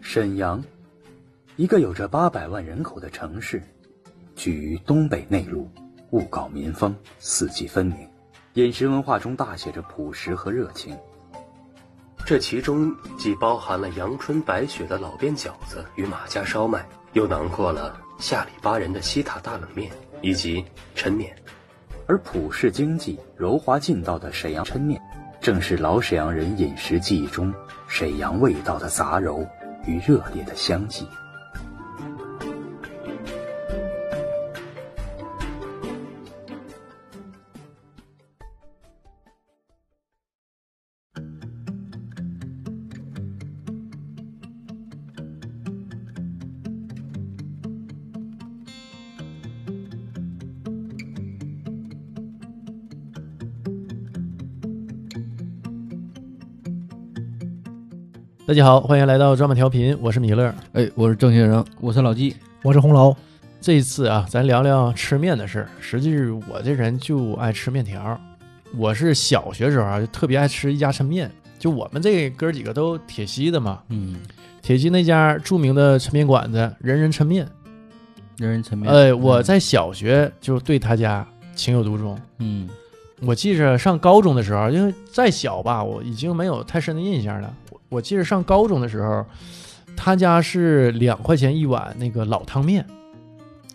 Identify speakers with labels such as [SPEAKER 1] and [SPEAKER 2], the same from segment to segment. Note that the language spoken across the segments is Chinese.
[SPEAKER 1] 沈阳，一个有着八百万人口的城市，居于东北内陆，物稿民风，四季分明，饮食文化中大写着朴实和热情。
[SPEAKER 2] 这其中既包含了阳春白雪的老边饺子与马家烧麦，又囊括了下里巴人的西塔大冷面以及抻面。
[SPEAKER 1] 而普世经济、柔滑劲道的沈阳抻面，正是老沈阳人饮食记忆中沈阳味道的杂糅与热烈的相继。
[SPEAKER 3] 大家好，欢迎来到抓马调频，我是米勒。
[SPEAKER 4] 哎，我是郑先生，我是老纪。
[SPEAKER 5] 我是红楼，
[SPEAKER 3] 这一次啊，咱聊聊吃面的事儿。实际我这人就爱吃面条儿，我是小学时候啊就特别爱吃一家抻面，就我们这哥几个都铁西的嘛，
[SPEAKER 4] 嗯，
[SPEAKER 3] 铁西那家著名的抻面馆子人人抻面，
[SPEAKER 4] 人人抻面。
[SPEAKER 3] 哎，
[SPEAKER 5] 嗯
[SPEAKER 3] 我在小学就对他家情有独钟。
[SPEAKER 4] 嗯
[SPEAKER 3] 我记着上高中的时候，因为再小吧，我已经没有太深的印象了。我我记着上高中的时候，他家是两块钱一碗那个老汤面，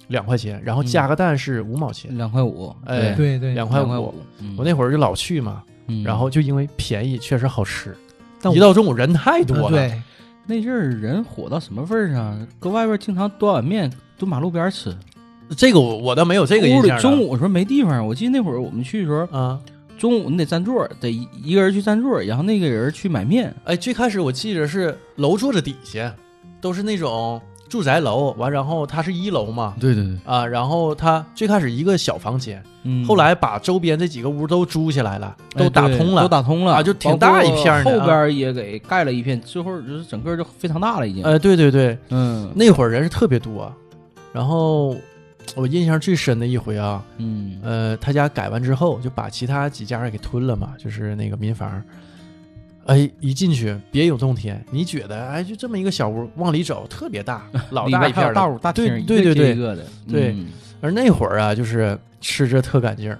[SPEAKER 3] 两块钱，然后加个蛋是五毛钱，
[SPEAKER 4] 两块五，
[SPEAKER 3] 哎
[SPEAKER 5] 对对，啊
[SPEAKER 3] 两块
[SPEAKER 4] 嗯两
[SPEAKER 3] 五。
[SPEAKER 4] 块五。嗯
[SPEAKER 3] 我那会儿就老去嘛，
[SPEAKER 4] 嗯
[SPEAKER 3] 然后就因为便宜，确实好吃。
[SPEAKER 5] 但我
[SPEAKER 3] 一到中午人太
[SPEAKER 5] 啊
[SPEAKER 3] 多了，
[SPEAKER 5] 对，
[SPEAKER 4] 那阵儿人火到什么份儿上？搁外边经常端碗面蹲马路边儿吃。
[SPEAKER 3] 这个我我倒没有这个印
[SPEAKER 4] 屋里
[SPEAKER 3] 象啊了。
[SPEAKER 4] 中午的时候没地方，我记得那会儿我们去的时候，
[SPEAKER 3] 啊，
[SPEAKER 4] 中午你得占座，得一一个人去占座，然后那个人去买面。
[SPEAKER 3] 哎，最开始我记着是楼柱子底下，都是那种住宅楼，完然后它是一楼嘛，
[SPEAKER 4] 对对对，
[SPEAKER 3] 啊，然后它最开始一个小房间，
[SPEAKER 4] 嗯，
[SPEAKER 3] 后来把周边这几个屋都租起来了，
[SPEAKER 4] 哎
[SPEAKER 3] 都打
[SPEAKER 4] 对
[SPEAKER 3] 通了，
[SPEAKER 4] 都打通了
[SPEAKER 3] 啊就挺大一片儿
[SPEAKER 4] 包
[SPEAKER 3] 呢
[SPEAKER 4] 括
[SPEAKER 3] 啊
[SPEAKER 4] 后边儿也给盖了一片，最后就是整个就非常大了，已经。
[SPEAKER 3] 呃，对对对，
[SPEAKER 4] 嗯
[SPEAKER 3] 那会儿人是特别多，然后我印象最深的一回啊，
[SPEAKER 4] 嗯
[SPEAKER 3] 呃，他家改完之后就把其他几家也给吞了嘛，就是那个民房。哎，一进去别有洞天，你觉得哎，就这么一个小屋，往里走特别大，老
[SPEAKER 4] 里
[SPEAKER 3] 大
[SPEAKER 4] 边
[SPEAKER 3] 一
[SPEAKER 4] 还
[SPEAKER 3] 片
[SPEAKER 4] 有
[SPEAKER 3] 儿
[SPEAKER 4] 大
[SPEAKER 3] 的。
[SPEAKER 4] 屋大厅，
[SPEAKER 3] 对对
[SPEAKER 4] 一个
[SPEAKER 3] 对
[SPEAKER 4] 接
[SPEAKER 3] 对
[SPEAKER 4] 一个的，
[SPEAKER 3] 对
[SPEAKER 4] 嗯
[SPEAKER 3] 而那会儿啊，就是吃着特干劲儿。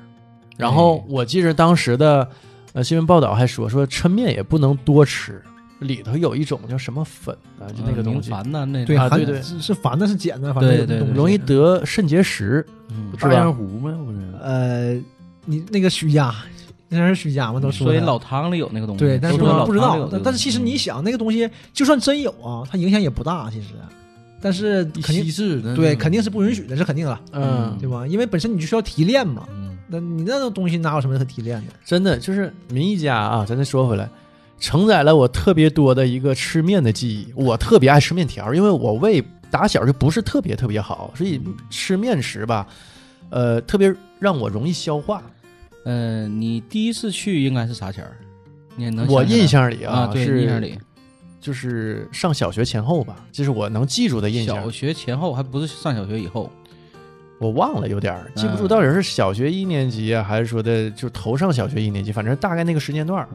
[SPEAKER 3] 然
[SPEAKER 4] 哎
[SPEAKER 3] 后我记着当时的呃新闻报道还说说抻面也不能多吃，里头有一种叫什么粉啊，就那个东西、
[SPEAKER 4] 烦呐，嗯那
[SPEAKER 5] 对，
[SPEAKER 3] 啊
[SPEAKER 5] 含
[SPEAKER 3] 对对
[SPEAKER 5] 是是烦的是碱的，反正
[SPEAKER 4] 对
[SPEAKER 5] 有这
[SPEAKER 4] 对
[SPEAKER 5] 东西
[SPEAKER 4] 对
[SPEAKER 3] 容易得肾结石。
[SPEAKER 4] 嗯
[SPEAKER 3] 是吧
[SPEAKER 4] 大江湖吗？不是，
[SPEAKER 5] 呃，你那个许家，那是许家嘛，都
[SPEAKER 4] 嗯
[SPEAKER 5] 说
[SPEAKER 4] 所以
[SPEAKER 5] 的
[SPEAKER 4] 老汤里有那个东西，
[SPEAKER 5] 对，但
[SPEAKER 4] 都
[SPEAKER 5] 是
[SPEAKER 4] 说
[SPEAKER 5] 我
[SPEAKER 4] 老
[SPEAKER 5] 不知
[SPEAKER 4] 汤里有
[SPEAKER 5] 道
[SPEAKER 4] 这个东嗯西，
[SPEAKER 5] 但是其实你想，那个东西就算真有啊，它影响也不大，其实，但是肯定
[SPEAKER 4] 制
[SPEAKER 5] 对，肯定是不允许的，是肯定的，
[SPEAKER 3] 嗯，
[SPEAKER 5] 对吧？因为本身你就需要提炼嘛，
[SPEAKER 4] 嗯
[SPEAKER 5] 那你那种东西哪有什么可提炼的？
[SPEAKER 3] 真的就是民一家啊，咱再说回来，承载了我特别多的一个吃面的记忆。我特别爱吃面条，因为我胃打小就不是特别特别好，所以
[SPEAKER 4] 嗯
[SPEAKER 3] 吃面食吧，呃，特别让我容易消化。
[SPEAKER 4] 呃，你第一次去应该是啥前儿？你还能
[SPEAKER 3] 我
[SPEAKER 4] 想起来
[SPEAKER 3] 印象里
[SPEAKER 4] 啊，对，
[SPEAKER 3] 是
[SPEAKER 4] 印象里
[SPEAKER 3] 就是上小学前后吧，这是我能记住的印
[SPEAKER 4] 小
[SPEAKER 3] 象。
[SPEAKER 4] 学前后还不是上小学以后，
[SPEAKER 3] 我忘了有点儿记不住，
[SPEAKER 4] 嗯
[SPEAKER 3] 到底是小学一年级啊，还是说的就头上小学一年级，反正大概那个时间段儿，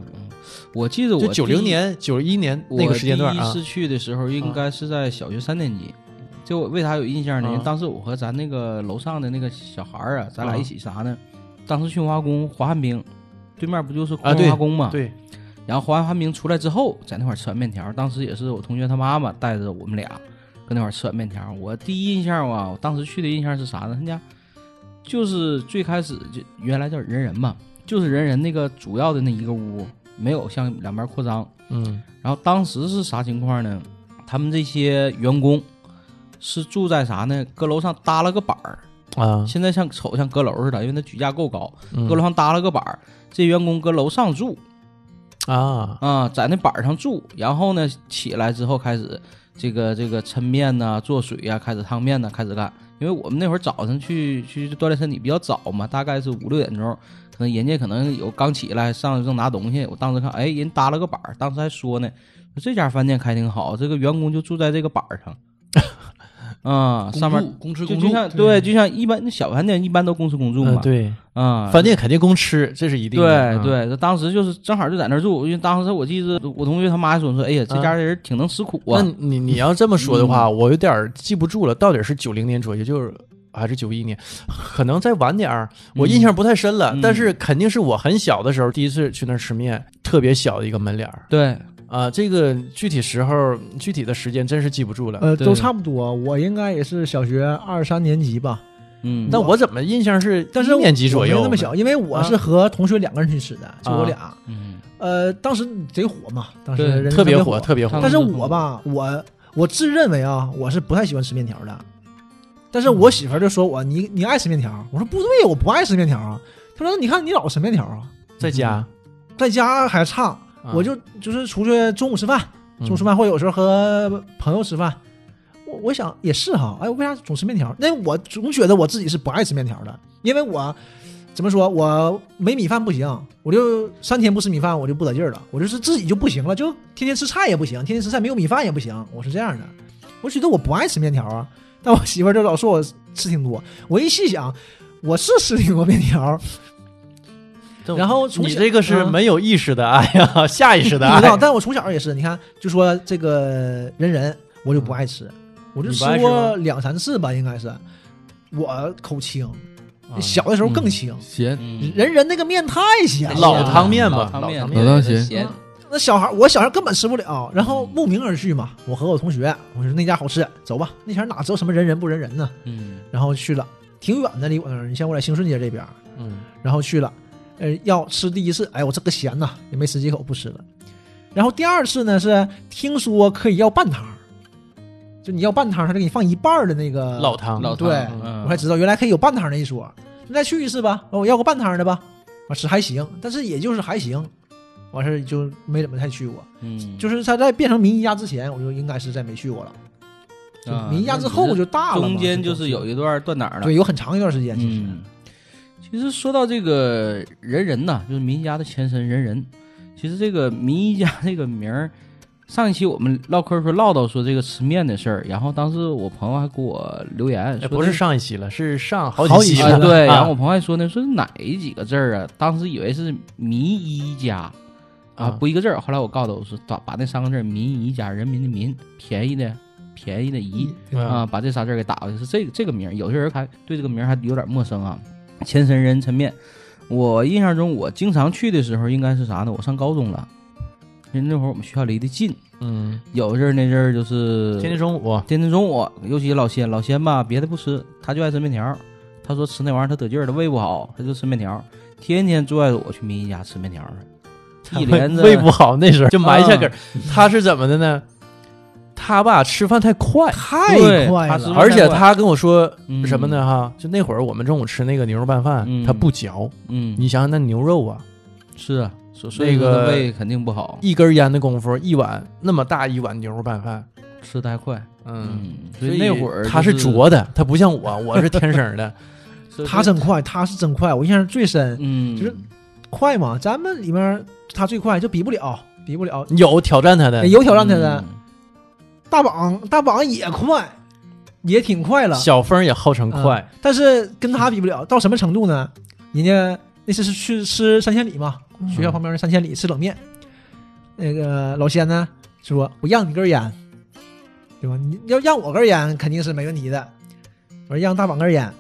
[SPEAKER 4] 我记得我
[SPEAKER 3] 就九零
[SPEAKER 4] 第一，
[SPEAKER 3] 年、九一年
[SPEAKER 4] 我
[SPEAKER 3] 那个时间段儿啊
[SPEAKER 4] 第一次去的时候应该是在小学三年级。就我为啥有印象呢？因
[SPEAKER 3] 啊
[SPEAKER 4] 为当时我和咱那个楼上的那个小孩儿啊，咱俩一起啥呢？当时去华工滑旱冰，对面不就是
[SPEAKER 3] 啊对
[SPEAKER 4] 华工嘛？
[SPEAKER 3] 对，
[SPEAKER 4] 然后华完寒冰出来之后，在那块儿吃碗面条，当时也是我同学他妈妈带着我们俩搁那块儿吃碗面条。我第一印象啊，我当时去的印象是啥呢？他家就是最开始就原来叫人人嘛，就是人人那个主要的那一个屋，没有向两边扩张。
[SPEAKER 3] 嗯，
[SPEAKER 4] 然后当时是啥情况呢？他们这些员工是住在啥呢？搁楼上搭了个板儿，
[SPEAKER 3] 啊，
[SPEAKER 4] 现在像瞅像阁楼似的，因为它举架够高，
[SPEAKER 3] 嗯
[SPEAKER 4] 搁楼上搭了个板儿，这员工搁楼上住。
[SPEAKER 3] 啊，
[SPEAKER 4] 啊，在那板儿上住，然后呢起来之后开始这个这个抻面呐、做水呀、开始烫面呐、开始干。因为我们那会儿早上去去锻炼身体比较早嘛，大概是五六点钟，可能人家可能有刚起来上来正拿东西，我当时看，哎，人搭了个板儿，当时还说呢，说这家饭店开挺好，这个员工就住在这个板儿上。 啊，上面
[SPEAKER 6] 公吃
[SPEAKER 4] 就
[SPEAKER 6] 公
[SPEAKER 4] 就
[SPEAKER 6] 住，呃
[SPEAKER 4] 像
[SPEAKER 5] 对
[SPEAKER 4] 对，就像一般那小饭店一般都公吃公住
[SPEAKER 3] 嗯
[SPEAKER 4] 嘛，
[SPEAKER 3] 对，
[SPEAKER 4] 啊，
[SPEAKER 3] 饭店肯定供吃，这是一定的。啊
[SPEAKER 4] 对对，他当时就是正好就在那儿住，因为当时我记得我同学他妈说说，哎呀，这家人挺能吃苦
[SPEAKER 3] 那
[SPEAKER 4] 啊，
[SPEAKER 3] 你你要这么说的话，我有点儿记不住了，到底是九零年左右，就是还是九一年，可能再晚点儿，我印象不太深了。
[SPEAKER 4] 嗯
[SPEAKER 3] 但是肯定是我很小的时候第一次去那儿吃面，特别小的一个门脸儿
[SPEAKER 4] 对，
[SPEAKER 3] 啊，这个具体时候、具体的时间真是记不住了。
[SPEAKER 5] 呃，
[SPEAKER 4] 对
[SPEAKER 5] 都差不多。我应该也是小学二三年级吧，
[SPEAKER 4] 嗯，
[SPEAKER 3] 但我怎么印象是
[SPEAKER 5] 但是
[SPEAKER 3] 一年级左右呢？
[SPEAKER 5] 我没那么小，因为我
[SPEAKER 3] 啊
[SPEAKER 5] 是和同学两个人去吃的，就我俩。
[SPEAKER 4] 嗯
[SPEAKER 5] 呃，当时贼火嘛，当时
[SPEAKER 4] 对
[SPEAKER 5] 人
[SPEAKER 3] 特别
[SPEAKER 5] 火
[SPEAKER 3] 火，，特别火嗯
[SPEAKER 4] 上。
[SPEAKER 5] 但是我吧，我我自认为啊，我是不太喜欢吃面条的。但是我媳妇儿就说我你你爱吃面条，我说不对，我不爱吃面条啊。她说你看你老吃面条啊，
[SPEAKER 3] 在家，
[SPEAKER 5] 在家还差，
[SPEAKER 3] 啊
[SPEAKER 5] 我就就是出去中午吃饭，
[SPEAKER 3] 嗯
[SPEAKER 5] 中午吃饭或者有时候和朋友吃饭，我我想也是哈，哎，我为啥总吃面条？那我总觉得我自己是不爱吃面条的，因为我怎么说，我没米饭不行，我就三天不吃米饭我就不得劲儿了，我就是自己就不行了，就天天吃菜也不行，天天吃菜没有米饭也不行，我是这样的。我觉得我不爱吃面条啊，但我媳妇儿就老说我吃挺多，我一细想，我是吃挺多面条，
[SPEAKER 3] 但
[SPEAKER 5] 然后
[SPEAKER 3] 嗯
[SPEAKER 5] 从
[SPEAKER 3] 你
[SPEAKER 5] 小
[SPEAKER 3] 这个是
[SPEAKER 5] 嗯
[SPEAKER 3] 没有意识的爱哎呀，下意识的哎
[SPEAKER 5] 不知道，
[SPEAKER 3] 爱。
[SPEAKER 5] 但我从小也是，你看，就说这个人人，我就不爱吃，我就
[SPEAKER 3] 你
[SPEAKER 5] 吃
[SPEAKER 3] 不爱吃吗
[SPEAKER 5] 过两三次吧，应该是。我口轻，
[SPEAKER 3] 啊
[SPEAKER 5] 小的时候更轻。
[SPEAKER 6] 咸
[SPEAKER 4] 嗯
[SPEAKER 5] 人人那个面太咸了，
[SPEAKER 3] 老汤面
[SPEAKER 4] 老
[SPEAKER 3] 嘛，
[SPEAKER 4] 汤面
[SPEAKER 3] 汤
[SPEAKER 6] 老汤
[SPEAKER 4] 咸
[SPEAKER 6] 咸
[SPEAKER 4] 咸，
[SPEAKER 5] 那小孩，我小时候根本吃不了，然后慕名而去嘛。我和我同学，我说那家好吃，走吧。那前儿哪知道什么人人不人人呢？
[SPEAKER 4] 嗯
[SPEAKER 5] 然后去了，挺远的，离我那儿。你像我在兴顺街这边儿，
[SPEAKER 3] 嗯，
[SPEAKER 5] 然后去了，呃，要吃第一次，哎，我这个咸呐，也没吃几口不吃了。然后第二次呢是听说可以要半汤儿，就你要半汤儿，他就给你放一半儿的那个
[SPEAKER 3] 老汤
[SPEAKER 4] 嗯老
[SPEAKER 5] 对
[SPEAKER 4] 汤嗯
[SPEAKER 5] 我才知道原来可以有半汤儿的一说。那再去一次吧，我要个半汤儿的吧，完事还行，但是也就是还行，完事儿就没怎么太去过。
[SPEAKER 4] 嗯，
[SPEAKER 5] 就是他在变成民一家之前，我就应该是再没去过了。就
[SPEAKER 4] 啊
[SPEAKER 5] 民一家之后我就大了嘛，
[SPEAKER 4] 中间
[SPEAKER 5] 就
[SPEAKER 4] 就是有一段断哪儿了
[SPEAKER 5] 对，有很长一段时间其实。
[SPEAKER 4] 嗯，其实说到这个人人呐，就是民一家的前身人人。其实这个民一家这个名儿，上一期我们唠嗑儿时候唠到说这个吃面的事儿，然后当时我朋友还给我留言
[SPEAKER 3] 哎
[SPEAKER 4] 说
[SPEAKER 3] 不是
[SPEAKER 4] 这
[SPEAKER 3] 上一期了，是上
[SPEAKER 5] 好
[SPEAKER 3] 几期
[SPEAKER 5] 几期
[SPEAKER 4] 啊
[SPEAKER 5] 了
[SPEAKER 3] 了。
[SPEAKER 4] 对，
[SPEAKER 3] 啊
[SPEAKER 4] 然后我朋友还说呢，说是哪几个字儿啊？当时以为是民一家啊，
[SPEAKER 3] 啊
[SPEAKER 4] 不一个字儿。后来我告诉他，我说把把那三个字儿“民一家”，人民的民，便宜的便宜的宜，
[SPEAKER 3] 嗯
[SPEAKER 4] 啊，把这仨字儿给打过去，是这个这个名儿，有些人还对这个名儿还有点陌生啊。前身人抻面，我印象中我经常去的时候应该是啥呢？我上高中了，因为那会儿我们学校离得近，
[SPEAKER 3] 嗯，
[SPEAKER 4] 有阵儿那阵儿就是
[SPEAKER 3] 天天中午
[SPEAKER 4] 天天中午，尤其老仙，老仙吧，别的不吃，他就爱吃面条儿。他说吃那玩意儿他得劲儿，他胃不好，他就吃面条儿，天天拽着我去民一家吃面条儿啊去，一啊嗯帘子
[SPEAKER 3] 胃不好，那时候就埋下根儿。他是怎么的呢？他吧吃饭太快，
[SPEAKER 5] 太快
[SPEAKER 4] 他是
[SPEAKER 5] 了，
[SPEAKER 3] 而且他跟我说
[SPEAKER 4] 嗯
[SPEAKER 3] 什么呢？哈，就那会儿我们中午吃那个牛肉拌饭
[SPEAKER 4] 嗯，
[SPEAKER 3] 他不嚼。
[SPEAKER 4] 嗯，
[SPEAKER 3] 你想想那牛肉啊，
[SPEAKER 4] 是啊，所所以
[SPEAKER 3] 那
[SPEAKER 4] 说他
[SPEAKER 3] 个
[SPEAKER 4] 胃肯定不好，
[SPEAKER 3] 一根烟的功夫，一碗那么大一碗牛肉拌饭，
[SPEAKER 4] 吃太快，
[SPEAKER 3] 嗯，
[SPEAKER 4] 嗯，
[SPEAKER 3] 所
[SPEAKER 4] 以那会儿
[SPEAKER 3] 他
[SPEAKER 4] 就是是
[SPEAKER 3] 啄的，他不像我，我是天生的。
[SPEAKER 5] 他真快，他是真快，我印象最深。
[SPEAKER 4] 嗯，
[SPEAKER 5] 就是快嘛，咱们里面他最快就比不了，比不了。
[SPEAKER 3] 有挑战他的，
[SPEAKER 4] 嗯
[SPEAKER 5] 有挑战他的，大榜大榜也快，也挺快了，
[SPEAKER 3] 小峰也号称
[SPEAKER 5] 嗯
[SPEAKER 3] 快，
[SPEAKER 5] 但是跟他比不了。到什么程度呢？人家那次是去吃三千里嘛，学校旁边的三千里吃冷面，那个老仙呢说：“我让你根烟，对吧？你要让我根烟肯定是没问题的。”我说：“让大榜根烟，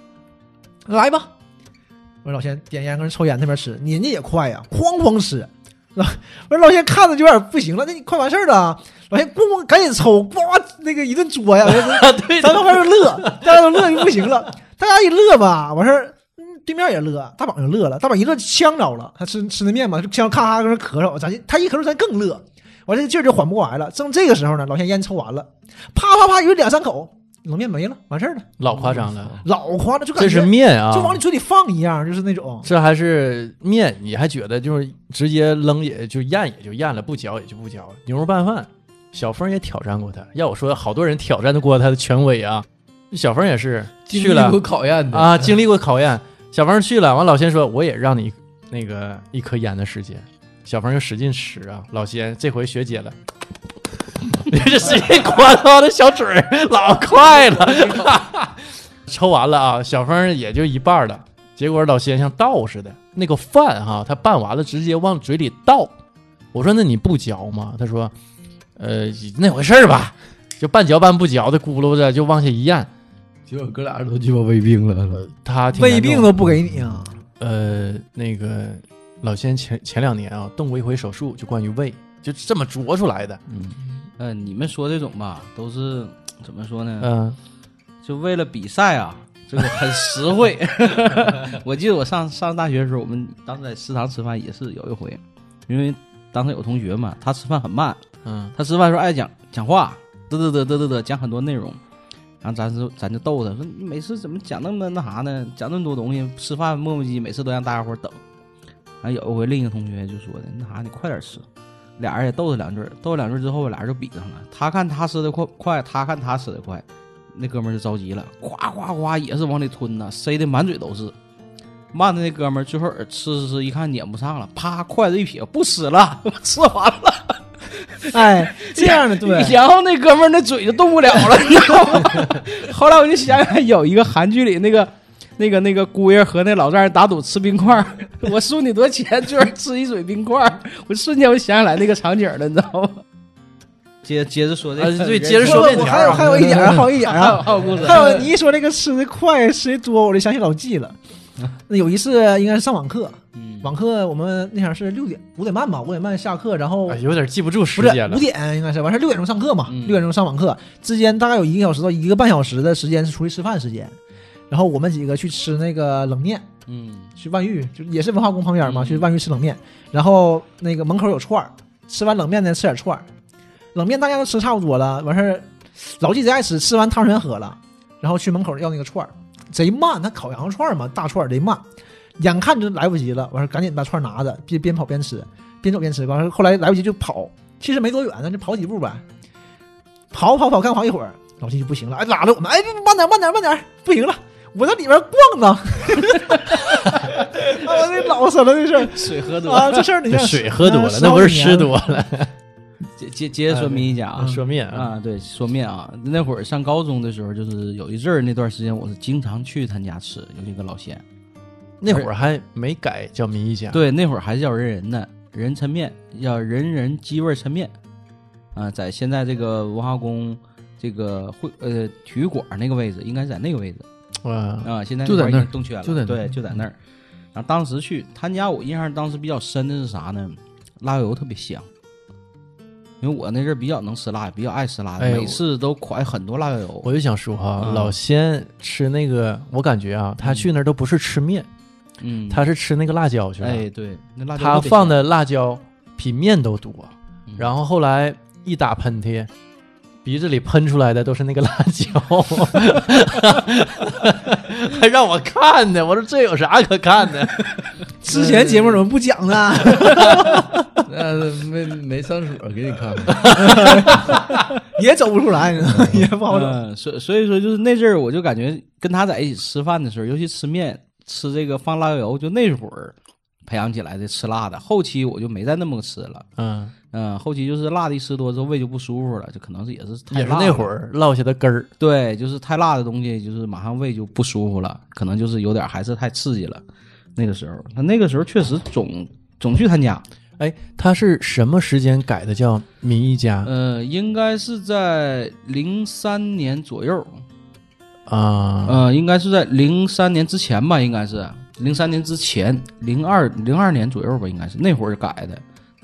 [SPEAKER 5] 来吧。”我说：“老仙点烟跟人抽烟那边吃，人家也快呀，哐哐吃。” 老我说老仙看着就有点不行了，那你快完事儿了。老仙咣咣赶紧抽，呱那个一顿嘬呀，
[SPEAKER 3] 对
[SPEAKER 5] 咱们开始乐，大家都乐就不行了，大家一乐吧，完事儿。嗯对面也乐，大宝就乐了。大宝一乐呛着了，他吃吃那面嘛，就呛咔咔跟那咳嗽。咱一他一咳嗽，咱更乐，完这劲儿就缓不过来了。正这个时候呢，老仙烟抽完了，啪啪啪，有两三口，冷面没了，完事儿了，
[SPEAKER 3] 老夸张
[SPEAKER 4] 嗯
[SPEAKER 3] 了。
[SPEAKER 5] 老夸张，就
[SPEAKER 3] 这
[SPEAKER 5] 感
[SPEAKER 3] 是
[SPEAKER 5] 觉
[SPEAKER 3] 面啊，
[SPEAKER 5] 就往你嘴里放一样，就是那
[SPEAKER 6] 哦
[SPEAKER 5] 种。
[SPEAKER 3] 这还是面，你还觉得就是直接扔也就咽也就咽了，不嚼也就不嚼了。牛肉拌饭，小峰也挑战过他。要我说，好多人挑战得过他的权威啊。小峰也是
[SPEAKER 6] 经
[SPEAKER 3] 去
[SPEAKER 6] 历
[SPEAKER 3] 了
[SPEAKER 6] 过考验的
[SPEAKER 3] 啊，经历过考验。小峰去了，完老仙说我也让你那个一 颗烟的时间。小峰就使劲吃啊，老仙这回学姐了，这时间过到的小嘴儿老快了， 抽完了啊，小峰也就一半儿了。结果老仙像倒似的，那个饭哈、他拌完了直接往嘴里倒。我说那你不嚼吗？他说，呃，那回事儿吧，就半嚼半不嚼的咕噜着就往下一咽。呃
[SPEAKER 6] 结果哥俩人都鸡巴胃病了，
[SPEAKER 3] 他挺
[SPEAKER 5] 胃
[SPEAKER 3] 严重
[SPEAKER 5] 病都不给你 啊！
[SPEAKER 3] 呃，那个老仙前前两年啊动过一回手术，就关于胃，就这么啄出来的。
[SPEAKER 4] 嗯，呃，你们说这种吧，都是怎么说呢？
[SPEAKER 3] 嗯、
[SPEAKER 4] 就为了比赛啊，这个很实惠。 我记得我上上大学的时候，我们当时在食堂吃饭也是有一回，因为当时有同学嘛，他吃饭很慢，
[SPEAKER 3] 嗯，
[SPEAKER 4] 他吃饭的时候爱讲讲话，嘚嘚嘚嘚嘚嘚讲很多内容，然后咱就咱就逗他说，你每次怎么讲那么那啥呢？讲那么多东西，吃饭磨磨唧唧，每次都让大家伙儿等。然后有一回另一个同学就说的，那啥你快点吃，俩人也逗他两句儿，逗他两句儿之后吧，俩人就比上了，他看他吃的快快，他看他吃的快，那哥们儿就着急了，夸夸夸也是往里吞呐，塞的满嘴都是。慢的那哥们儿最后吃吃吃，一看撵不上了，啪筷子一撇，不吃了， 我吃完了。，
[SPEAKER 5] 哎，这样的对
[SPEAKER 4] 然后那哥们儿那嘴就动不了了，你知道吗？后来我就想起来有一个韩剧里那个。那个那个姑爷和那老丈人打赌吃冰块儿， 我输你多少钱，最后吃一嘴冰块儿，我瞬间我就想起来那个场景了，你知道吗？接接着说这
[SPEAKER 3] 啊对接着说
[SPEAKER 5] 我
[SPEAKER 3] 面条
[SPEAKER 5] 我还有还有一点儿，还有一点儿
[SPEAKER 4] 还有
[SPEAKER 5] 啊，
[SPEAKER 4] 还有故事，
[SPEAKER 5] 还有 你一说这个吃的快吃的多，我就想起老纪了。那有一次应该是上网课，
[SPEAKER 4] 嗯
[SPEAKER 5] 网课我们那场是六点五点半吧，五点半下课，然后
[SPEAKER 3] 哎有点记不住时
[SPEAKER 5] 不是
[SPEAKER 3] 间了
[SPEAKER 5] 五。点应该是，完事儿六点钟上课嘛，
[SPEAKER 4] 嗯
[SPEAKER 5] 六点钟上网课之间大概有一个小时到一个半小时的时间是出去吃饭时间，然后我们几个去吃那个冷面，
[SPEAKER 4] 嗯
[SPEAKER 5] 去万裕，就也是文化宫旁边嘛，
[SPEAKER 4] 嗯
[SPEAKER 5] 去万裕吃冷面，然后那个门口有串儿，吃完冷面呢吃点串儿，冷面大家都吃差不多了，完事儿老季贼爱吃，吃完汤全喝了，然后去门口要那个串儿，贼慢，他烤羊肉串儿嘛，大串儿贼慢，眼看着来不及了，完事儿赶紧把串儿拿着，边边跑边吃，边走边吃，完事儿后来来不及就跑，其实没多远，咱就跑几步呗，跑跑跑，刚跑一会儿，老季就不行了，哎拉着我们，哎慢点慢点慢点，不行了。我在里边逛呢， 啊，我这老实了这事儿，水喝多啊，这事儿你嗯
[SPEAKER 3] 这
[SPEAKER 5] 像
[SPEAKER 3] 水喝多了，那不是吃，多了。
[SPEAKER 4] 接接接着说明一下
[SPEAKER 5] 嗯
[SPEAKER 4] 啊，
[SPEAKER 3] 说面啊，
[SPEAKER 4] 啊，对，说面啊，那会儿上高中的时候，就是有一阵儿那段时间，我是经常去他家吃，尤其跟老仙。
[SPEAKER 3] 那会儿还没改叫民一家。，
[SPEAKER 4] 对，那会儿还是叫人人的人抻面，叫人人鸡味儿抻面啊，在现在这个文化宫这个会呃体育馆那个位置，应该是在那个位置
[SPEAKER 3] 嗯
[SPEAKER 4] 啊。现在
[SPEAKER 6] 就在
[SPEAKER 4] 块
[SPEAKER 6] 那
[SPEAKER 4] 已
[SPEAKER 6] 儿
[SPEAKER 4] 经动圈了，
[SPEAKER 6] 就在那儿
[SPEAKER 4] 对，就在那儿。然后当时去他家，我印象当时比较深的是啥呢？辣油特别香，因为我那阵儿比较能吃辣，比较爱吃辣的，
[SPEAKER 3] 哎
[SPEAKER 4] 每
[SPEAKER 3] 我
[SPEAKER 4] 次都蒯很多辣油。
[SPEAKER 3] 我就想说哈、
[SPEAKER 4] 嗯
[SPEAKER 3] 老仙吃那个，我感觉啊，他去那儿都不是吃面，
[SPEAKER 4] 嗯，
[SPEAKER 3] 他是吃那个辣椒去了。
[SPEAKER 4] 哎对，那辣椒
[SPEAKER 3] 他
[SPEAKER 4] 特别
[SPEAKER 3] 放
[SPEAKER 4] 香，
[SPEAKER 3] 的辣椒比面都多，
[SPEAKER 4] 嗯
[SPEAKER 3] 然后后来一打喷嚏，鼻子里喷出来的都是那个 辣 椒，还让我看呢。我说这有啥可看的？
[SPEAKER 5] 之前节目怎么不讲呢？
[SPEAKER 6] 那没没上锁给你看看，
[SPEAKER 5] 也走不出来，也不好整。
[SPEAKER 4] 嗯，所所以说就是那阵儿，我就感觉跟他在一起吃饭的时候，尤其吃面吃这个放辣椒油，就那会儿培养起来的吃辣的。后期我就没再那么吃了，
[SPEAKER 3] 嗯，
[SPEAKER 4] 嗯，后期就是辣的一吃多之后胃就不舒服了，就可能是也是太
[SPEAKER 3] 也是
[SPEAKER 4] 辣
[SPEAKER 3] 那
[SPEAKER 4] 了
[SPEAKER 3] 会儿落下的根儿。
[SPEAKER 4] 对，就是太辣的东西，就是马上胃就不舒服了，可能就是有点还是太刺激了。那个时候，他那个时候确实总总去他家，
[SPEAKER 3] 哎，他是什么时间改的叫民一家
[SPEAKER 4] 呃，应该是在零三年左右，
[SPEAKER 3] 啊？
[SPEAKER 4] 呃，应该是在零三年之前吧，应该是零三年之前，零二零二年左右吧，应该是那会儿改的。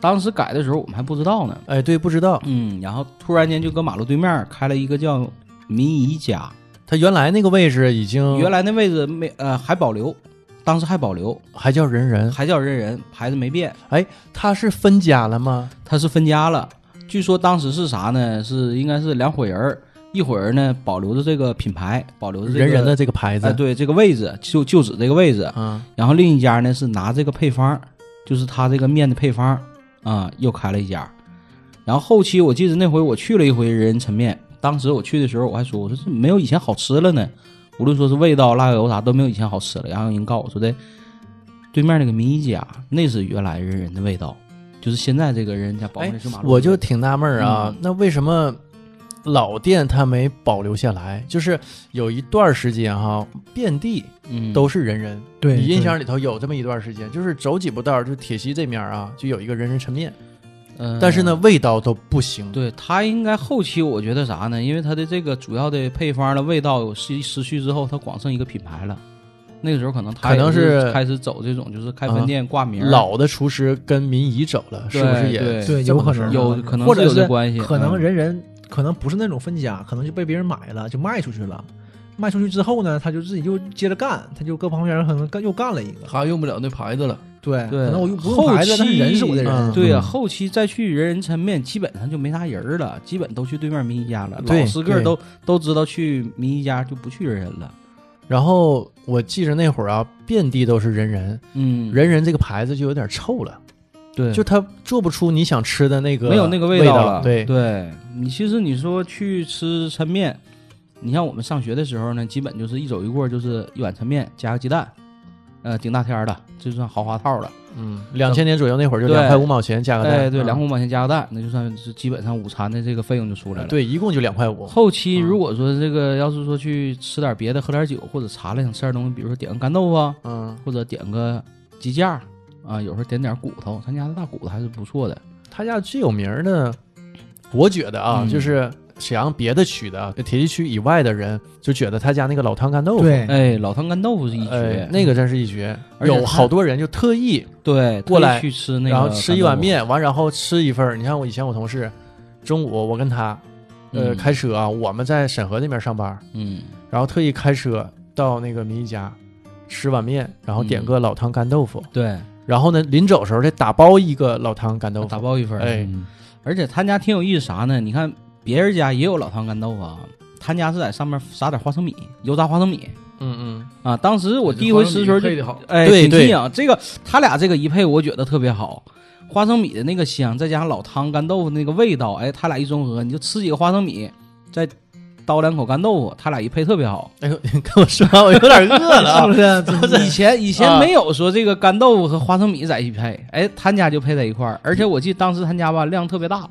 [SPEAKER 4] 当时改的时候我们还不知道呢，
[SPEAKER 3] 哎，对，不知道
[SPEAKER 4] 嗯，然后突然间就搁马路对面开了一个叫民宜家，
[SPEAKER 3] 他原来那个位置已经
[SPEAKER 4] 原来那位置没呃还保留，当时还保留，
[SPEAKER 3] 还叫人人，
[SPEAKER 4] 还叫人人牌子没变，
[SPEAKER 3] 他是分家了吗？
[SPEAKER 4] 它是分家了。据说当时是啥呢？是应该是两伙人儿，一伙人呢保留着这个品牌，保留着、这个、
[SPEAKER 3] 人人的这个牌
[SPEAKER 4] 哎、
[SPEAKER 3] 子，
[SPEAKER 4] 对这个位置就就址这个位置，
[SPEAKER 3] 啊，
[SPEAKER 4] 然后另一家呢是拿这个配方，就是他这个面的配方啊、又开了一家。然后后期我记得那回我去了一回人人抻面，当时我去的时候我还说，我说这没有以前好吃了呢，无论说是味道、辣油啥都没有以前好吃了。然后人告诉我说的，对面那个民一家那是原来人人的味道，就是现在这个人家保护的是马路，
[SPEAKER 3] 哎我就挺纳闷儿
[SPEAKER 4] 嗯
[SPEAKER 3] 啊，那为什么老店它没保留下来？就是有一段时间哈，遍地
[SPEAKER 4] 嗯
[SPEAKER 3] 都是人人。
[SPEAKER 5] 对
[SPEAKER 3] 你印象
[SPEAKER 5] 对
[SPEAKER 3] 里头有这么一段时间，就是走几步道儿，就铁西这面儿啊，就有一个人人抻面，
[SPEAKER 4] 呃
[SPEAKER 3] 但是呢，味道都不行。
[SPEAKER 4] 对它应该后期，我觉得啥呢？因为它的这个主要的配方的味道失失去之后，它光剩一个品牌了。那个时候可能它
[SPEAKER 3] 可能
[SPEAKER 4] 也
[SPEAKER 3] 是
[SPEAKER 4] 是开始走这种，就是开分店挂名儿，
[SPEAKER 3] 老的厨师跟民移走了，是不是
[SPEAKER 4] 对
[SPEAKER 3] 也
[SPEAKER 4] 对
[SPEAKER 5] 对，
[SPEAKER 3] 这
[SPEAKER 5] 有
[SPEAKER 3] 么
[SPEAKER 5] 可
[SPEAKER 3] 回事儿
[SPEAKER 5] 能
[SPEAKER 4] 有
[SPEAKER 6] 嗯
[SPEAKER 4] 可能
[SPEAKER 5] 或者
[SPEAKER 4] 是有这
[SPEAKER 5] 是
[SPEAKER 4] 关系，
[SPEAKER 5] 可能
[SPEAKER 4] 嗯
[SPEAKER 5] 人人可能不是那种分家，可能就被别人买了，就卖出去了。卖出去之后呢，他就自己又接着干，他就各方面可能干又干了一个。
[SPEAKER 6] 他用不了那牌子了，
[SPEAKER 5] 对，
[SPEAKER 4] 对
[SPEAKER 5] 可能我用不用
[SPEAKER 4] 后
[SPEAKER 5] 牌子，但是
[SPEAKER 4] 期
[SPEAKER 5] 人是我的人。
[SPEAKER 3] 嗯
[SPEAKER 4] 对呀、
[SPEAKER 3] 嗯
[SPEAKER 4] 后期再去人人抻面，基本上就没啥人儿了，基本都去对面民一家了。
[SPEAKER 3] 对
[SPEAKER 4] 老十个
[SPEAKER 3] 对
[SPEAKER 4] 都都知道去民一家，就不去人人了。
[SPEAKER 3] 然后我记着那会儿啊，遍地都是人人，
[SPEAKER 4] 嗯，
[SPEAKER 3] 人人这个牌子就有点臭了，
[SPEAKER 4] 对
[SPEAKER 3] 就它做不出你想吃的那个
[SPEAKER 4] 没有那个
[SPEAKER 3] 味
[SPEAKER 4] 道了。
[SPEAKER 3] 对，
[SPEAKER 4] 对你其实你说去吃抻面，你像我们上学的时候呢，基本就是一走一过就是一碗抻面加个鸡蛋，呃，顶大天儿的，这就算豪华套了。
[SPEAKER 3] 嗯，两千年左右那会儿就
[SPEAKER 4] 对
[SPEAKER 3] 两块五毛钱加个蛋，
[SPEAKER 4] 哎，对，
[SPEAKER 3] 嗯
[SPEAKER 4] 两块五毛钱加个蛋，那就算是基本上午餐的这个费用就出来了。
[SPEAKER 3] 对，一共就两块五。
[SPEAKER 4] 后期
[SPEAKER 3] 嗯
[SPEAKER 4] 如果说这个要是说去吃点别的，喝点酒或者茶了，想吃点东西，比如说点个干豆腐啊，
[SPEAKER 3] 嗯，
[SPEAKER 4] 或者点个鸡架啊，有时候点点骨头，他家的大骨头还是不错的。
[SPEAKER 3] 他家最有名儿的，我觉得啊，
[SPEAKER 4] 嗯
[SPEAKER 3] 就是沈阳别的区的啊，铁西区以外的人就觉得他家那个老汤干豆腐，
[SPEAKER 5] 对，
[SPEAKER 4] 哎，老汤干豆腐是一绝，
[SPEAKER 3] 哎，那个真是一绝。
[SPEAKER 4] 而且
[SPEAKER 3] 有
[SPEAKER 4] 他
[SPEAKER 3] 好多人就特意，
[SPEAKER 4] 对
[SPEAKER 3] 过来
[SPEAKER 4] 特意去吃那个，
[SPEAKER 3] 然后吃一碗，面，完然后吃一份儿。你看我以前我同事，中午我跟他，呃，
[SPEAKER 4] 嗯
[SPEAKER 3] 开车啊，我们在沈河那边上班，
[SPEAKER 4] 嗯，
[SPEAKER 3] 然后特意开车到那个民一家吃碗面，然后点
[SPEAKER 4] 嗯
[SPEAKER 3] 个老汤干豆腐，
[SPEAKER 4] 对，
[SPEAKER 3] 然后呢，临走时候再打包一个老汤干豆腐，
[SPEAKER 4] 打包一份儿，
[SPEAKER 3] 哎
[SPEAKER 4] 嗯而且他家挺有意思啥呢？你看别人家也有老汤干豆腐啊，他家是在上面撒点花生米，油炸花生米
[SPEAKER 3] 嗯嗯，
[SPEAKER 4] 啊。当时我第一回吃的时候就
[SPEAKER 6] 配的好，
[SPEAKER 4] 哎，
[SPEAKER 3] 对
[SPEAKER 4] 挺
[SPEAKER 3] 对
[SPEAKER 4] 近啊，这个他俩这个一配，我觉得特别好。花生米的那个香，再加上老汤干豆腐那个味道，哎，他俩一综合，你就吃几个花生米，再叨两口干豆腐，他俩一配特别好。
[SPEAKER 3] 哎呦，你 跟我说完我有点饿了啊
[SPEAKER 5] 是不。是？
[SPEAKER 4] 以前以前
[SPEAKER 3] 啊
[SPEAKER 4] 没有说这个干豆腐和花生米在一起配，哎，他家就配在一块儿。而且我记得当时他家吧量特别大，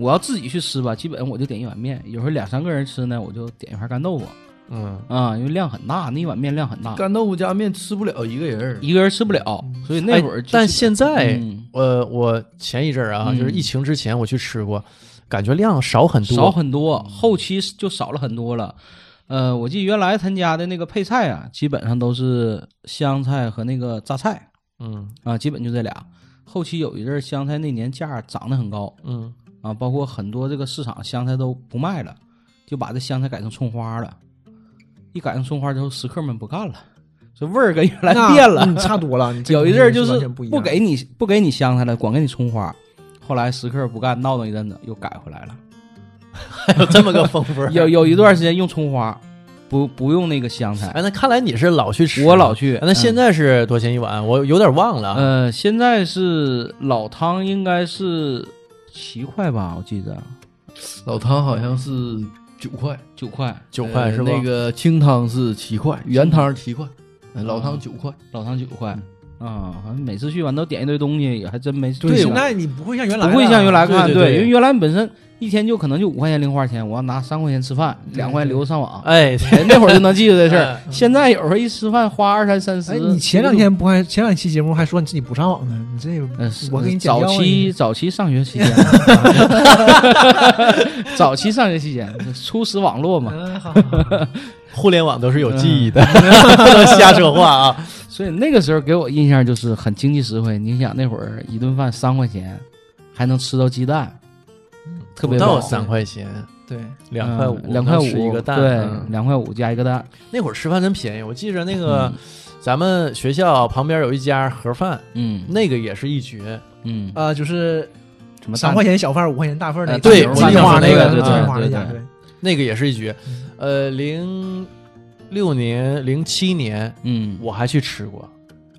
[SPEAKER 4] 我要自己去吃吧，基本我就点一碗面，有时候两三个人吃呢，我就点一盘干豆腐
[SPEAKER 3] 嗯，
[SPEAKER 4] 啊、因为量很大，那一碗面量很大，
[SPEAKER 6] 干豆腐加面吃不了一个人儿，
[SPEAKER 4] 一个人吃不了，所以那会儿
[SPEAKER 3] 哎
[SPEAKER 4] 就基本、
[SPEAKER 3] 但现在
[SPEAKER 4] 嗯
[SPEAKER 3] 呃，我前一阵儿啊，
[SPEAKER 4] 嗯
[SPEAKER 3] 就是疫情之前我去吃过，感觉量少很多。
[SPEAKER 4] 少 很多，后期就少了很多了。呃，我记得原来他家的那个配菜啊，基本上都是香菜和那个榨菜
[SPEAKER 3] 嗯
[SPEAKER 4] 啊，基本就这俩。后期有一阵儿香菜那年价涨得很高
[SPEAKER 3] 嗯，
[SPEAKER 4] 啊，包括很多这个市场香菜都不卖了，就把这香菜改成葱花了。一改成葱花之后，食客们不干了，这味儿跟原来
[SPEAKER 5] 那
[SPEAKER 4] 变了。
[SPEAKER 5] 嗯差多了。你这个
[SPEAKER 4] 有一阵儿
[SPEAKER 5] 东西
[SPEAKER 4] 就是
[SPEAKER 5] 完
[SPEAKER 4] 是
[SPEAKER 5] 全不一
[SPEAKER 4] 不
[SPEAKER 5] 样
[SPEAKER 4] 给你不给你香菜了，光给你葱花。后来食客不干，闹腾一阵子又改回来了。
[SPEAKER 3] 还有这么个风味
[SPEAKER 4] 有有一段时间用葱花，不不用那个香菜，
[SPEAKER 3] 哎，那看来你是老去吃，哎
[SPEAKER 4] 我老。去。
[SPEAKER 3] 那现
[SPEAKER 4] 嗯、
[SPEAKER 3] 在是多少钱一碗？我有点忘了啊。
[SPEAKER 4] 呃，现在是老汤应该是七块吧，我记得
[SPEAKER 6] 老汤好像是九块，
[SPEAKER 4] 九块。
[SPEAKER 3] 九块
[SPEAKER 6] 呃
[SPEAKER 3] 是吧？
[SPEAKER 6] 那个清汤是七块，原汤七块，呃老汤
[SPEAKER 4] 嗯
[SPEAKER 6] 九嗯块。
[SPEAKER 4] 老汤九块啊，反正每次去完都点一堆东西，也还真没
[SPEAKER 5] 对，
[SPEAKER 4] 吃
[SPEAKER 5] 现
[SPEAKER 4] 过
[SPEAKER 5] 在你不会像原来
[SPEAKER 4] 不会
[SPEAKER 5] 了
[SPEAKER 4] 像原来看，
[SPEAKER 3] 啊对对对
[SPEAKER 4] 因为原来本身一天就可能就五块钱零花钱，我要拿三块钱吃饭，
[SPEAKER 6] 嗯
[SPEAKER 4] 两块钱留着上网，
[SPEAKER 3] 哎，
[SPEAKER 4] 哎那会儿就能记住这事 儿。现在有时候一吃饭花二三三十，
[SPEAKER 5] 哎，你前两天不还前两期节目还说你自己不上网呢？你这个
[SPEAKER 4] 呃，是
[SPEAKER 5] 我给你讲
[SPEAKER 4] 早
[SPEAKER 5] 教
[SPEAKER 4] 期早期上学期 间，早期上学期间初识网络嘛，
[SPEAKER 5] 嗯好好好
[SPEAKER 3] 互联网都是有记忆的，
[SPEAKER 4] 嗯
[SPEAKER 3] 不能瞎说话啊。
[SPEAKER 4] 所以那个时候给我印象就是很经济实惠。你想那会儿一顿饭三块钱，还能吃到鸡蛋， 特
[SPEAKER 3] 不
[SPEAKER 4] 别
[SPEAKER 3] 到
[SPEAKER 4] 饱，
[SPEAKER 3] 三块钱，
[SPEAKER 5] 对，
[SPEAKER 3] 两块五，
[SPEAKER 4] 嗯两块
[SPEAKER 3] 能吃
[SPEAKER 4] 五
[SPEAKER 3] 一个蛋。
[SPEAKER 4] 对，
[SPEAKER 3] 嗯
[SPEAKER 4] 两嗯块五加一个蛋，
[SPEAKER 3] 那会儿吃饭真便宜，我记着那个咱们学校旁边有一家盒饭，
[SPEAKER 4] 嗯
[SPEAKER 3] 那个也是一绝。
[SPEAKER 4] 嗯，
[SPEAKER 5] 呃，就是
[SPEAKER 4] 什么
[SPEAKER 5] 三
[SPEAKER 4] 蛋
[SPEAKER 5] 块钱小份儿，五块钱大份儿那
[SPEAKER 4] 呃
[SPEAKER 5] 个，
[SPEAKER 3] 对
[SPEAKER 5] 金
[SPEAKER 3] 我想
[SPEAKER 5] 花
[SPEAKER 3] 说
[SPEAKER 5] 那
[SPEAKER 3] 这个
[SPEAKER 5] 个，
[SPEAKER 3] 对对
[SPEAKER 5] 金花那
[SPEAKER 4] 对
[SPEAKER 5] 家，
[SPEAKER 4] 对
[SPEAKER 5] 对，
[SPEAKER 3] 那个也是一绝
[SPEAKER 5] 嗯。
[SPEAKER 3] 呃，零六年、零七年
[SPEAKER 4] 嗯，
[SPEAKER 3] 我还去吃过，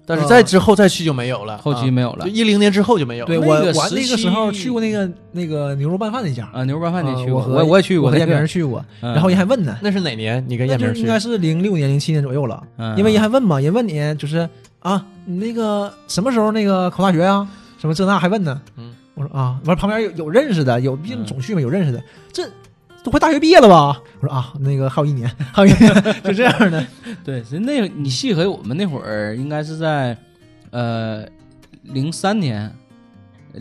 [SPEAKER 3] 但是
[SPEAKER 5] 啊
[SPEAKER 3] 在之后再去就没有了，嗯
[SPEAKER 4] 后期没有了
[SPEAKER 3] 就一零年之后就没有了。
[SPEAKER 5] 对
[SPEAKER 4] 那
[SPEAKER 5] 我
[SPEAKER 4] 个
[SPEAKER 5] 我
[SPEAKER 4] 时
[SPEAKER 5] 那个时候
[SPEAKER 4] 期
[SPEAKER 5] 去过那个那个牛肉拌饭那家，
[SPEAKER 4] 啊牛肉拌饭你也去
[SPEAKER 5] 呃
[SPEAKER 4] 过，
[SPEAKER 5] 和
[SPEAKER 4] 我我也去过，
[SPEAKER 5] 我和
[SPEAKER 4] 那
[SPEAKER 5] 燕
[SPEAKER 4] 边
[SPEAKER 5] 明去过，
[SPEAKER 4] 嗯
[SPEAKER 5] 然后人还问呢，
[SPEAKER 3] 那是哪年？你跟
[SPEAKER 5] 那
[SPEAKER 3] 燕
[SPEAKER 5] 就
[SPEAKER 3] 明
[SPEAKER 5] 是应
[SPEAKER 3] 去？
[SPEAKER 5] 该是零六年、零七年左右了，
[SPEAKER 4] 嗯
[SPEAKER 5] 因为人还问嘛，人问你就是啊，你那个什么时候那个考大学呀？什么这那还问呢。
[SPEAKER 3] 嗯，
[SPEAKER 5] 我说啊，完旁边有有认识的，有毕竟
[SPEAKER 3] 嗯
[SPEAKER 5] 总去嘛，有认识的，这都快大学毕业了吧？我说啊，那个还有一年，还有一年，就这样 的。
[SPEAKER 4] 对，其实那你细合我们那会儿应该是在呃零三年。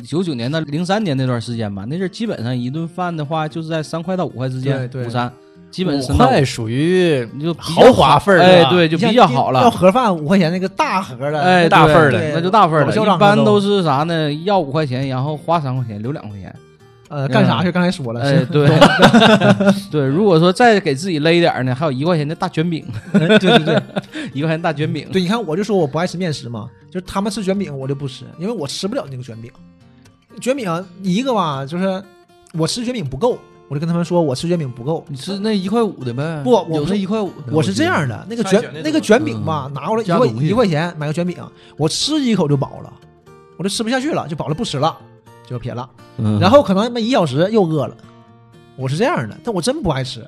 [SPEAKER 4] 九九年到零三年那段时间吧，那阵儿基本上一顿饭的话，就是在三块到五块之间，
[SPEAKER 5] 对对
[SPEAKER 4] 午餐基本是
[SPEAKER 3] 五块属于
[SPEAKER 4] 你就比较
[SPEAKER 3] 豪华份儿的
[SPEAKER 4] 哎，
[SPEAKER 3] 吧
[SPEAKER 4] 对，就比较好
[SPEAKER 5] 要
[SPEAKER 4] 了，
[SPEAKER 5] 盒饭五块钱那个大盒的，
[SPEAKER 4] 哎，
[SPEAKER 3] 大份儿
[SPEAKER 4] 对
[SPEAKER 5] 的
[SPEAKER 4] 那就大份儿
[SPEAKER 5] 老
[SPEAKER 4] 的，
[SPEAKER 5] 校长
[SPEAKER 4] 一般
[SPEAKER 5] 了
[SPEAKER 4] 都
[SPEAKER 5] 都
[SPEAKER 4] 是啥呢？要五块钱，然后花三块钱，留两块钱，
[SPEAKER 5] 呃，干啥去？刚才说了，
[SPEAKER 4] 哎，
[SPEAKER 5] 是
[SPEAKER 4] 对，对，如果说再给自己勒一点儿呢，还有一块钱的大卷饼，
[SPEAKER 5] 哎对对对，
[SPEAKER 4] 一块钱大卷饼，
[SPEAKER 5] 对，你看我就说我不爱吃面食嘛，就是他们吃卷饼我就不吃，因为我吃不了那个卷饼。卷饼啊一个吧，就是我吃卷饼不够，我就跟他们说我吃卷饼不够。
[SPEAKER 6] 你吃那一块五的呗？
[SPEAKER 5] 不我不
[SPEAKER 6] 有
[SPEAKER 5] 是
[SPEAKER 6] 那一块五的，
[SPEAKER 5] 我是这样的，那个卷
[SPEAKER 3] 菜卷那
[SPEAKER 5] 那个
[SPEAKER 3] 种
[SPEAKER 5] 卷饼吧，拿过来一
[SPEAKER 6] 嗯加
[SPEAKER 5] 块
[SPEAKER 6] 东西
[SPEAKER 5] 一块钱买个卷饼，我吃一口就饱了，我就吃不下去了，就饱了不吃了，就撇了。
[SPEAKER 6] 嗯。
[SPEAKER 5] 然后可能没一小时又饿了，我是这样的，但我真不爱吃。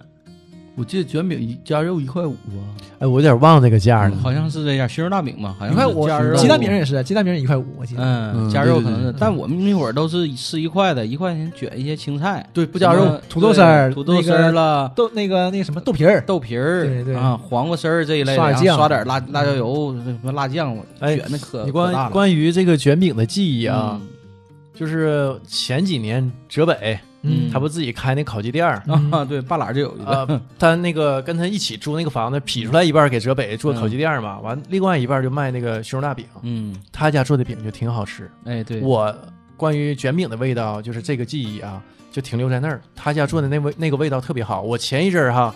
[SPEAKER 6] 我记得卷饼一加肉一块五啊，
[SPEAKER 3] 哎，我有点忘那个价了。
[SPEAKER 4] 好像是这样，熏肉大饼
[SPEAKER 6] 哎
[SPEAKER 4] 嘛，好
[SPEAKER 5] 一
[SPEAKER 4] 像
[SPEAKER 5] 块
[SPEAKER 4] 是
[SPEAKER 5] 五
[SPEAKER 4] 加肉，
[SPEAKER 5] 鸡蛋饼也是，鸡蛋饼也一块五，我记得。
[SPEAKER 4] 嗯，
[SPEAKER 6] 嗯
[SPEAKER 4] 加
[SPEAKER 6] 对
[SPEAKER 4] 肉
[SPEAKER 6] 对
[SPEAKER 4] 可能
[SPEAKER 6] 对
[SPEAKER 4] 是，但我们那会儿都是吃一块的，一块钱卷一些青菜，
[SPEAKER 6] 对，不
[SPEAKER 4] 不
[SPEAKER 6] 加肉，
[SPEAKER 5] 土豆丝儿
[SPEAKER 4] 土豆
[SPEAKER 5] 那
[SPEAKER 4] 丝儿
[SPEAKER 5] 个
[SPEAKER 4] 了。
[SPEAKER 5] 豆那个那个什么豆皮儿，
[SPEAKER 4] 豆皮儿，
[SPEAKER 5] 对对
[SPEAKER 4] 啊，黄瓜丝儿这一类的，
[SPEAKER 5] 刷
[SPEAKER 4] 然后
[SPEAKER 5] 酱
[SPEAKER 4] 刷点辣辣椒油、什么辣酱，
[SPEAKER 3] 哎
[SPEAKER 4] 卷的可
[SPEAKER 3] 你
[SPEAKER 4] 可大
[SPEAKER 3] 关
[SPEAKER 4] 了
[SPEAKER 3] 关于这个卷饼的记忆啊，
[SPEAKER 4] 嗯
[SPEAKER 3] 就是前几年浙北
[SPEAKER 4] 嗯
[SPEAKER 3] 他不自己开那烤鸡店儿，
[SPEAKER 5] 嗯
[SPEAKER 4] 啊， 对，半拉就有一个，
[SPEAKER 3] 啊，他那个跟他一起租那个房子，劈出来一半儿给浙北做烤鸡店儿嘛，完另外一半儿就卖那个熏肉大饼。
[SPEAKER 4] 嗯，
[SPEAKER 3] 他家做的饼就挺好吃。
[SPEAKER 4] 哎，对，
[SPEAKER 3] 我关于卷饼的味道，就是这个记忆啊，就停留在那儿。他家做的那味那个味道特别好。我前一阵儿哈，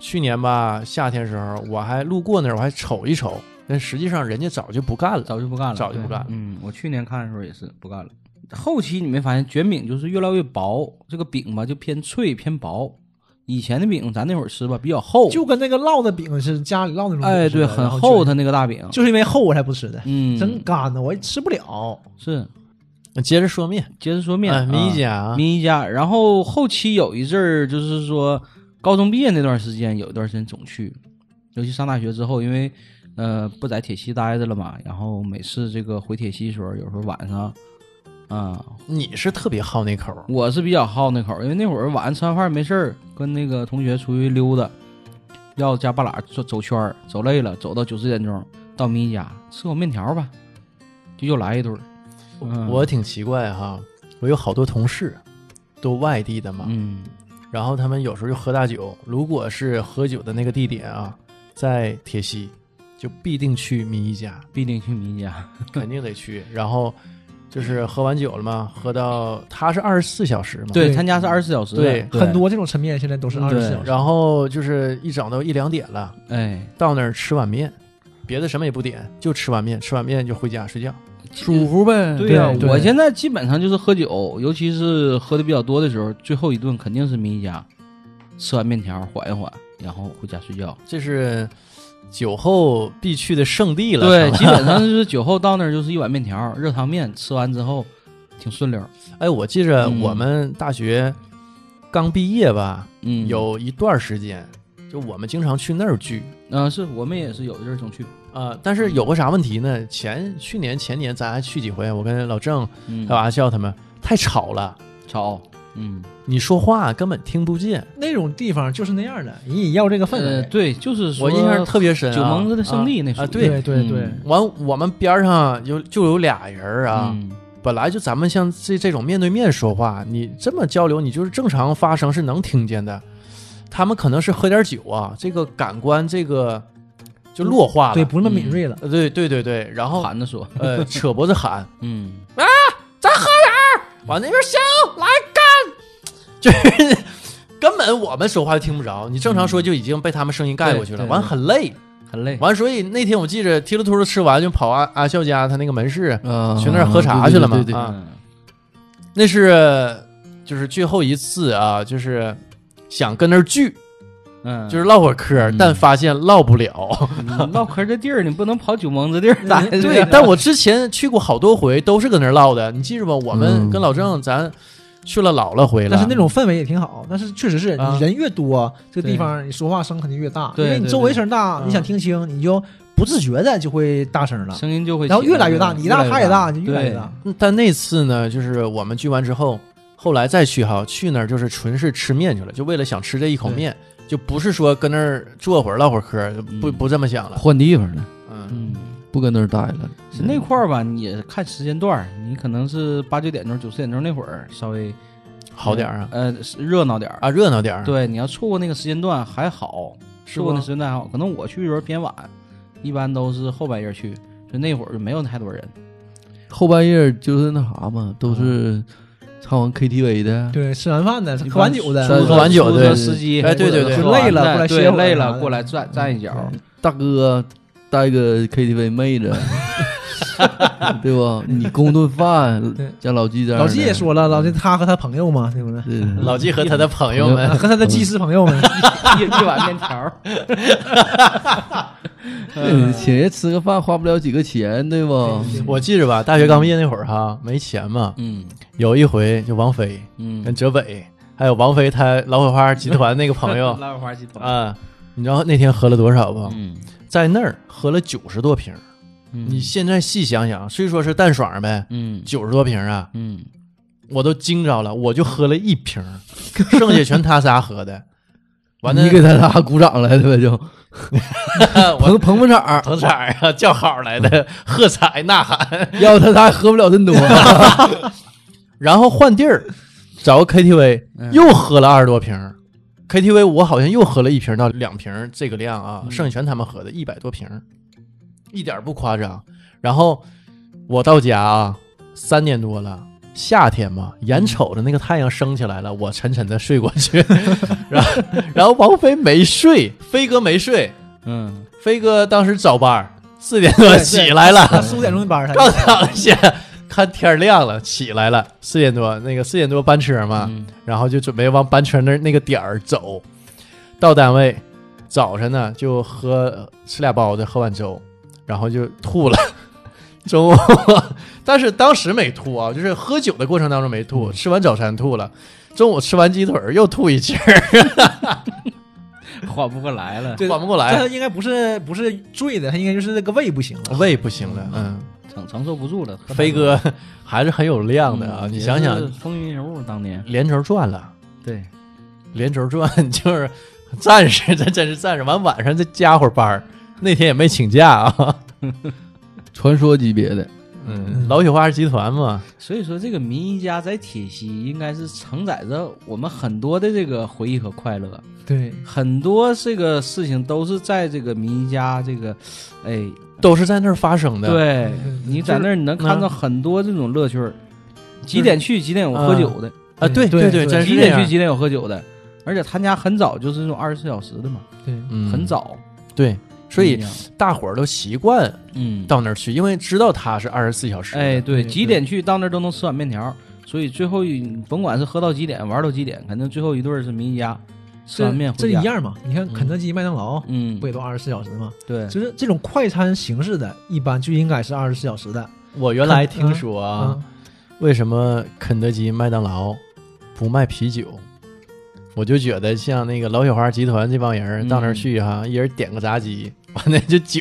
[SPEAKER 3] 去年吧夏天时候，我还路过那儿，我还瞅一瞅，但实际上人家早就不干了。
[SPEAKER 4] 早就不干了，
[SPEAKER 3] 早就不干了
[SPEAKER 4] 对嗯，我去年看的时候也是不干了。后期你没发现卷饼就是越来越薄，这个饼吧就偏脆偏薄。以前的饼咱那会儿吃吧比较厚，
[SPEAKER 5] 就跟那个烙的饼是家里烙那种饼似的，
[SPEAKER 4] 哎对，
[SPEAKER 5] 然
[SPEAKER 4] 很
[SPEAKER 5] 后
[SPEAKER 4] 厚，
[SPEAKER 5] 卷，
[SPEAKER 4] 它那个大饼，
[SPEAKER 5] 就是因为厚我才不吃的，
[SPEAKER 4] 嗯，
[SPEAKER 5] 真干的我也吃不了。
[SPEAKER 4] 是。
[SPEAKER 3] 接着说面，
[SPEAKER 4] 接着说面，
[SPEAKER 3] 哎米
[SPEAKER 4] 啊
[SPEAKER 3] 家啊，
[SPEAKER 4] 民一家。然后后期有一阵儿，就是说高中毕业那段时间，有一段时间总去，尤其上大学之后，因为呃不在铁西待着了嘛，然后每次这个回铁西的时候，有时候晚上啊、
[SPEAKER 3] 你是特别好那口儿，
[SPEAKER 4] 我是比较好那口儿，因为那会儿晚上吃完饭没事儿，跟那个同学出去溜达，要加半拉走走圈儿，走累了，走到九十点钟到民一家吃口面条吧，就又来一堆儿。嗯
[SPEAKER 3] 我挺奇怪哈、我有好多同事都外地的嘛，
[SPEAKER 4] 嗯
[SPEAKER 3] 然后他们有时候就喝大酒。如果是喝酒的那个地点啊，在铁西，就必定去民一家，
[SPEAKER 4] 必定去民一家。
[SPEAKER 3] 肯定得去。然后就是喝完酒了嘛，喝到他是二十四小时嘛，
[SPEAKER 4] 对，
[SPEAKER 5] 对
[SPEAKER 4] 他家是二十四小时的，
[SPEAKER 3] 对
[SPEAKER 5] 很多这种抻面现在都是
[SPEAKER 4] 嗯
[SPEAKER 5] 二
[SPEAKER 4] 对
[SPEAKER 5] 十四小时，
[SPEAKER 3] 然后就是一整到一两点了，
[SPEAKER 4] 哎，
[SPEAKER 3] 到那儿吃碗面，别的什么也不点，就吃碗面，吃碗面就回家睡觉。
[SPEAKER 6] 舒服呗。
[SPEAKER 4] 对呀、啊
[SPEAKER 5] 对
[SPEAKER 4] 我现在基本上就是喝酒，尤其是喝的比较多的时候，最后一顿肯定是民一家，吃完面条缓一缓，然后回家睡觉。
[SPEAKER 3] 这是酒后必去的圣地了。
[SPEAKER 4] 对，
[SPEAKER 3] 是吧
[SPEAKER 4] 基本上就是酒后到那儿就是一碗面条，热汤面，吃完之后挺顺溜儿。
[SPEAKER 3] 哎，我记着
[SPEAKER 4] 嗯
[SPEAKER 3] 我们大学刚毕业吧，
[SPEAKER 4] 嗯，
[SPEAKER 3] 有一段时间，就我们经常去那儿聚
[SPEAKER 4] 嗯、是我们也是有一阵儿总去，
[SPEAKER 3] 啊、但是有个啥问题呢？前去年前年咱还去几回，我跟老郑
[SPEAKER 4] 嗯
[SPEAKER 3] 还有，阿笑他们太吵了，
[SPEAKER 4] 吵，嗯，
[SPEAKER 3] 你说话根本听不见。
[SPEAKER 5] 那种地方就是那样的，你也要这个氛
[SPEAKER 4] 呃，
[SPEAKER 5] 围。
[SPEAKER 4] 对，就是说
[SPEAKER 3] 我印象特别深、啊，
[SPEAKER 4] 酒蒙子的圣地
[SPEAKER 3] 啊
[SPEAKER 4] 那时候
[SPEAKER 3] 啊，对。
[SPEAKER 5] 对
[SPEAKER 4] 嗯
[SPEAKER 5] 对，
[SPEAKER 3] 完，我们边上有就有俩人儿啊，
[SPEAKER 4] 嗯
[SPEAKER 3] 本来就咱们像这这种面对面说话，你这么交流，你就是正常发声是能听见的。他们可能是喝点酒啊，这个感官这个就弱化了。
[SPEAKER 5] 对，不那么敏锐了。
[SPEAKER 3] 呃对对对对，然后
[SPEAKER 4] 喊 着说，
[SPEAKER 3] 呃， 扯脖子喊，
[SPEAKER 4] 嗯，
[SPEAKER 3] 往那边笑来干，就是 根本我们说话就听不着，你正常说就已经被他们声音盖过去了，
[SPEAKER 4] 嗯对对
[SPEAKER 3] 完很累，
[SPEAKER 4] 很累，
[SPEAKER 3] 完所以那天我记着提了秃噜吃完就跑阿阿笑家他那个门市，
[SPEAKER 4] 呃
[SPEAKER 6] 啊，
[SPEAKER 3] 去那儿喝茶去了嘛
[SPEAKER 6] 对对对对
[SPEAKER 3] 啊
[SPEAKER 4] 嗯
[SPEAKER 3] 那是就是最后一次啊，就是想跟那儿聚，
[SPEAKER 4] 嗯，
[SPEAKER 3] 就是唠会儿嗑儿，
[SPEAKER 4] 嗯
[SPEAKER 3] 但发现唠不了。
[SPEAKER 4] 你唠嗑的地儿，你不能跑酒蒙子地儿待着呀。
[SPEAKER 3] 对， 但我之前去过好多回，都是搁那儿唠的，你记着吧？我们
[SPEAKER 6] 嗯
[SPEAKER 3] 跟老郑咱去了老了回了，
[SPEAKER 5] 但是那种氛围也挺好，但是确实是
[SPEAKER 3] 啊
[SPEAKER 5] 你人越多，这个
[SPEAKER 4] 对
[SPEAKER 5] 地方你说话声肯定越大，因
[SPEAKER 4] 对
[SPEAKER 5] 为你
[SPEAKER 4] 对
[SPEAKER 5] 周围声大，
[SPEAKER 3] 对
[SPEAKER 5] 你想听清，你就不自觉的就会大声了，
[SPEAKER 4] 声音就会
[SPEAKER 5] 然后
[SPEAKER 4] 起
[SPEAKER 5] 越来越大，你大他也大，就
[SPEAKER 4] 对
[SPEAKER 5] 越来越大。
[SPEAKER 3] 嗯但那次呢，就是我们聚完之后，后来再去哈，去那儿就是纯是吃面去了，就为了想吃这一口面，就不是说跟那儿坐会儿唠会儿嗑，就不
[SPEAKER 4] 嗯
[SPEAKER 3] 不这么想了。
[SPEAKER 6] 换地方了，
[SPEAKER 3] 嗯，
[SPEAKER 4] 嗯，
[SPEAKER 6] 不跟那儿待了。
[SPEAKER 4] 是那块儿吧，你也看时间段儿，你可能是八九点钟、九十点钟那会儿稍微
[SPEAKER 3] 好点儿啊
[SPEAKER 4] 呃是热闹点儿。
[SPEAKER 3] 啊，热闹点儿。，
[SPEAKER 4] 对，你要错过那个时间段还好，
[SPEAKER 3] 是
[SPEAKER 4] 错过那
[SPEAKER 3] 吗
[SPEAKER 4] 时间段还好。可能我去的时候偏晚，一般都是后半夜去，就那会儿就没有太多人。
[SPEAKER 6] 后半夜就是那啥嘛，都是
[SPEAKER 4] 嗯
[SPEAKER 6] 唱完 KTV 的，
[SPEAKER 5] 对，吃完饭的，
[SPEAKER 4] 一般
[SPEAKER 5] 喝完酒的，
[SPEAKER 6] 是
[SPEAKER 5] 喝
[SPEAKER 3] 喝完酒
[SPEAKER 4] 出租
[SPEAKER 3] 对
[SPEAKER 4] 车司机，
[SPEAKER 3] 哎对对对
[SPEAKER 4] 喝完
[SPEAKER 5] 累了
[SPEAKER 4] 再
[SPEAKER 5] 过来歇
[SPEAKER 4] 对
[SPEAKER 5] 会儿啊嗯
[SPEAKER 4] 累
[SPEAKER 5] 啥
[SPEAKER 4] 了
[SPEAKER 5] 的
[SPEAKER 4] 过来站站一脚，
[SPEAKER 6] 大哥带个 KTV 妹 子，对吧？你供顿饭
[SPEAKER 5] 对，
[SPEAKER 6] 像老纪这样的，
[SPEAKER 5] 老季也说了，老季他和他朋友嘛，对不对？
[SPEAKER 6] 对，
[SPEAKER 3] 老纪和他的朋友们
[SPEAKER 5] 啊，和他的技师朋友们，
[SPEAKER 4] 一一碗面条 儿。 嗯
[SPEAKER 6] 对请人吃个饭花不了几个钱，对吧？
[SPEAKER 3] 我记着吧，大学刚毕业那会儿哈，没钱嘛，
[SPEAKER 4] 嗯
[SPEAKER 3] 有一回就王菲跟
[SPEAKER 4] 嗯，
[SPEAKER 3] 哲北，还有王菲她老火花集团那个朋 友
[SPEAKER 4] 拉花系统。
[SPEAKER 3] 啊，你知道那天喝了多少不？
[SPEAKER 4] 嗯，
[SPEAKER 3] 在那儿喝了九十多瓶儿。
[SPEAKER 4] 嗯
[SPEAKER 3] 你现在细想想，虽说是淡爽呗，
[SPEAKER 4] 嗯
[SPEAKER 3] 九十多瓶儿啊，
[SPEAKER 4] 嗯，
[SPEAKER 3] 我都惊着了，我就喝了一瓶 儿，剩下全他仨喝的。完了
[SPEAKER 6] 你，给他俩鼓掌来的呗，就 捧
[SPEAKER 3] 我
[SPEAKER 6] 捧捧场，
[SPEAKER 3] 捧场儿啊，叫好来的，喝彩呐喊。
[SPEAKER 6] 要不他他还喝不了这么 多。
[SPEAKER 3] 然后换地儿，找个 KTV 又喝了二十多瓶儿。KTV 我好像又喝了一瓶到两瓶儿这个量啊，剩下全他们喝的，一百多瓶儿，一点儿不夸张。然后我到家啊，三点多了。夏天嘛，眼瞅着那个太阳升起来了，我沉沉的睡过去，然后然后王菲没睡，飞哥没睡，
[SPEAKER 4] 嗯，
[SPEAKER 3] 飞哥当时早班儿，四点多
[SPEAKER 5] 对对
[SPEAKER 3] 起来了，
[SPEAKER 5] 他四五点钟的班 儿，
[SPEAKER 3] 刚
[SPEAKER 5] 他
[SPEAKER 3] 躺下，看天儿亮了，起来了，四点多，那个四点多班车嘛，
[SPEAKER 4] 嗯
[SPEAKER 3] 然后就准备往班车那儿那个点儿走，到单位，早晨呢就喝吃俩包子，喝碗粥，然后就吐了。 中午， 但是当时没吐啊，就是喝酒的过程当中没
[SPEAKER 4] 嗯
[SPEAKER 3] 吐，吃完早餐吐了，中午吃完鸡腿儿又吐一气儿，
[SPEAKER 4] 缓不过来了，
[SPEAKER 5] 对
[SPEAKER 3] 缓不过
[SPEAKER 5] 但他
[SPEAKER 3] 来，
[SPEAKER 5] 应该不是不是醉的，他应该就是这个胃不行了。
[SPEAKER 3] 胃不行了，嗯，
[SPEAKER 4] 承承受不住了。
[SPEAKER 3] 飞哥还是很有量的啊，
[SPEAKER 4] 嗯
[SPEAKER 3] 你想想，
[SPEAKER 4] 也是风云人物当年，
[SPEAKER 3] 连轴转了。
[SPEAKER 4] 对，
[SPEAKER 3] 连轴转 就是战士，这真是战士。完晚上再加会儿班儿，那天也没请假啊。
[SPEAKER 6] 传说级别的，
[SPEAKER 3] 嗯， 老雪花集团嘛，
[SPEAKER 4] 所以说这个民医家在铁西应该是承载着我们很多的这个回忆和快乐，
[SPEAKER 5] 对，
[SPEAKER 4] 很多这个事情都是在这个民医家这个，哎，
[SPEAKER 3] 都是在那儿发生的。，
[SPEAKER 4] 对
[SPEAKER 5] 嗯
[SPEAKER 4] 你在那儿你能看到很多这种乐趣儿，几点去几点有喝酒的，
[SPEAKER 3] 啊，对对，
[SPEAKER 5] 对对
[SPEAKER 3] 真是
[SPEAKER 4] 几
[SPEAKER 3] 这
[SPEAKER 4] 点去
[SPEAKER 3] 样。
[SPEAKER 4] 几点有喝酒的，而且他家很早就是那种二十四小时的嘛，
[SPEAKER 3] 嗯，
[SPEAKER 4] 很早，
[SPEAKER 3] 对，所以
[SPEAKER 4] 不一样
[SPEAKER 3] 大伙儿都习惯
[SPEAKER 4] 嗯，
[SPEAKER 3] 到那儿去，因为知道它是二十四小时。
[SPEAKER 4] 哎，，对，
[SPEAKER 5] 对
[SPEAKER 4] 几点去到那儿都能吃碗面条儿，所以最后一甭管是喝到几点，玩到几点，肯定最后一对儿是民一家吃
[SPEAKER 5] 这
[SPEAKER 4] 完面
[SPEAKER 5] 这
[SPEAKER 4] 回
[SPEAKER 5] 一
[SPEAKER 4] 家。
[SPEAKER 5] 样嘛。你看肯德基、麦当劳
[SPEAKER 4] 嗯
[SPEAKER 5] 不，也都二十四小时吗？
[SPEAKER 4] 对，
[SPEAKER 5] 就是这种快餐形式的，一般就应该是二十四小时的
[SPEAKER 3] 我原 来听说啊，
[SPEAKER 5] 嗯
[SPEAKER 3] 为什么肯德基、麦当劳不卖啤酒？我就觉得像那个老雪花集团这帮人
[SPEAKER 4] 嗯
[SPEAKER 3] 到那儿去哈、一人点个炸鸡，完了就酒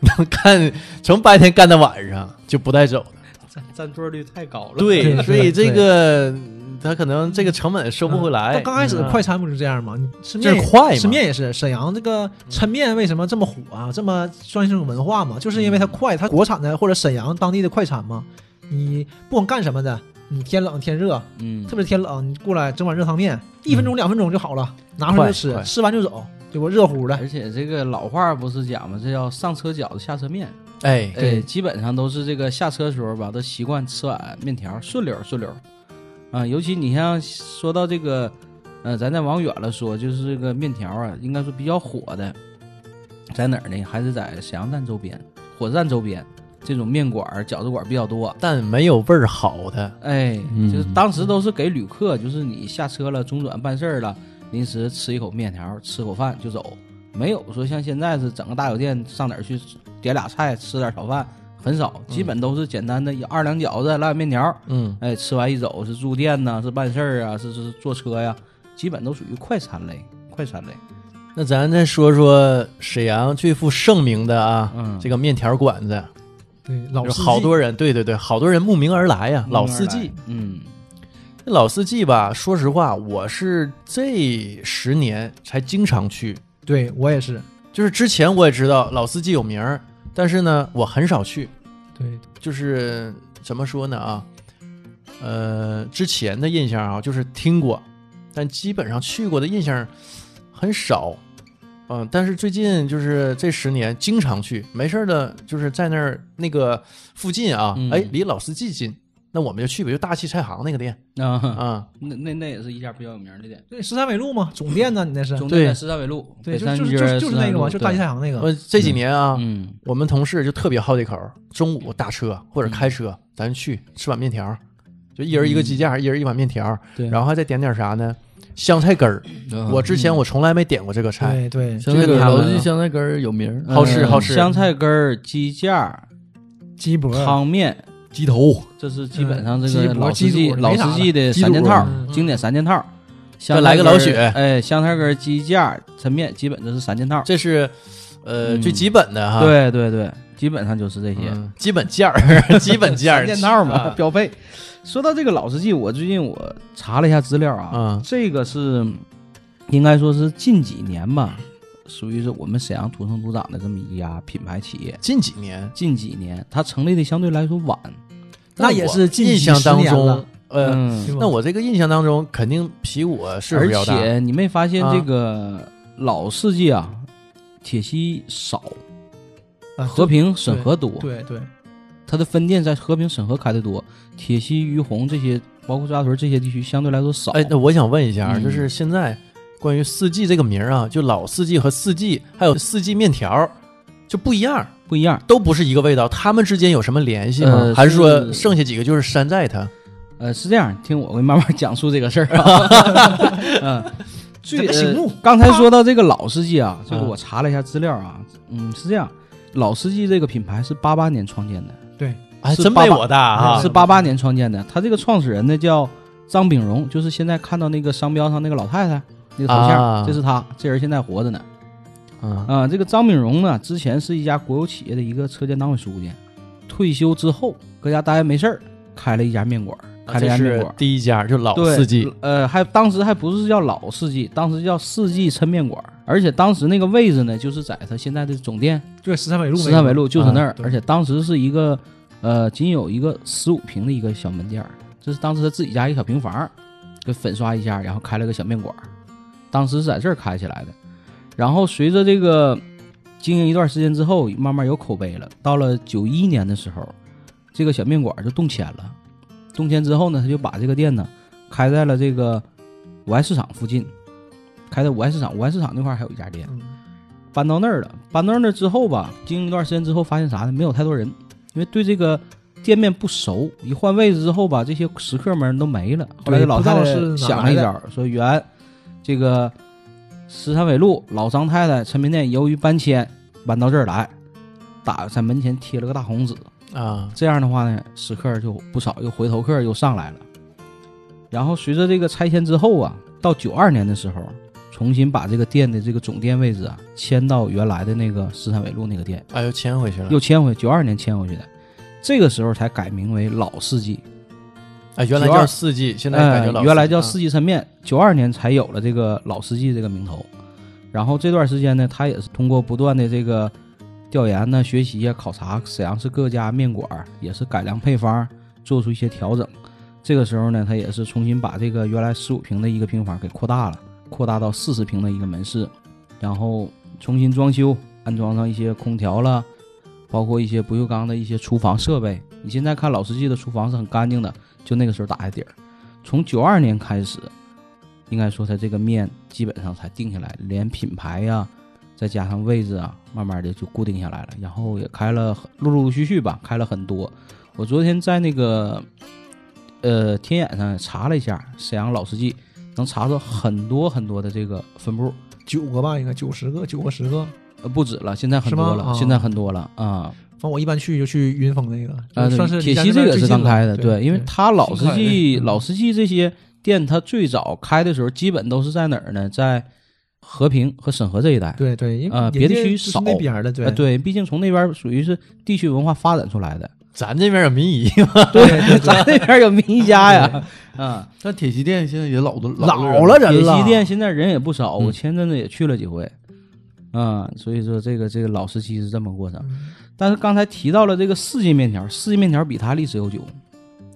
[SPEAKER 3] 能干从白天干到晚上，就不带走了。
[SPEAKER 4] 占占座率太高了
[SPEAKER 5] 对
[SPEAKER 3] 对，
[SPEAKER 5] 对
[SPEAKER 3] 所以这个他可能这个成本收不回来。
[SPEAKER 5] 但刚开始
[SPEAKER 3] 嗯
[SPEAKER 5] 快餐不就这样吗？你吃
[SPEAKER 3] 这
[SPEAKER 5] 面
[SPEAKER 3] 是快嘛嗯
[SPEAKER 5] 吃面也是。沈阳这个抻面为什么这么火啊？这么算是一种文化嘛？就是
[SPEAKER 3] 嗯
[SPEAKER 5] 因为它快，它国产的或者沈阳当地的快餐嘛。你不管干什么的，你天冷天热，
[SPEAKER 4] 嗯，
[SPEAKER 5] 特别是天冷，你过来整碗热汤面，一分钟两分钟就好了，拿回
[SPEAKER 3] 快
[SPEAKER 5] 来就吃
[SPEAKER 3] 快，
[SPEAKER 5] 吃完就走，结果热乎的。
[SPEAKER 4] 而且这个老话儿不是讲嘛，这叫上车饺子下车面。
[SPEAKER 3] 哎，
[SPEAKER 4] 哎，基本上都是这个下车的时候吧，都习惯吃碗面条儿，顺溜儿顺溜儿。啊，尤其你像说到这个，呃，咱再往远了说，就是这个面条儿啊，应该说比较火的，在哪儿呢？还是在沈阳站周边、火车站周边这种面馆儿、饺子馆儿比较多。
[SPEAKER 3] 但没有味儿好的。
[SPEAKER 4] 哎，
[SPEAKER 6] 嗯
[SPEAKER 4] 就是当时都是给旅客，就是你下车了、中转办事儿了，临时吃一口面条，吃口饭就走，没有说像现在是整个大酒店上哪儿去点俩菜吃点炒饭，很少，
[SPEAKER 5] 嗯
[SPEAKER 4] 基本都是简单的二两饺子、拉面条，
[SPEAKER 3] 嗯，
[SPEAKER 4] 哎，吃完一走是住店呐、是办事儿啊，是是是坐车呀、基本都属于快餐类、快餐类。
[SPEAKER 3] 那咱再说说沈阳最负盛名的啊，
[SPEAKER 4] 嗯
[SPEAKER 3] 这个面条馆子，
[SPEAKER 5] 对，老
[SPEAKER 3] 有
[SPEAKER 5] 司机
[SPEAKER 3] 好多人，对对对，好多人慕名而来呀、老司机，，
[SPEAKER 4] 嗯
[SPEAKER 3] 那老司机吧，说实话，我是这十年才经常去，
[SPEAKER 5] 对我也是，
[SPEAKER 3] 就是之前我也知道老司机有名儿，但是呢，我很少去。
[SPEAKER 5] 对
[SPEAKER 3] 就是怎么说呢啊？呃，之前的印象啊，就是听过，但基本上去过的印象很少。嗯、但是最近就是这十年经常去，没事儿的，就是在那儿那个附近啊，
[SPEAKER 4] 嗯
[SPEAKER 3] 哎，离老司机近，那我们就去吧，就大气菜行那个店
[SPEAKER 5] 嗯
[SPEAKER 4] 啊，
[SPEAKER 3] 啊。
[SPEAKER 4] 那那那也是一家比较有名的店，
[SPEAKER 5] 对，十三纬路嘛，总店呢，你那是，
[SPEAKER 4] 总
[SPEAKER 3] 对
[SPEAKER 4] 店在十三纬路，
[SPEAKER 5] 对，
[SPEAKER 4] 北
[SPEAKER 5] 就
[SPEAKER 4] 三
[SPEAKER 5] 就是
[SPEAKER 4] 街
[SPEAKER 5] 就是就是那个嘛，
[SPEAKER 4] 13
[SPEAKER 5] 就大西
[SPEAKER 4] 对
[SPEAKER 5] 太行那个，
[SPEAKER 3] 我这几年啊，
[SPEAKER 4] 嗯
[SPEAKER 3] 我们同事就特别好这口儿，中午打车或者开
[SPEAKER 6] 嗯
[SPEAKER 3] 车，咱去吃碗面条儿，就一人一个鸡架，一人一碗面条
[SPEAKER 6] 嗯
[SPEAKER 3] 儿，
[SPEAKER 4] 对
[SPEAKER 3] 然后还再点点啥呢？香菜根儿，我之前我从来没点过这个菜，
[SPEAKER 5] 对对，
[SPEAKER 6] 香菜
[SPEAKER 3] 这个
[SPEAKER 6] 根儿，
[SPEAKER 3] 他们
[SPEAKER 6] 老记香菜根儿有名儿，
[SPEAKER 3] 好吃
[SPEAKER 6] 嗯
[SPEAKER 3] 好吃
[SPEAKER 4] 香菜根儿、鸡架、
[SPEAKER 5] 鸡脖儿，
[SPEAKER 4] 汤面，
[SPEAKER 3] 鸡头，
[SPEAKER 4] 这是基本上这
[SPEAKER 5] 鸡
[SPEAKER 4] 个
[SPEAKER 5] 脖
[SPEAKER 4] 老司
[SPEAKER 5] 鸡
[SPEAKER 4] 机
[SPEAKER 5] 肚
[SPEAKER 4] 老
[SPEAKER 5] 没啥
[SPEAKER 4] 司机的
[SPEAKER 6] 鸡肚
[SPEAKER 4] 三件套
[SPEAKER 5] 嗯，
[SPEAKER 4] 经典三件套。香
[SPEAKER 3] 再来
[SPEAKER 4] 菜
[SPEAKER 3] 个
[SPEAKER 4] 根儿
[SPEAKER 3] 老雪
[SPEAKER 4] 哎，香菜根儿、鸡架、抻面，基本这是三件套。
[SPEAKER 3] 这是呃
[SPEAKER 4] 嗯
[SPEAKER 3] 最基本的哈，
[SPEAKER 4] 对对对，基本上就是这些。
[SPEAKER 3] 嗯，基本件儿，基本件儿，
[SPEAKER 4] 三件套嘛，
[SPEAKER 3] 啊
[SPEAKER 4] 标配。说到这个老司机，我最近我查了一下资料啊，
[SPEAKER 3] 嗯
[SPEAKER 4] 这个是应该说是近几年吧，属于是我们沈阳土生土长的这么一家品牌企业。
[SPEAKER 3] 近几 年，
[SPEAKER 4] 近几年它成立的相对来说晚，
[SPEAKER 5] 那也是近
[SPEAKER 3] 印象
[SPEAKER 5] 几十
[SPEAKER 3] 当
[SPEAKER 5] 年
[SPEAKER 3] 中
[SPEAKER 5] 了，
[SPEAKER 3] 呃，
[SPEAKER 4] 嗯
[SPEAKER 5] 对吧
[SPEAKER 3] 那我这个印象当中肯定比我是
[SPEAKER 4] 而
[SPEAKER 3] 要大，
[SPEAKER 4] 且你没发现
[SPEAKER 3] 啊
[SPEAKER 4] 这个老司机啊，铁西少，
[SPEAKER 5] 啊
[SPEAKER 4] 和平沈河多，
[SPEAKER 5] 对对，
[SPEAKER 4] 它的分店在和平沈河开的多，铁西、于洪这些，包括石家屯这些地区相对来说少。
[SPEAKER 3] 哎，那我想问一下，
[SPEAKER 4] 嗯
[SPEAKER 3] 就是现在关于四季这个名儿啊，就老四季和四季，还有四季面条儿，就不一样，
[SPEAKER 4] 不一样。
[SPEAKER 3] 都不是一个味道，它们之间有什么联系吗？
[SPEAKER 4] 呃
[SPEAKER 3] 还是说
[SPEAKER 4] 是
[SPEAKER 3] 剩下几个就是山寨它？
[SPEAKER 4] 呃，是这样，听我会慢慢讲述这个事 儿啊。嗯，最
[SPEAKER 5] 这醒目
[SPEAKER 4] 呃刚才说到这个老司机啊，这个
[SPEAKER 3] 嗯
[SPEAKER 4] 我查了一下资料啊，嗯，是这样，老司机这个品牌是八八年创建的，
[SPEAKER 3] 还
[SPEAKER 4] 是
[SPEAKER 3] 真
[SPEAKER 4] 爸
[SPEAKER 3] 没
[SPEAKER 4] 爸
[SPEAKER 3] 我大啊
[SPEAKER 4] 是！八八年创建的。他这个创始人呢叫张炳荣，就是现在看到那个商标上那个老太太那个头像，
[SPEAKER 3] 啊
[SPEAKER 4] 这是他，这人现在活着呢。
[SPEAKER 3] 嗯
[SPEAKER 4] 啊、这个张炳荣呢，之前是一家国有企业的一个车间党委书记，退休之后搁家待着没事儿，开了一家面馆儿，开了一
[SPEAKER 3] 啊这
[SPEAKER 4] 家面
[SPEAKER 3] 是
[SPEAKER 4] 馆儿。
[SPEAKER 3] 第一家，就老
[SPEAKER 4] 对，
[SPEAKER 3] 四季，
[SPEAKER 4] 呃，还当时还不是叫老四季，当时叫四季抻面馆儿，而且当时那个位置呢，就是在他现在的总店
[SPEAKER 5] 对十三纬路那
[SPEAKER 4] 十
[SPEAKER 5] 个，
[SPEAKER 4] 三纬路，就是那儿
[SPEAKER 5] 啊，对
[SPEAKER 4] 而且当时是一个呃，仅有一个十五平的一个小门店儿，这是当时他自己家一个小平房儿，给粉刷一下，然后开了个小面馆儿，当时是在这儿开起来的。然后随着这个经营一段时间之后，慢慢有口碑了。到了九一年的时候，这个小面馆儿就动迁了。动迁之后呢，他就把这个店呢开在了这个五爱市场附近，开在五爱市场，五爱市场那块儿还有一家店。
[SPEAKER 5] 嗯
[SPEAKER 4] 搬到那儿了。搬到那儿之后吧，经营一段时间之后，发现啥呢？没有太多人，因为对这个店面不熟。一换位置之后吧，这些食客们都没了。后来这老太
[SPEAKER 5] 不
[SPEAKER 4] 太
[SPEAKER 5] 知道是哪
[SPEAKER 4] 想了一
[SPEAKER 5] 来的
[SPEAKER 4] 招，说原这个十三纬路老张太太抻面店由于搬迁搬到这儿来，打在门前贴了个大红纸，
[SPEAKER 3] 啊，
[SPEAKER 4] 这样的话呢，食客就不少，又回头客又上来了。然后随着这个拆迁之后啊，到九二年的时候，重新把这个店的这个总店位置啊迁到原来的那个十三纬路那个店，
[SPEAKER 3] 哎呦，迁回去了
[SPEAKER 4] 又。迁回九二年迁回去的。这个时候才改名为老四季，
[SPEAKER 3] 哎，原来
[SPEAKER 4] 九二
[SPEAKER 3] 叫四季，现在感觉老四
[SPEAKER 4] 呃
[SPEAKER 3] 季
[SPEAKER 4] 原来叫
[SPEAKER 3] 啊
[SPEAKER 4] 四季抻面，九二年才有了这个老四季这个名头。然后这段时间呢，他也是通过不断的这个调研呢、学习啊、考察沈阳市各家面馆儿，也是改良配方，做出一些调整。这个时候呢，他也是重新把这个原来十五平的一个平房给扩大了，扩大到四十平的一个门市，然后重新装修，安装上一些空调了，包括一些不锈钢的一些厨房设备。你现在看老司机的厨房是很干净的，就那个时候打下底儿。从九二年开始，应该说它这个面基本上才定下来，连品牌呀、再加上位置啊，慢慢的就固定下来了。然后也开了很陆陆续续吧，开了很多。我昨天在那个呃天眼上也查了一下沈阳老司机，能查到很多很多的这个分布，
[SPEAKER 5] 九个吧，应该九十个，九个十个。
[SPEAKER 4] 呃不止了，现在很
[SPEAKER 5] 是吗
[SPEAKER 4] 多了，
[SPEAKER 5] 啊
[SPEAKER 4] 现在很多了啊。
[SPEAKER 5] 反正我一般去就去云峰那个，
[SPEAKER 4] 啊，
[SPEAKER 5] 就
[SPEAKER 4] 对
[SPEAKER 5] 算是
[SPEAKER 4] 铁
[SPEAKER 5] 离咱
[SPEAKER 4] 西
[SPEAKER 5] 这
[SPEAKER 4] 这
[SPEAKER 5] 边
[SPEAKER 4] 个
[SPEAKER 5] 最
[SPEAKER 4] 是
[SPEAKER 5] 近
[SPEAKER 4] 刚
[SPEAKER 5] 了
[SPEAKER 4] 开的，
[SPEAKER 5] 对，
[SPEAKER 4] 对，因为
[SPEAKER 5] 对
[SPEAKER 4] 他老司
[SPEAKER 5] 新开
[SPEAKER 4] 机
[SPEAKER 5] 的嗯
[SPEAKER 4] 老司机这些店，他最早开的时候，基本都是在哪儿呢？在和平和沈河这一带。
[SPEAKER 5] 对对，因为
[SPEAKER 4] 呃
[SPEAKER 5] 人
[SPEAKER 4] 别的
[SPEAKER 5] 家
[SPEAKER 4] 区
[SPEAKER 5] 就是
[SPEAKER 4] 少
[SPEAKER 5] 那边儿的，对
[SPEAKER 4] 啊对，毕竟从那边属于是地区文化发展出来 的，
[SPEAKER 3] 咱这边有民医，
[SPEAKER 5] 对对对，
[SPEAKER 4] 咱那边有名家呀，啊，
[SPEAKER 6] 但铁西店现在也老多
[SPEAKER 5] 老
[SPEAKER 6] 了
[SPEAKER 5] 了人了，
[SPEAKER 4] 铁西店现在人也不少，我
[SPEAKER 3] 嗯
[SPEAKER 4] 前阵子也去了几回，啊、所以说这个这个老时期是这么过程。
[SPEAKER 5] 嗯
[SPEAKER 4] 但是刚才提到了这个四季面条，四季面条比它历史悠久，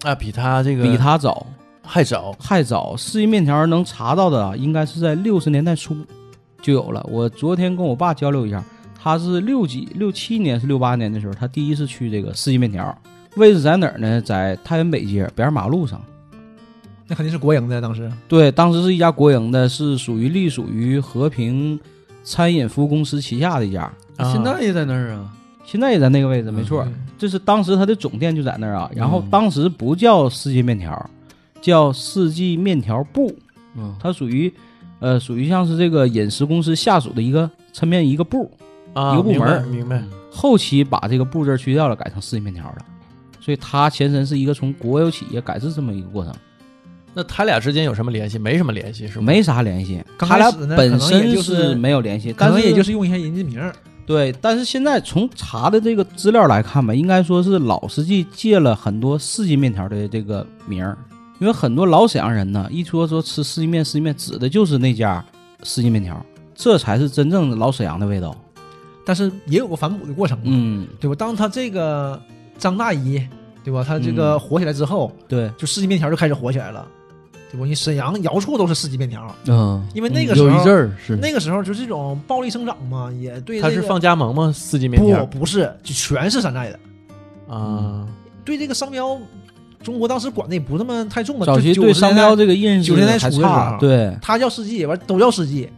[SPEAKER 3] 啊，比他这个
[SPEAKER 4] 比它早，
[SPEAKER 3] 还早。
[SPEAKER 4] 还早。四季面条能查到的啊，应该是在六十年代初就有了。我昨天跟我爸交流一下，他是六几六七年是六八年的时候，他第一次去这个四季面条，位置在哪儿呢？在太原北街北二马路上。
[SPEAKER 5] 那肯定是国营的，当时
[SPEAKER 4] 对，当时是一家国营的，是属于隶属于和平餐饮服务公司旗下的一家，
[SPEAKER 3] 啊
[SPEAKER 6] 现在也在那儿啊，
[SPEAKER 4] 现在也在那个位置，没错儿。这是当时它的总店就在那儿啊，然后当时不叫四季面条，叫四季面条部，
[SPEAKER 6] 嗯，
[SPEAKER 4] 它属于，呃，属于像是这个饮食公司下属的一个抻面一个部，
[SPEAKER 3] 啊
[SPEAKER 4] 一个部门儿
[SPEAKER 3] 明白，明白
[SPEAKER 4] 后期把这个部字儿去掉了，改成四季面条了。所以它前身是一个从国有企业改制这么一个过程，
[SPEAKER 3] 那他俩之间有什么联系？没什么联系，是吗？
[SPEAKER 4] 没啥联系。
[SPEAKER 5] 刚
[SPEAKER 4] 它俩
[SPEAKER 5] 开始呢
[SPEAKER 4] 本
[SPEAKER 5] 可能也
[SPEAKER 4] 身
[SPEAKER 5] 就是是
[SPEAKER 4] 没有联系，
[SPEAKER 5] 可
[SPEAKER 4] 但
[SPEAKER 5] 能
[SPEAKER 4] 是
[SPEAKER 5] 也就是用一些人家名儿，
[SPEAKER 4] 对，但是现在从查的这个资料来看吧，应该说是老司机借了很多四季面条的这个名儿，因为很多老沈阳人呢，一说说吃四季面，四季面指的就是那家四季面条，这才是真正的老沈阳的味道。
[SPEAKER 5] 但是也有个反哺的过程嘛，
[SPEAKER 4] 嗯，
[SPEAKER 5] 对吧？当他这个张大姨，对吧？他这个
[SPEAKER 4] 嗯
[SPEAKER 5] 火起来之后，
[SPEAKER 4] 对，
[SPEAKER 5] 就四季面条就开始火起来了，对吧？你沈阳遥处都是四季面条，
[SPEAKER 6] 嗯，
[SPEAKER 5] 因为那个时
[SPEAKER 6] 有
[SPEAKER 5] 候
[SPEAKER 6] 一阵儿是
[SPEAKER 5] 那个时候就这种暴力生长嘛，也
[SPEAKER 3] 嗯
[SPEAKER 5] 对、
[SPEAKER 3] 他
[SPEAKER 5] 这个、
[SPEAKER 3] 是放加盟吗？四季面
[SPEAKER 5] 不
[SPEAKER 3] 条
[SPEAKER 5] 不是，就全是山寨的。
[SPEAKER 3] 啊，
[SPEAKER 5] 对这个商标，中国当时管的也不那么太重嘛。
[SPEAKER 4] 早
[SPEAKER 5] 就
[SPEAKER 4] 期
[SPEAKER 5] 90
[SPEAKER 4] 对商标
[SPEAKER 5] 年代，
[SPEAKER 4] 这个认识
[SPEAKER 5] 90年代
[SPEAKER 4] 还
[SPEAKER 5] 初的时
[SPEAKER 4] 差，
[SPEAKER 5] 候
[SPEAKER 4] 对，
[SPEAKER 5] 他叫世纪，完都叫世纪，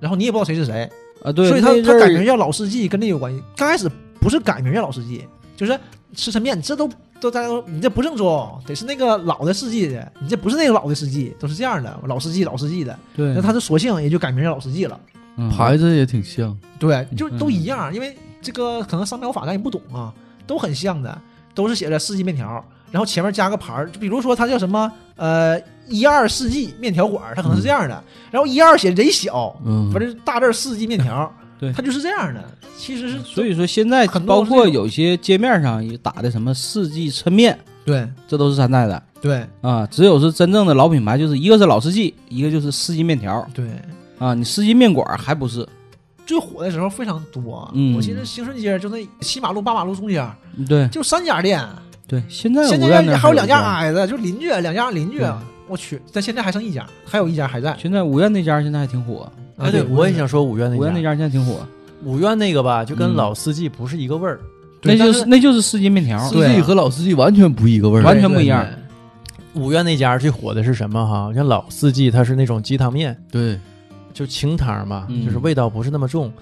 [SPEAKER 5] 然后你也不知道谁是谁，
[SPEAKER 4] 啊对，
[SPEAKER 5] 所以他
[SPEAKER 4] 那阵
[SPEAKER 5] 他
[SPEAKER 4] 儿
[SPEAKER 5] 改名叫老世纪，跟这有关系。刚开始不是改名叫老世纪，就是吃抻面，这都都大家都你这不正宗，得是那个老的世纪的，你这不是那个老的世纪，都是这样的，老世纪老世纪的。
[SPEAKER 4] 对，
[SPEAKER 5] 那他的索性也就改名叫老世纪了。
[SPEAKER 4] 嗯
[SPEAKER 6] 牌子也挺像，
[SPEAKER 5] 对，就
[SPEAKER 4] 嗯
[SPEAKER 5] 都一样，因为这个可能商标法咱也不懂啊，都很像的，都是写着四季面条，然后前面加个牌儿，就比如说它叫什么呃一二四季面条馆儿，它可能是
[SPEAKER 4] 嗯
[SPEAKER 5] 这样的，然后一二写贼小，
[SPEAKER 6] 嗯，
[SPEAKER 5] 完了大字儿四季面条，
[SPEAKER 4] 对
[SPEAKER 5] 它就是这样的，其实是
[SPEAKER 4] 所以说现在
[SPEAKER 5] 很
[SPEAKER 4] 包
[SPEAKER 5] 多都是
[SPEAKER 4] 括
[SPEAKER 5] 这种
[SPEAKER 4] 有些街面上也打的什么四季抻面，
[SPEAKER 5] 对
[SPEAKER 4] 这都是山寨的。
[SPEAKER 5] 对
[SPEAKER 4] 啊，只有是真正的老品牌，就是一个是老司机，一个就是四季面条
[SPEAKER 5] 对，
[SPEAKER 4] 啊。你四季面馆儿还不是？
[SPEAKER 5] 最火的时候非常多，
[SPEAKER 4] 嗯
[SPEAKER 5] 我记得兴顺街就那七马路八马路中间
[SPEAKER 4] 对
[SPEAKER 5] 就三家店，
[SPEAKER 4] 对，现在
[SPEAKER 5] 嗯现
[SPEAKER 4] 我在那
[SPEAKER 5] 在还有两家
[SPEAKER 4] 啊。
[SPEAKER 5] 挨着，就邻居两家邻居
[SPEAKER 4] 对，
[SPEAKER 5] 我去，但现在还剩一家，还有一家还在。
[SPEAKER 4] 现在五院那家现在还挺火，
[SPEAKER 5] 啊，
[SPEAKER 3] 哎，对，我也想说五院
[SPEAKER 4] 五院那
[SPEAKER 3] 那家，
[SPEAKER 4] 家现在挺火，
[SPEAKER 3] 五院那个吧，就跟
[SPEAKER 4] 嗯
[SPEAKER 3] 老四季不是一个味儿。
[SPEAKER 5] 对
[SPEAKER 4] 那就
[SPEAKER 5] 但
[SPEAKER 4] 是
[SPEAKER 5] 是
[SPEAKER 4] 那就是四季面条儿。
[SPEAKER 6] 司机和老司机完全不一个味儿，
[SPEAKER 4] 完全不一样。
[SPEAKER 3] 五院那家最火的是什么哈？像老四季，它是那种鸡汤面，
[SPEAKER 6] 对，
[SPEAKER 3] 就清汤嘛，
[SPEAKER 4] 嗯
[SPEAKER 3] 就是味道不是那么重。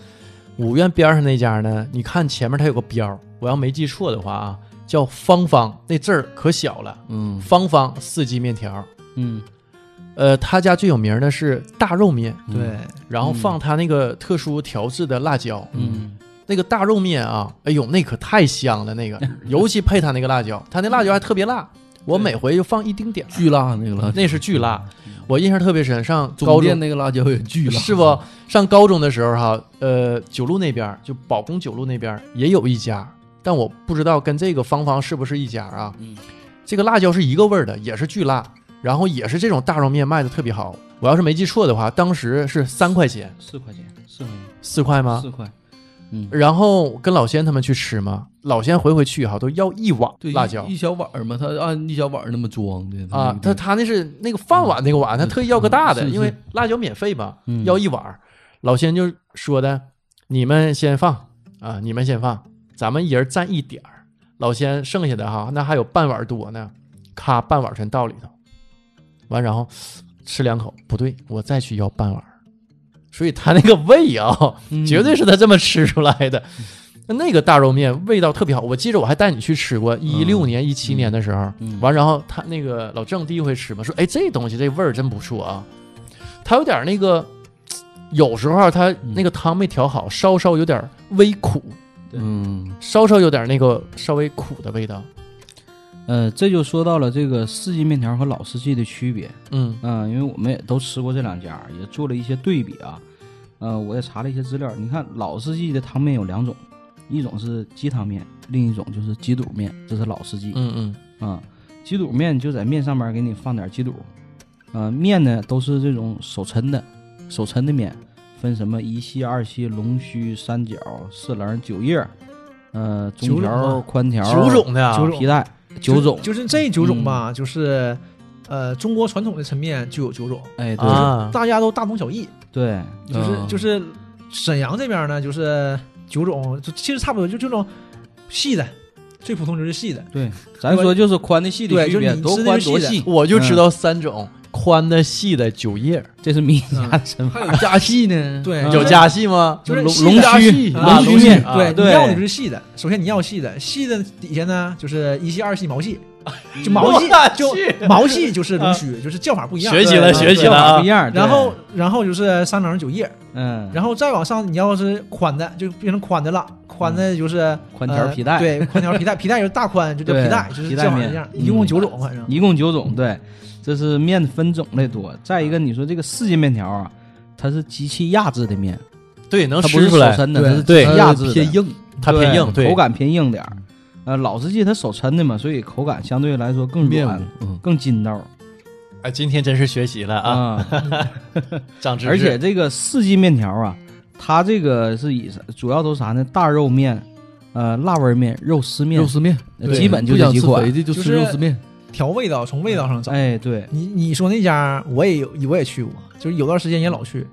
[SPEAKER 3] 五院边上那家呢，你看前面它有个标，我要没记错的话啊，叫芳芳，那字儿可小了，
[SPEAKER 6] 嗯
[SPEAKER 3] 芳芳四季面条。
[SPEAKER 4] 嗯，
[SPEAKER 3] 呃，他家最有名的是大肉面，
[SPEAKER 5] 对，
[SPEAKER 3] 然后放他那个特殊调制的辣椒，
[SPEAKER 4] 嗯，
[SPEAKER 3] 那个大肉面啊，哎呦，那可太香了，那个尤其配他那个辣椒，他那辣椒还特别辣，我每回就放一丁点儿，
[SPEAKER 6] 巨辣那个辣椒，
[SPEAKER 3] 那是巨辣，我印象特别深。上
[SPEAKER 6] 总
[SPEAKER 3] 高
[SPEAKER 6] 店
[SPEAKER 3] 中
[SPEAKER 6] 那个辣椒也巨辣，
[SPEAKER 3] 是不？上高中的时候哈，呃，九路那边儿就保工九路那边儿也有一家，但我不知道跟这个芳芳是不是一家啊。
[SPEAKER 4] 嗯
[SPEAKER 3] 这个辣椒是一个味儿的，也是巨辣，然后也是这种大肉面卖的特别好。我要是没记错的话，当时是三块钱，
[SPEAKER 4] 四块钱，四块钱，
[SPEAKER 3] 四块吗？
[SPEAKER 4] 四块。嗯，
[SPEAKER 3] 然后跟老仙他们去吃嘛，老仙回回去哈都要一碗
[SPEAKER 6] 对，
[SPEAKER 3] 辣椒
[SPEAKER 6] 一一小碗儿嘛，他按一小碗儿那么装的
[SPEAKER 3] 啊，他他那是那个饭碗那个碗，他特意要个大的，
[SPEAKER 6] 是是
[SPEAKER 3] 因为辣椒免费嘛，
[SPEAKER 4] 嗯
[SPEAKER 3] 要一碗儿。老仙就说的，你们先放啊，你们先放，咱们一人占一点儿。老仙剩下的哈，那还有半碗多呢，咔半碗全倒里头，完然后吃两口，不对，我再去要半碗儿。所以他那个胃啊，
[SPEAKER 4] 嗯
[SPEAKER 3] 绝对是他这么吃出来的。那个大肉面味道特别好，我记着我还带你去吃过，一六年、一七年的时候，
[SPEAKER 4] 嗯
[SPEAKER 3] 完然后他那个老郑第一回吃嘛，说哎这东西这味儿真不错啊，他有点那个，有时候啊他那个汤没调好，稍稍有点微苦，
[SPEAKER 6] 嗯，
[SPEAKER 3] 稍稍有点那个稍微苦的味道，
[SPEAKER 4] 呃，这就说到了这个四季面条和老四季的区别。呃
[SPEAKER 3] 嗯
[SPEAKER 4] 嗯，因为我们也都吃过这两家，也做了一些对比啊。呃，我也查了一些资料，你看老世纪的汤面有两种，一种是鸡汤面，另一种就是鸡肚面，这是老世纪。
[SPEAKER 3] 嗯嗯
[SPEAKER 4] 啊，鸡肚面就在面上面给你放点鸡肚，呃，面呢都是这种手抻的，手抻的面，分什么一细、二细、龙须、三角、四棱、九叶，呃，
[SPEAKER 5] 九
[SPEAKER 4] 中
[SPEAKER 5] 种
[SPEAKER 4] 条、
[SPEAKER 5] 啊
[SPEAKER 4] 宽条、
[SPEAKER 3] 九种的呀
[SPEAKER 5] 九种
[SPEAKER 4] 皮带，嗯九种，嗯
[SPEAKER 5] 就是这九种吧，就是呃，中国传统的抻面就有九种，
[SPEAKER 4] 哎，对、
[SPEAKER 3] 啊，
[SPEAKER 5] 大家都大同小异。
[SPEAKER 4] 对，
[SPEAKER 5] 就是、
[SPEAKER 6] 嗯
[SPEAKER 5] 就是沈阳这边呢，就是九种，就其实差不多，就这种细的，最普通就是细的，
[SPEAKER 4] 咱说就是宽的细的
[SPEAKER 5] 对
[SPEAKER 4] 区别，
[SPEAKER 5] 就是你
[SPEAKER 4] 多
[SPEAKER 5] 吃的
[SPEAKER 4] 宽
[SPEAKER 5] 是
[SPEAKER 4] 多
[SPEAKER 5] 细的
[SPEAKER 4] 细，
[SPEAKER 3] 我就知道三种，宽的、细的、九叶，
[SPEAKER 4] 这是米家的身法。
[SPEAKER 5] 还有
[SPEAKER 6] 加戏呢？
[SPEAKER 5] 对
[SPEAKER 3] 嗯有加戏吗？
[SPEAKER 5] 就是
[SPEAKER 3] 龙
[SPEAKER 5] 细
[SPEAKER 3] 龙
[SPEAKER 5] 的
[SPEAKER 3] 加戏
[SPEAKER 5] 啊
[SPEAKER 3] 啊
[SPEAKER 4] 龙须面
[SPEAKER 3] 啊
[SPEAKER 5] 对，
[SPEAKER 4] 对
[SPEAKER 5] 你要的就是细的。首先你要细的，细的底下呢就是一细、二细、毛细，就毛细啊
[SPEAKER 3] 我
[SPEAKER 5] 就
[SPEAKER 3] 去
[SPEAKER 5] 毛细就是龙须，就是叫法不一样。
[SPEAKER 3] 学习
[SPEAKER 5] 对
[SPEAKER 3] 了，
[SPEAKER 5] 对
[SPEAKER 3] 学习了
[SPEAKER 4] 法
[SPEAKER 3] 啊
[SPEAKER 4] 不一！样。对
[SPEAKER 5] 然后，然后就是三棱九叶，
[SPEAKER 4] 嗯，
[SPEAKER 5] 然后再往上，你要是宽的，就变成宽的了。宽的就是
[SPEAKER 4] 宽条皮带
[SPEAKER 5] 呃对，宽条皮带，皮带就是大宽，就叫
[SPEAKER 4] 对
[SPEAKER 5] 皮带，就是
[SPEAKER 4] 皮带
[SPEAKER 5] 这样
[SPEAKER 4] 面
[SPEAKER 5] 这样，
[SPEAKER 4] 嗯
[SPEAKER 5] 一共九种，反正
[SPEAKER 4] 一共九种，对，这是面分种类多。再一个，你说这个世界面条啊，它是机器压制的面，
[SPEAKER 3] 对，能
[SPEAKER 4] 它不是
[SPEAKER 3] 吃出
[SPEAKER 4] 手
[SPEAKER 3] 来，
[SPEAKER 4] 抻的，
[SPEAKER 5] 对
[SPEAKER 4] 它是
[SPEAKER 3] 对
[SPEAKER 4] 机器压制的，
[SPEAKER 6] 偏硬，
[SPEAKER 3] 它偏硬，对
[SPEAKER 4] 口感偏硬点儿。呃，老司机它手抻的嘛，所以口感相对来说更
[SPEAKER 6] 面
[SPEAKER 4] 软，
[SPEAKER 6] 嗯，
[SPEAKER 4] 更筋道
[SPEAKER 3] 哎，今天真是学习了啊，
[SPEAKER 4] 啊。
[SPEAKER 3] 长知识。
[SPEAKER 4] 而且这个四季面条啊，它这个是以主要都是啥呢？大肉面、呃辣味儿面、肉丝面
[SPEAKER 6] 肉，丝面，
[SPEAKER 4] 呃基本就
[SPEAKER 6] 不
[SPEAKER 4] 这
[SPEAKER 6] 想
[SPEAKER 4] 几
[SPEAKER 6] 吃肥
[SPEAKER 4] 款。
[SPEAKER 6] 的就
[SPEAKER 5] 就
[SPEAKER 6] 吃
[SPEAKER 5] 是
[SPEAKER 6] 肉丝面，
[SPEAKER 5] 调味道，从味道上找。
[SPEAKER 4] 哎，对，
[SPEAKER 5] 你你说那家我也有，我也去过，就是有段时间也老去。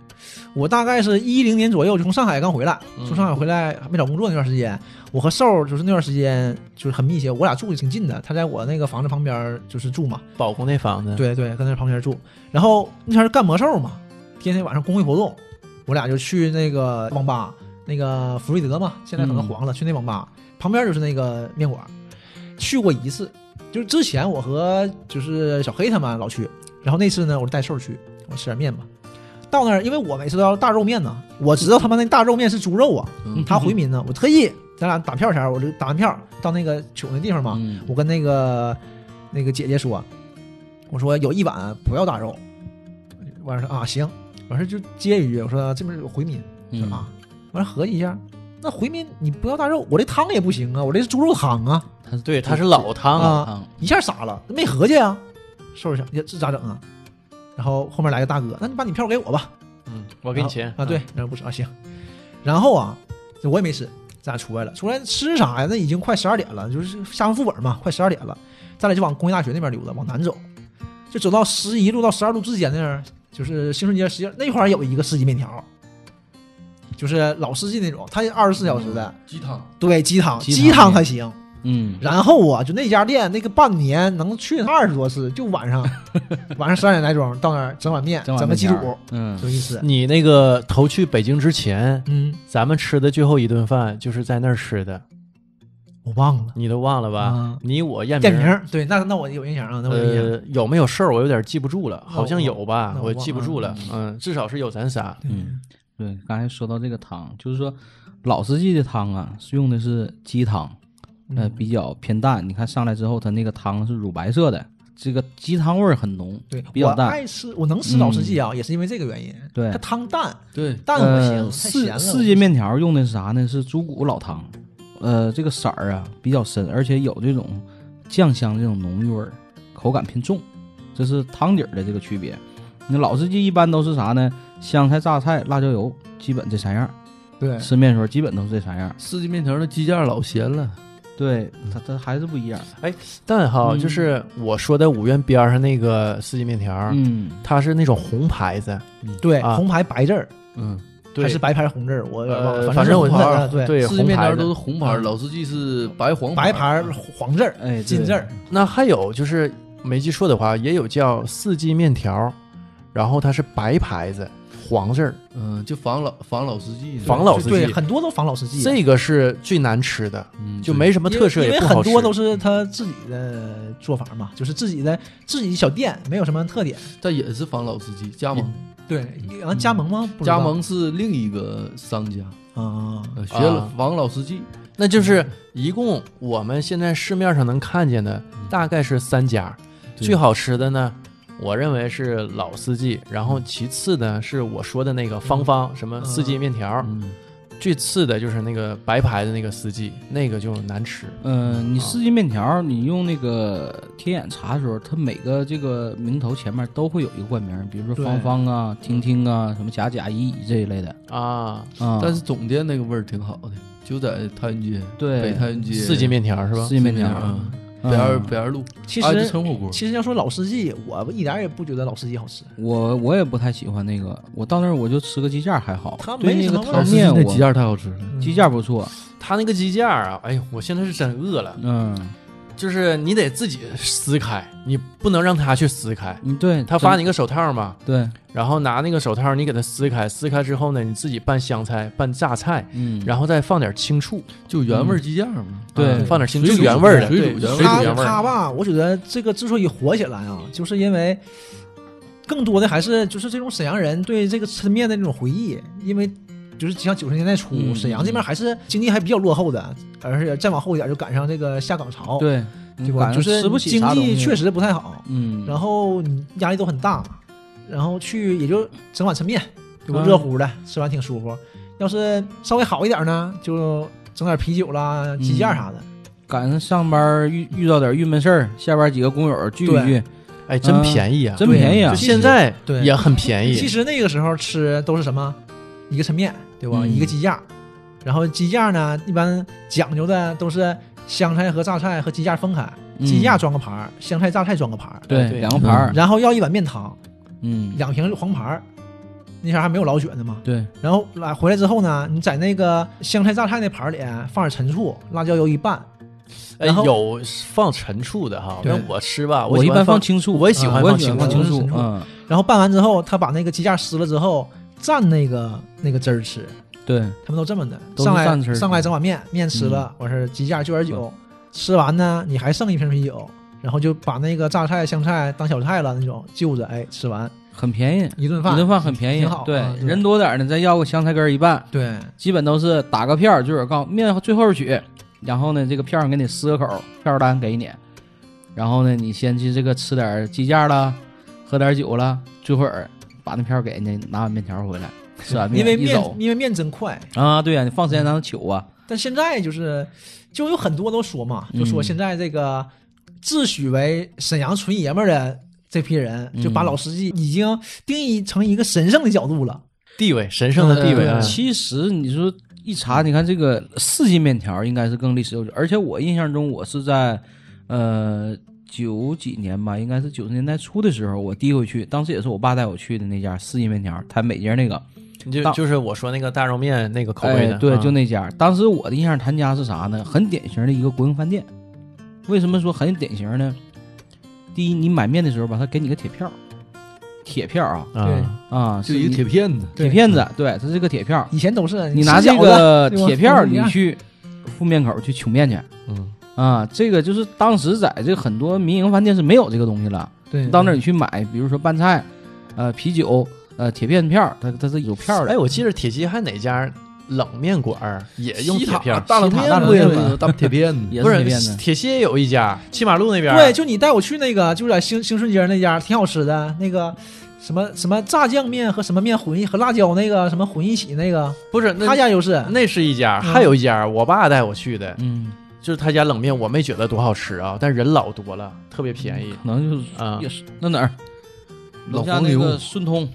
[SPEAKER 5] 我大概是一零年左右，就从上海刚回来，
[SPEAKER 3] 嗯
[SPEAKER 5] 从上海回来还没找工作那段时间，我和瘦儿就是那段时间就是很密切，我俩住的挺近的，他在我那个房子旁边儿就是住嘛，
[SPEAKER 3] 保护那房子，
[SPEAKER 5] 对对，跟那旁边住。然后那天是干魔兽嘛，天天晚上公会活动，我俩就去那个网吧，那个福瑞德嘛，现在可能黄了，去那网吧旁边就是那个面馆，去过一次，就是之前我和就是小黑他们老去，然后那次呢，我就带瘦去，我吃点面吧。到那儿，因为我每次都要大肉面呢，我知道他们那大肉面是猪肉啊，
[SPEAKER 6] 嗯
[SPEAKER 5] 他回民呢，我特意咱俩打票前儿，我就打完票到那个取那地方嘛，
[SPEAKER 6] 嗯
[SPEAKER 5] 我跟那个那个姐姐说，我说有一碗不要大肉，完事儿啊行，完事儿就接一句，我说这边有回民，我说
[SPEAKER 6] 嗯，
[SPEAKER 5] 啊，完事儿合计一下，那回民你不要大肉，我这汤也不行啊，我这是猪肉汤啊，
[SPEAKER 3] 对，它是老汤
[SPEAKER 5] 啊一下傻了，没合计啊，收拾想这这咋整啊？然后后面来个大哥，那你把你票给我吧，
[SPEAKER 3] 嗯，我给你钱
[SPEAKER 5] 啊，对，，然后不是啊行，然后啊，我也没吃，咱俩出来了，出来吃啥呀？那已经快十二点了，就是下完副本嘛，快十二点了，咱俩就往工业大学那边溜达，往南走，就走到十一路到十二路之间那儿，就是兴顺街十一那块儿有一个司机面条，就是老司机那种，他二十四小时的，
[SPEAKER 6] 鸡汤，
[SPEAKER 5] 对，鸡汤
[SPEAKER 4] 鸡汤
[SPEAKER 5] 鸡汤还行。
[SPEAKER 4] 嗯，
[SPEAKER 5] 然后啊，就那家店那个半年能去二十多次，就 晚上晚上十二点来钟到那儿整碗面，
[SPEAKER 4] 整碗
[SPEAKER 5] 整个
[SPEAKER 4] 面
[SPEAKER 5] 鸡
[SPEAKER 4] 条
[SPEAKER 5] 肚，
[SPEAKER 4] 嗯，
[SPEAKER 5] 就一次。
[SPEAKER 3] 你那个头去北京之前，
[SPEAKER 5] 嗯，
[SPEAKER 3] 咱们吃的最后一顿饭就是在那儿吃的，
[SPEAKER 5] 我忘了
[SPEAKER 3] 你都忘了吧？
[SPEAKER 5] 啊。
[SPEAKER 3] 你我燕
[SPEAKER 5] 店名
[SPEAKER 3] 明，
[SPEAKER 5] 儿对，那那我有印象啊，那我有印象。
[SPEAKER 3] 呃，有没有事儿？我有点记不住了，
[SPEAKER 5] 那
[SPEAKER 3] 好像
[SPEAKER 5] 我
[SPEAKER 3] 有吧，
[SPEAKER 5] 那我
[SPEAKER 3] 我记不
[SPEAKER 5] 忘了
[SPEAKER 3] 住了。嗯，至少是有咱仨。
[SPEAKER 4] 嗯，对，刚才说到这个汤，就是说老司机的汤啊，是用的是鸡汤，呃，
[SPEAKER 5] 嗯
[SPEAKER 4] 比较偏淡。你看上来之后，它那个汤是乳白色的，这个鸡汤味儿很浓，
[SPEAKER 5] 对，
[SPEAKER 4] 比较
[SPEAKER 5] 我
[SPEAKER 4] 淡。
[SPEAKER 5] 爱吃，我能吃老司机啊，也是因为这个原因。
[SPEAKER 4] 对
[SPEAKER 5] 它汤淡，
[SPEAKER 6] 对，
[SPEAKER 5] 淡我行，
[SPEAKER 4] 呃，
[SPEAKER 5] 太咸
[SPEAKER 4] 四
[SPEAKER 5] 了。
[SPEAKER 4] 四季面条用的是啥呢？是猪骨老汤，呃，这个色儿啊比较深，而且有这种酱香这种浓郁味儿，口感偏重，这是汤底儿的这个区别。那老司机一般都是啥呢？香菜、榨菜、辣椒油，基本这三样儿。
[SPEAKER 5] 对，
[SPEAKER 4] 吃面的时候基本都是这三样儿。
[SPEAKER 6] 四季面条的鸡架老咸了，
[SPEAKER 4] 对，它它还是不一样。
[SPEAKER 3] 但哈，
[SPEAKER 4] 嗯
[SPEAKER 3] 就是我说的五院边上那个四季面条，
[SPEAKER 4] 嗯，
[SPEAKER 3] 它是那种红牌子，
[SPEAKER 5] 对，
[SPEAKER 3] 啊
[SPEAKER 5] 红牌白字儿
[SPEAKER 6] 嗯，
[SPEAKER 3] 对
[SPEAKER 5] 还是白牌红字儿，我有点忘
[SPEAKER 3] 呃
[SPEAKER 5] 了，
[SPEAKER 3] 反
[SPEAKER 5] 正
[SPEAKER 3] 正
[SPEAKER 5] 是
[SPEAKER 3] 我
[SPEAKER 5] 红牌儿啊
[SPEAKER 3] 对
[SPEAKER 5] 对，
[SPEAKER 6] 四季
[SPEAKER 3] 红
[SPEAKER 6] 面
[SPEAKER 3] 牌
[SPEAKER 6] 条
[SPEAKER 3] 子
[SPEAKER 6] 都是红牌儿，老司机是白黄
[SPEAKER 5] 白牌
[SPEAKER 6] 牌
[SPEAKER 5] 儿黄字儿，
[SPEAKER 4] 哎，
[SPEAKER 5] 金字
[SPEAKER 4] 对
[SPEAKER 5] 儿，
[SPEAKER 3] 那还有就是没记错的话，也有叫四季面条，然后它是白牌子，黄字儿，
[SPEAKER 6] 嗯，就防老防老司机，
[SPEAKER 3] 防老司
[SPEAKER 5] 对，
[SPEAKER 3] 机。
[SPEAKER 5] 很多都仿老司机。
[SPEAKER 3] 这个是最难吃的，
[SPEAKER 6] 嗯
[SPEAKER 3] 就没什么特色，
[SPEAKER 5] 因
[SPEAKER 3] 也
[SPEAKER 5] 为
[SPEAKER 3] 不
[SPEAKER 5] 很
[SPEAKER 3] 好吃。
[SPEAKER 5] 多都是他自己的做法嘛，就是自己的自己小店，没有什么特点。
[SPEAKER 6] 但也是防老司机加盟，
[SPEAKER 5] 对，然后加盟吗？不知道
[SPEAKER 6] 加盟是另一个商家，
[SPEAKER 5] 啊，
[SPEAKER 6] 呃学了
[SPEAKER 3] 啊
[SPEAKER 6] 防老司机，
[SPEAKER 3] 那就是一共我们现在市面上能看见的大概是三家，
[SPEAKER 6] 对
[SPEAKER 3] 最好吃的呢，我认为是老四季，然后其次呢是我说的那个芳芳，什么四季面条，
[SPEAKER 6] 嗯，
[SPEAKER 3] 最次的就是那个白牌的那个四季，那个就难吃。
[SPEAKER 4] 嗯，你四季面条，你用那个天眼查的时候，它每个这个名头前面都会有一个冠名，比如说
[SPEAKER 5] 对
[SPEAKER 4] 芳芳啊、听听啊、什么甲甲乙乙这一类的
[SPEAKER 3] 啊，
[SPEAKER 4] 啊。
[SPEAKER 6] 但是总店那个味儿挺好的，就在太原街，
[SPEAKER 4] 对
[SPEAKER 6] 北太原街
[SPEAKER 3] 四季面条是吧
[SPEAKER 4] 四？季面条，
[SPEAKER 6] 嗯
[SPEAKER 4] 嗯
[SPEAKER 6] 北二北二路，
[SPEAKER 5] 其
[SPEAKER 6] 啊就
[SPEAKER 5] 实
[SPEAKER 6] 城火锅，
[SPEAKER 5] 其实要说老司机，我一点儿也不觉得老司机好吃。
[SPEAKER 4] 我我也不太喜欢那个，我到那儿我就吃个鸡架还好。
[SPEAKER 5] 它
[SPEAKER 4] 对
[SPEAKER 5] 没
[SPEAKER 4] 那
[SPEAKER 5] 什
[SPEAKER 4] 个
[SPEAKER 5] 么味儿
[SPEAKER 4] 汤面
[SPEAKER 6] 那
[SPEAKER 4] 我
[SPEAKER 6] 鸡架太好吃了，
[SPEAKER 4] 鸡架不错，
[SPEAKER 3] 他那个鸡架啊，哎呦，我现在是真饿了，
[SPEAKER 4] 嗯，
[SPEAKER 3] 就是你得自己撕开，你不能让他去撕开。
[SPEAKER 4] 嗯对
[SPEAKER 3] 他发
[SPEAKER 4] 真
[SPEAKER 3] 你个手套嘛，
[SPEAKER 4] 对，
[SPEAKER 3] 然后拿那个手套你给它撕开，撕开之后呢，你自己拌香菜、拌榨菜，
[SPEAKER 4] 嗯，
[SPEAKER 3] 然后再放点青醋，
[SPEAKER 6] 就原味儿鸡架嘛，啊
[SPEAKER 4] 对
[SPEAKER 3] 嗯放点青醋
[SPEAKER 6] 水煮
[SPEAKER 3] 原味儿的，
[SPEAKER 6] 水煮
[SPEAKER 3] 对
[SPEAKER 6] 原味儿
[SPEAKER 3] 水煮
[SPEAKER 5] 他
[SPEAKER 3] 原味
[SPEAKER 5] 他
[SPEAKER 3] 儿。
[SPEAKER 5] 吧，我觉得这个之所以火起来啊，就是因为更多的还是就是这种沈阳人对这个抻面的那种回忆，因为。就是像九十年代初，
[SPEAKER 4] 嗯
[SPEAKER 5] 沈阳这边还是经济还比较落后的，而且再往后一点就赶上这个下岗潮，
[SPEAKER 4] 对，
[SPEAKER 5] 对吧？
[SPEAKER 4] 反
[SPEAKER 5] 就
[SPEAKER 4] 正
[SPEAKER 5] 是
[SPEAKER 4] 吃不起
[SPEAKER 5] 经
[SPEAKER 4] 啥东
[SPEAKER 5] 济
[SPEAKER 4] 西
[SPEAKER 5] 确，实不太好，
[SPEAKER 4] 嗯，
[SPEAKER 5] 然后你压力都很大，然后去也就整碗抻面，对吧？
[SPEAKER 4] 嗯
[SPEAKER 5] 热乎的，吃完挺舒服。要是稍微好一点呢，就整点啤酒啦、
[SPEAKER 4] 嗯
[SPEAKER 5] 鸡架啥的。
[SPEAKER 4] 赶上上班儿遇遇到点郁闷事儿，下边儿几个工友儿聚一聚
[SPEAKER 5] 对，
[SPEAKER 3] 哎，真便宜啊！
[SPEAKER 4] 真便宜啊
[SPEAKER 3] 就！现在
[SPEAKER 5] 对
[SPEAKER 3] 也很便
[SPEAKER 4] 哎
[SPEAKER 3] 宜。
[SPEAKER 5] 其实那个时候吃都是什么？一个抻面，对吧？
[SPEAKER 4] 嗯
[SPEAKER 5] 一个鸡架，然后鸡架呢，一般讲究的都是香菜和榨菜和鸡架分开，
[SPEAKER 4] 嗯
[SPEAKER 5] 鸡架装个盘儿，香菜榨菜装个盘儿，
[SPEAKER 4] 对
[SPEAKER 3] 对
[SPEAKER 4] 两个盘儿，
[SPEAKER 5] 然后要一碗面汤，
[SPEAKER 4] 嗯，
[SPEAKER 5] 两瓶黄牌儿。那时候还没有老雪呢嘛，
[SPEAKER 4] 对，
[SPEAKER 5] 然后来回来之后呢，你在那个香菜榨菜那盘儿里啊放点陈醋、辣椒油一拌，
[SPEAKER 3] 哎，
[SPEAKER 5] 然后
[SPEAKER 3] 有放陈醋的哈，
[SPEAKER 5] 对
[SPEAKER 3] 那啊我吃吧，
[SPEAKER 4] 我
[SPEAKER 3] 喜
[SPEAKER 4] 一
[SPEAKER 3] 欢
[SPEAKER 4] 般
[SPEAKER 3] 放
[SPEAKER 4] 放青醋，
[SPEAKER 3] 我也喜欢
[SPEAKER 4] 嗯我
[SPEAKER 3] 放
[SPEAKER 4] 也喜欢放
[SPEAKER 5] 青
[SPEAKER 4] 青
[SPEAKER 5] 醋
[SPEAKER 4] 醋
[SPEAKER 5] 我，也喜欢
[SPEAKER 4] 嗯，
[SPEAKER 5] 然后拌完之后，他把那个鸡架撕了之后蘸那个那个汁儿吃，
[SPEAKER 4] 对，
[SPEAKER 5] 他们都这么的，
[SPEAKER 4] 都是嗯
[SPEAKER 5] 上
[SPEAKER 4] 蘸汁
[SPEAKER 5] 来
[SPEAKER 4] 儿
[SPEAKER 5] 上来整碗面，面吃了，完事儿鸡架就点酒，吃完呢你还剩一瓶啤酒，然后就把那个榨菜、香菜当小菜了那种就着，哎，吃完
[SPEAKER 4] 很便宜，
[SPEAKER 5] 一顿
[SPEAKER 4] 一
[SPEAKER 5] 饭，
[SPEAKER 4] 顿饭很便宜
[SPEAKER 5] 挺好，
[SPEAKER 4] 对
[SPEAKER 5] 啊，对
[SPEAKER 4] 人多点儿呢，再要个香菜根儿一拌，
[SPEAKER 5] 对
[SPEAKER 4] 基本都是打个票儿，就是告面最后取，然后呢，这个票儿给你撕个口儿，票儿单给你，然后呢，你先去这个吃点儿鸡架啦，喝点儿酒啦，最后儿把那票儿给人家，拿碗面条儿回来，吃完面
[SPEAKER 5] 因为
[SPEAKER 4] 一
[SPEAKER 5] 面
[SPEAKER 4] 走
[SPEAKER 5] 因为面真快，
[SPEAKER 4] 啊，对呀、你放时间长求啊，
[SPEAKER 5] 但现在就是就有很多都说嘛，
[SPEAKER 4] 嗯
[SPEAKER 5] 就说现在这个自诩为沈阳纯爷们儿的这批人，就把
[SPEAKER 4] 嗯
[SPEAKER 5] 老司机已经定义成一个神圣的角度了，
[SPEAKER 3] 地位，神圣的地位。
[SPEAKER 6] 啊
[SPEAKER 4] 呃
[SPEAKER 3] 嗯
[SPEAKER 4] 其实你说一查，你看这个四季面条应该是更历史悠久，而且我印象中我是在呃九几年吧，应该是九十年代初的时候，我第一回去，当时也是我爸带我去的那家四季面条，谭北街那个
[SPEAKER 3] 你就
[SPEAKER 4] 到
[SPEAKER 3] 就是我说那个大肉面那个口味
[SPEAKER 4] 哎
[SPEAKER 3] 的，
[SPEAKER 6] 啊
[SPEAKER 4] 对，
[SPEAKER 3] 嗯
[SPEAKER 4] 就那家。当时我的印象，他家是啥呢？很典型的一个国营饭店。为什么说很典型呢？第一，你买面的时候吧，他给你个铁票，铁票啊
[SPEAKER 5] 对
[SPEAKER 3] 啊，
[SPEAKER 4] 啊，
[SPEAKER 6] 就是一个
[SPEAKER 4] 你
[SPEAKER 6] 铁片子，
[SPEAKER 4] 铁片子，对，它是个铁票。
[SPEAKER 5] 以前都是
[SPEAKER 4] 你
[SPEAKER 5] 吃
[SPEAKER 4] 拿这
[SPEAKER 5] 饺子
[SPEAKER 4] 个
[SPEAKER 5] 对吧
[SPEAKER 4] 铁票，
[SPEAKER 5] 怎么
[SPEAKER 4] 你
[SPEAKER 5] 样
[SPEAKER 4] 去副面口去取面去
[SPEAKER 6] 嗯，
[SPEAKER 4] 啊。这个就是当时在这很多民营饭店是没有这个东西了。
[SPEAKER 5] 对
[SPEAKER 4] 到那儿你去买，比如说拌菜、呃啤酒、呃铁片票，它它是有票的
[SPEAKER 3] 哎，。我记得铁西还哪家冷面馆儿也用
[SPEAKER 6] 西
[SPEAKER 3] 铁
[SPEAKER 6] 塔
[SPEAKER 3] 片
[SPEAKER 5] 啊
[SPEAKER 3] 儿，
[SPEAKER 6] 大冷
[SPEAKER 4] 西塔
[SPEAKER 6] 面
[SPEAKER 4] 大冷
[SPEAKER 6] 不也
[SPEAKER 4] 面
[SPEAKER 6] 是
[SPEAKER 4] 嘛
[SPEAKER 6] 大铁片子，
[SPEAKER 4] 也
[SPEAKER 3] 不
[SPEAKER 4] 是
[SPEAKER 3] 是
[SPEAKER 4] 那边的，
[SPEAKER 3] 铁西也有一家，七马路那边儿。
[SPEAKER 5] 对，就你带我去那个，就是在兴兴顺街那家，挺好吃的。那个什么什么炸酱面和什么面混一和辣椒那个什么混一起那个，
[SPEAKER 3] 不是那
[SPEAKER 5] 他家就是
[SPEAKER 3] 那是一家，
[SPEAKER 5] 嗯
[SPEAKER 3] 还有一家我爸带我去的，
[SPEAKER 4] 嗯，
[SPEAKER 3] 就是他家冷面，我没觉得多好吃啊，但人老多了，特别便宜
[SPEAKER 4] 可能就是
[SPEAKER 3] 啊
[SPEAKER 4] 也。是那哪儿？
[SPEAKER 6] 老
[SPEAKER 4] 楼下
[SPEAKER 6] 黄
[SPEAKER 4] 那个
[SPEAKER 6] 牛，
[SPEAKER 4] 顺通，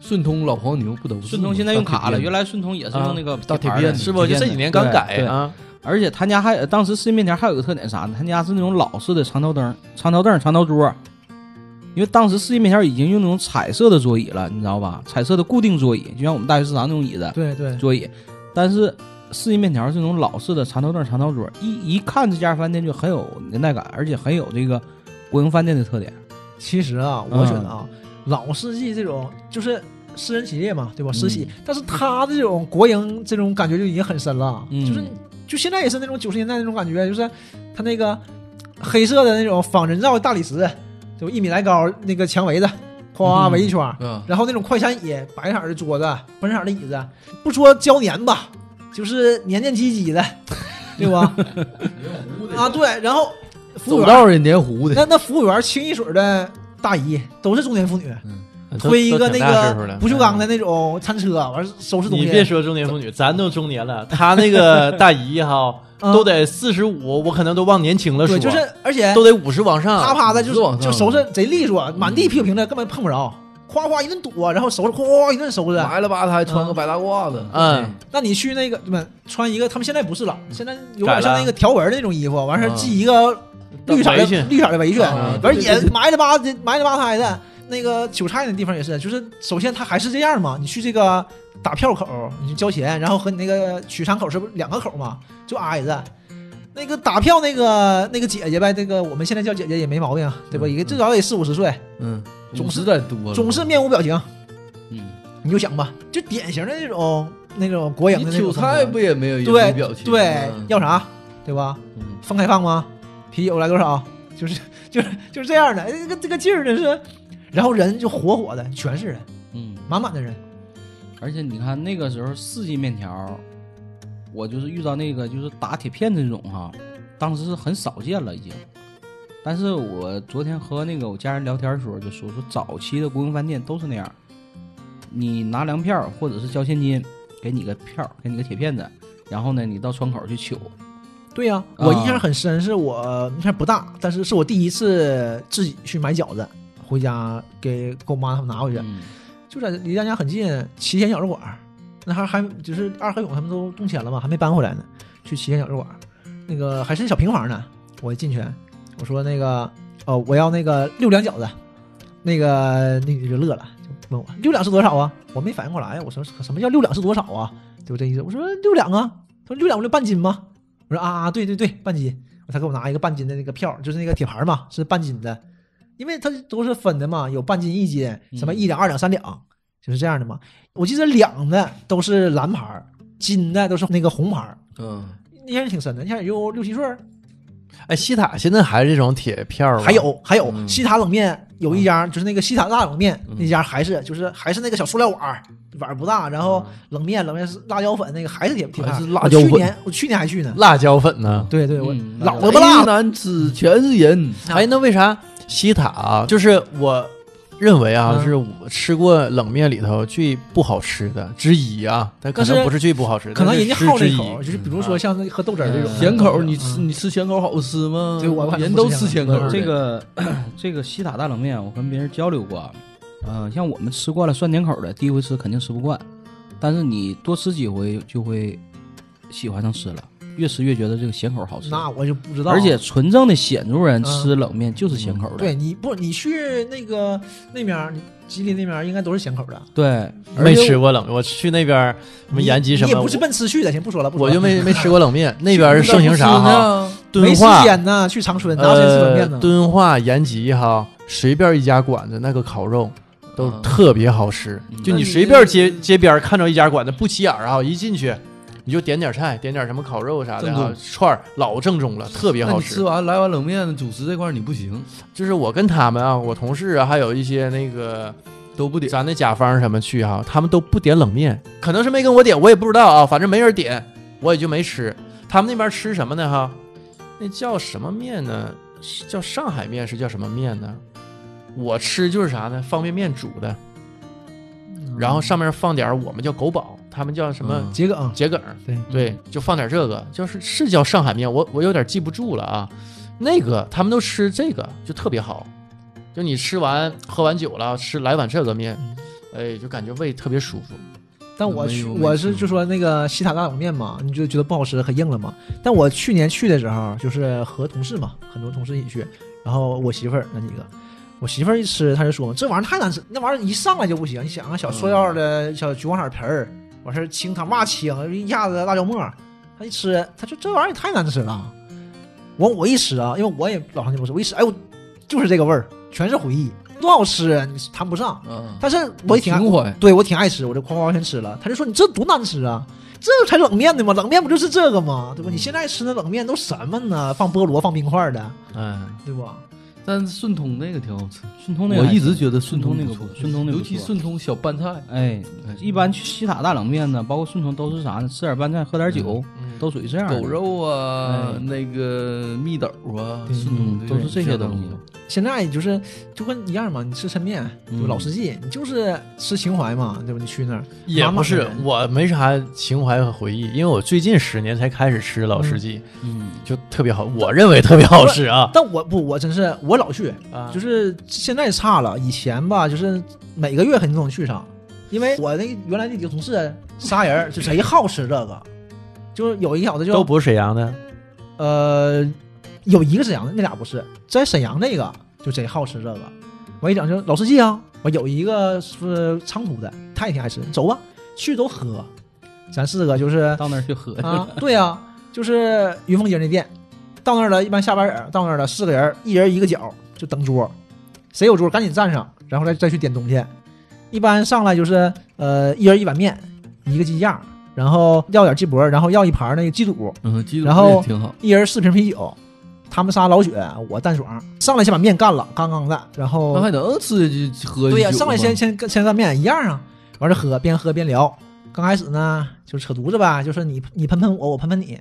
[SPEAKER 6] 顺通老黄牛不都是
[SPEAKER 4] 顺通现在用卡 了，原
[SPEAKER 6] 来
[SPEAKER 4] 来顺通也是
[SPEAKER 3] 啊
[SPEAKER 4] 用那个
[SPEAKER 6] 大铁
[SPEAKER 4] 牌儿的
[SPEAKER 6] 片子
[SPEAKER 3] 是不？就这几年刚改。
[SPEAKER 4] 对对
[SPEAKER 3] 啊，
[SPEAKER 4] 而且他家还当时四面条还有个特点啥呢？他家是那种老式的长条灯、长条凳、长条桌，因为当时四季面条已经用那种彩色的桌椅了，你知道吧？彩色的固定桌椅，就像我们大学食堂那种椅子
[SPEAKER 5] 对对，
[SPEAKER 4] 桌椅，但是。四季面条是那种老式的长条凳、长条桌，一一看这家饭店就很有年代感，而且很有这个国营饭店的特点。
[SPEAKER 5] 其实啊，
[SPEAKER 4] 嗯
[SPEAKER 5] 我觉得啊，老世纪这种就是私人企业嘛，对吧？私企，但是他这种国营这种感觉就已经很深了，
[SPEAKER 4] 嗯
[SPEAKER 5] 就是就现在也是那种九十年代那种感觉，就是他那个黑色的那种仿人造大理石，就一米来高那个墙围子，哗哗围一圈儿。
[SPEAKER 6] 啊，
[SPEAKER 5] 然后那种快餐椅，白色儿的桌子，粉色儿的椅子，不说胶粘吧，就是黏黏唧唧的，对吧？ 啊，对，然后服务
[SPEAKER 6] 走
[SPEAKER 5] 员，
[SPEAKER 6] 道也黏糊的，
[SPEAKER 5] 那那服务员清一水的大姨，都是中年妇女，
[SPEAKER 3] 都
[SPEAKER 5] 推一
[SPEAKER 3] 嗯
[SPEAKER 5] 个
[SPEAKER 3] 都
[SPEAKER 5] 那
[SPEAKER 3] 挺大岁数
[SPEAKER 5] 个
[SPEAKER 3] 了
[SPEAKER 5] 不锈钢的那种餐车，完事收拾东西。
[SPEAKER 3] 你别说中年妇女，咱都中年了，她那个大姨哈，
[SPEAKER 5] 嗯
[SPEAKER 3] 都得四十五，我可能都往年轻了说，
[SPEAKER 5] 对，就是而且
[SPEAKER 3] 都得五十往上。
[SPEAKER 5] 啪啪的就
[SPEAKER 6] 直往
[SPEAKER 5] 是
[SPEAKER 6] 上
[SPEAKER 5] 就收拾贼利索，满地屁股平着，根本碰不着，夸夸一顿躲，然后收拾夸夸一顿收拾。
[SPEAKER 6] 埋了吧，他还穿个白大褂子，
[SPEAKER 3] 嗯，
[SPEAKER 5] 那你去那个怎么穿一个？他们现在不是了，现在有
[SPEAKER 3] 改了
[SPEAKER 5] 点像那个条纹儿那种衣服，完事儿
[SPEAKER 6] 嗯
[SPEAKER 5] 系一个绿色的
[SPEAKER 3] 围裙
[SPEAKER 5] 绿色的围裙，
[SPEAKER 6] 啊
[SPEAKER 5] 完
[SPEAKER 6] 对
[SPEAKER 5] 也
[SPEAKER 6] 对对
[SPEAKER 5] 埋了吧埋了吧胎的。那个韭菜那地方也是，就是首先它还是这样嘛，你去这个打票口，
[SPEAKER 6] 嗯
[SPEAKER 5] 你去交钱，然后和你那个取餐口是不是两个口嘛，就挨着。那个打票那个那个姐姐呗，那个我们现在叫姐姐也没毛病，对吧？
[SPEAKER 6] 嗯
[SPEAKER 5] 也至少得四五十岁，
[SPEAKER 6] 嗯，
[SPEAKER 5] 总是
[SPEAKER 6] 50在多了，
[SPEAKER 5] 总是面无表情，
[SPEAKER 4] 嗯，
[SPEAKER 5] 你就想吧，就典型的那种那种国营的
[SPEAKER 6] 你
[SPEAKER 5] 那种
[SPEAKER 6] 韭
[SPEAKER 5] 风格
[SPEAKER 6] 菜不也没有一
[SPEAKER 5] 对
[SPEAKER 6] 个表情吗？
[SPEAKER 5] 对，要啥对吧？
[SPEAKER 6] 嗯
[SPEAKER 5] 分开放吗？啤酒来多少？ 就是就是就是这样的，哎这个这个劲儿真是，然后人就火火的，全是人，
[SPEAKER 4] 嗯，
[SPEAKER 5] 满满的人。
[SPEAKER 4] 而且你看那个时候四季面条，我就是遇到那个就是打铁片这种哈，当时是很少见了已经。但是我昨天和那个我家人聊天的时候就说，说早期的国营饭店都是那样，你拿粮票或者是交现金，给你个票，给你个铁片子，然后呢你到窗口去取。
[SPEAKER 5] 对呀、我印象很深，是我印象不大，但是是我第一次自己去买饺子，回家给给我妈他们拿回去，
[SPEAKER 4] 嗯
[SPEAKER 5] 就在离咱家很近，齐贤饺子馆儿，那还还就是二合勇他们都动迁了嘛，还没搬回来呢，去齐贤饺子馆儿，那个还是小平房呢，我进去，我说那个哦，我要那个六两饺子，那个那女就乐了，就问我六两是多少啊？我没反应过来，我说什么叫六两是多少啊？就这意思。我说六两啊，他说六两不就半斤吗？我说啊啊，对对对，半斤。他给我拿一个半斤的那个票，就是那个铁牌嘛，是半斤的，因为它都是分的嘛，有半斤、一斤，什么
[SPEAKER 4] 嗯
[SPEAKER 5] 一两、二两、三两，就是这样的嘛。我记得两的都是蓝牌儿，斤的都是那个红牌儿。
[SPEAKER 6] 嗯，
[SPEAKER 5] 印象也挺深的，印象也就六七岁儿
[SPEAKER 3] 哎，西塔现在还是这种铁片儿吗？
[SPEAKER 5] 还有还有
[SPEAKER 6] 嗯
[SPEAKER 5] 西塔冷面有一家，就是那个西塔辣冷面
[SPEAKER 6] 嗯
[SPEAKER 5] 那家，还是就是还是那个小塑料碗儿，碗儿不大，然后冷面冷面是辣椒粉那个还是铁铁
[SPEAKER 6] 还
[SPEAKER 5] 盘
[SPEAKER 6] 是
[SPEAKER 5] 儿。
[SPEAKER 6] 辣
[SPEAKER 5] 我
[SPEAKER 6] 椒
[SPEAKER 5] 去
[SPEAKER 6] 粉
[SPEAKER 5] 年我去年还去呢。
[SPEAKER 3] 辣椒粉呢？
[SPEAKER 5] 对对，我
[SPEAKER 4] 嗯
[SPEAKER 5] 老
[SPEAKER 4] 辣椒
[SPEAKER 5] 了不辣
[SPEAKER 6] 一男子全是人，
[SPEAKER 3] 哎，那为啥西塔啊就是我认为啊，
[SPEAKER 5] 嗯
[SPEAKER 3] 是我吃过冷面里头最不好吃的之一啊？但可
[SPEAKER 5] 但是
[SPEAKER 3] 能不是最不好吃的，
[SPEAKER 5] 可能
[SPEAKER 3] 但是
[SPEAKER 5] 人家好
[SPEAKER 3] 之
[SPEAKER 5] 那
[SPEAKER 3] 一
[SPEAKER 5] 口，就是比如说像那喝豆汁儿这种
[SPEAKER 3] 嗯
[SPEAKER 6] 咸口，你吃
[SPEAKER 5] 吃
[SPEAKER 6] 你吃咸口好吃吗？
[SPEAKER 5] 对我反正
[SPEAKER 6] 人
[SPEAKER 5] 不
[SPEAKER 6] 都
[SPEAKER 5] 吃
[SPEAKER 6] 吃
[SPEAKER 5] 咸
[SPEAKER 6] 咸
[SPEAKER 5] 口嗯
[SPEAKER 6] 口的，
[SPEAKER 4] 这个 这个西塔大冷面，我跟别人交流过，呃，像我们吃惯了酸甜口的，第一回吃肯定吃不惯，但是你多吃几回就会喜欢上吃了，越吃越觉得这个咸口好吃。
[SPEAKER 5] 那我就不知道。嗯
[SPEAKER 4] 而且纯正的显族人吃冷面就是咸口的，
[SPEAKER 5] 对你不你去那个那边儿，你吉林那边儿应该都是咸口的，
[SPEAKER 4] 对，
[SPEAKER 5] 嗯
[SPEAKER 3] 没吃过冷面。我去那边儿什么
[SPEAKER 5] 你
[SPEAKER 3] 延吉什
[SPEAKER 5] 你也
[SPEAKER 3] 么，
[SPEAKER 5] 不是奔吃去的，先不说了，不说
[SPEAKER 3] 我
[SPEAKER 5] 了
[SPEAKER 3] 就 没没吃过冷面。那边儿盛行啥哈？
[SPEAKER 6] 呢？
[SPEAKER 5] 啊没
[SPEAKER 3] 敦
[SPEAKER 5] 时
[SPEAKER 3] 化
[SPEAKER 5] 间呢，去长春拿钱吃冷面
[SPEAKER 3] 呃，
[SPEAKER 5] 呢。
[SPEAKER 3] 敦化、延吉哈，随便一家馆子那个烤肉都
[SPEAKER 5] 啊
[SPEAKER 3] 特别好吃。
[SPEAKER 4] 嗯
[SPEAKER 3] 就
[SPEAKER 6] 那
[SPEAKER 3] 你
[SPEAKER 6] 你
[SPEAKER 3] 随便街街边看着一家馆子不起眼儿哈，啊一进去你就点点菜，点点什么烤肉啥的
[SPEAKER 6] 正
[SPEAKER 3] 哈
[SPEAKER 6] 宗，
[SPEAKER 3] 串儿老正宗了，特别
[SPEAKER 6] 那
[SPEAKER 3] 好
[SPEAKER 6] 你吃
[SPEAKER 3] 吃。
[SPEAKER 6] 完来碗冷面，主食这块儿你不行，
[SPEAKER 3] 就是我跟他们啊，我同事啊，还有一些那个。
[SPEAKER 6] 都不点。
[SPEAKER 3] 咱那甲方什么去哈、他们都不点冷面，可能是没跟我点，我也不知道啊，反正没人点，我也就没吃。他们那边吃什么呢哈？那叫什么面呢？是叫上海面是叫什么面呢？我吃就是啥呢？方便面煮的，然后上面放点儿我们叫狗宝，他们叫什么
[SPEAKER 6] 嗯
[SPEAKER 5] 桔梗，
[SPEAKER 3] 桔梗，
[SPEAKER 5] 对
[SPEAKER 3] 对，就放点这个，就是是叫上海面，我我有点记不住了啊。那个他们都吃这个，就特别好，就你吃完喝完酒了，吃来碗这个面，
[SPEAKER 5] 嗯
[SPEAKER 3] 哎，就感觉胃特别舒服。
[SPEAKER 5] 但我去，
[SPEAKER 6] 嗯没有没
[SPEAKER 5] 我是
[SPEAKER 6] 吃
[SPEAKER 5] 就说那个西塔大冷面嘛，你就觉得不好吃，很硬了嘛。但我去年去的时候，就是和同事嘛，很多同事一起去，然后我媳妇儿那几个，我媳妇儿一吃，她就说这玩意儿太难吃，那玩意儿一上来就不行。你想啊，小塑
[SPEAKER 6] 嗯
[SPEAKER 5] 料的小橘黄色皮儿，完事儿清汤嘛清，一下子辣椒沫儿，她一吃，她说这玩意儿也太难吃了。我我一吃啊，因为我也老长期不吃，我一吃，哎呦，就是这个味儿，全是回忆，多好吃，你谈不上。
[SPEAKER 6] 啊，
[SPEAKER 5] 但是我也挺爱
[SPEAKER 6] 情怀，
[SPEAKER 5] 对我挺爱吃，我就夸夸全吃了。他就说你这多难吃啊，这才冷面呢嘛，冷面不就是这个吗？
[SPEAKER 3] 嗯
[SPEAKER 5] 对吧？你现在吃那冷面都什么呢？放菠萝，放冰块的，
[SPEAKER 3] 嗯，
[SPEAKER 5] 对吧？
[SPEAKER 6] 但是顺通那个挺好吃，
[SPEAKER 4] 顺通那个
[SPEAKER 6] 我
[SPEAKER 4] 还
[SPEAKER 6] 一直
[SPEAKER 4] 行
[SPEAKER 6] 觉得顺
[SPEAKER 4] 通
[SPEAKER 6] 通
[SPEAKER 4] 那个
[SPEAKER 6] 不错
[SPEAKER 4] 不，顺通那个
[SPEAKER 6] 尤其
[SPEAKER 4] 不错
[SPEAKER 6] 顺通小拌菜，
[SPEAKER 4] 哎，一般去西塔大冷面呢，包括顺从都是啥呢？吃点拌菜，喝点酒，
[SPEAKER 3] 嗯
[SPEAKER 4] 都属于这样的
[SPEAKER 6] 嗯狗肉啊
[SPEAKER 4] 哎，
[SPEAKER 6] 那个蜜豆啊，
[SPEAKER 5] 对
[SPEAKER 6] 顺通
[SPEAKER 4] 嗯，都是这些东西。
[SPEAKER 5] 现在你就是就跟一样嘛，你吃抻面，对吧
[SPEAKER 3] 嗯
[SPEAKER 5] 老司机，你就是吃情怀嘛，对吧？你去那儿
[SPEAKER 3] 也不是
[SPEAKER 5] 妈妈，
[SPEAKER 3] 我没啥情怀和回忆，因为我最近十年才开始吃老司机，
[SPEAKER 4] 嗯，
[SPEAKER 3] 就特别好，我认为特别好吃啊。
[SPEAKER 5] 但我不，我真是我老去，
[SPEAKER 3] 啊
[SPEAKER 5] 就是是现在差了，以前吧，就是每个月肯定都能去上，因为我那原来那几个同事仨人儿就谁好吃这个，就是有一个小子就
[SPEAKER 3] 都不是沈阳的，
[SPEAKER 5] 呃，有一个沈阳的，那俩不是，在沈阳那个就贼好吃这个。我一整就老司机啊，我有一个是昌图的，他也挺爱吃，走吧，去都喝。 咱四个就是
[SPEAKER 4] 到那儿就喝去
[SPEAKER 5] 啊
[SPEAKER 4] 了，，
[SPEAKER 5] 对呀、就是于凤姐那店，到那儿了，一般下班人到那儿了，四个人一人一个角就等桌，谁有桌赶紧站上，然后再再去点东西。一般上来就是呃，一人一碗面，一个鸡架，然后要点鸡脖，然后要一盘那个鸡肚，
[SPEAKER 6] 嗯，鸡
[SPEAKER 5] 然后
[SPEAKER 6] 也挺好，
[SPEAKER 5] 一人四瓶啤酒，他们仨老雪，我蛋爽，上来先把面干了，刚刚的，然
[SPEAKER 6] 那
[SPEAKER 5] 后
[SPEAKER 6] 还能吃就喝一
[SPEAKER 5] 对呀、
[SPEAKER 6] 宿
[SPEAKER 5] 上来
[SPEAKER 6] 吗
[SPEAKER 5] 先先先干面一样啊，完了喝，边喝边聊。刚开始呢，就扯犊子吧，就是你你喷喷我，我喷喷你。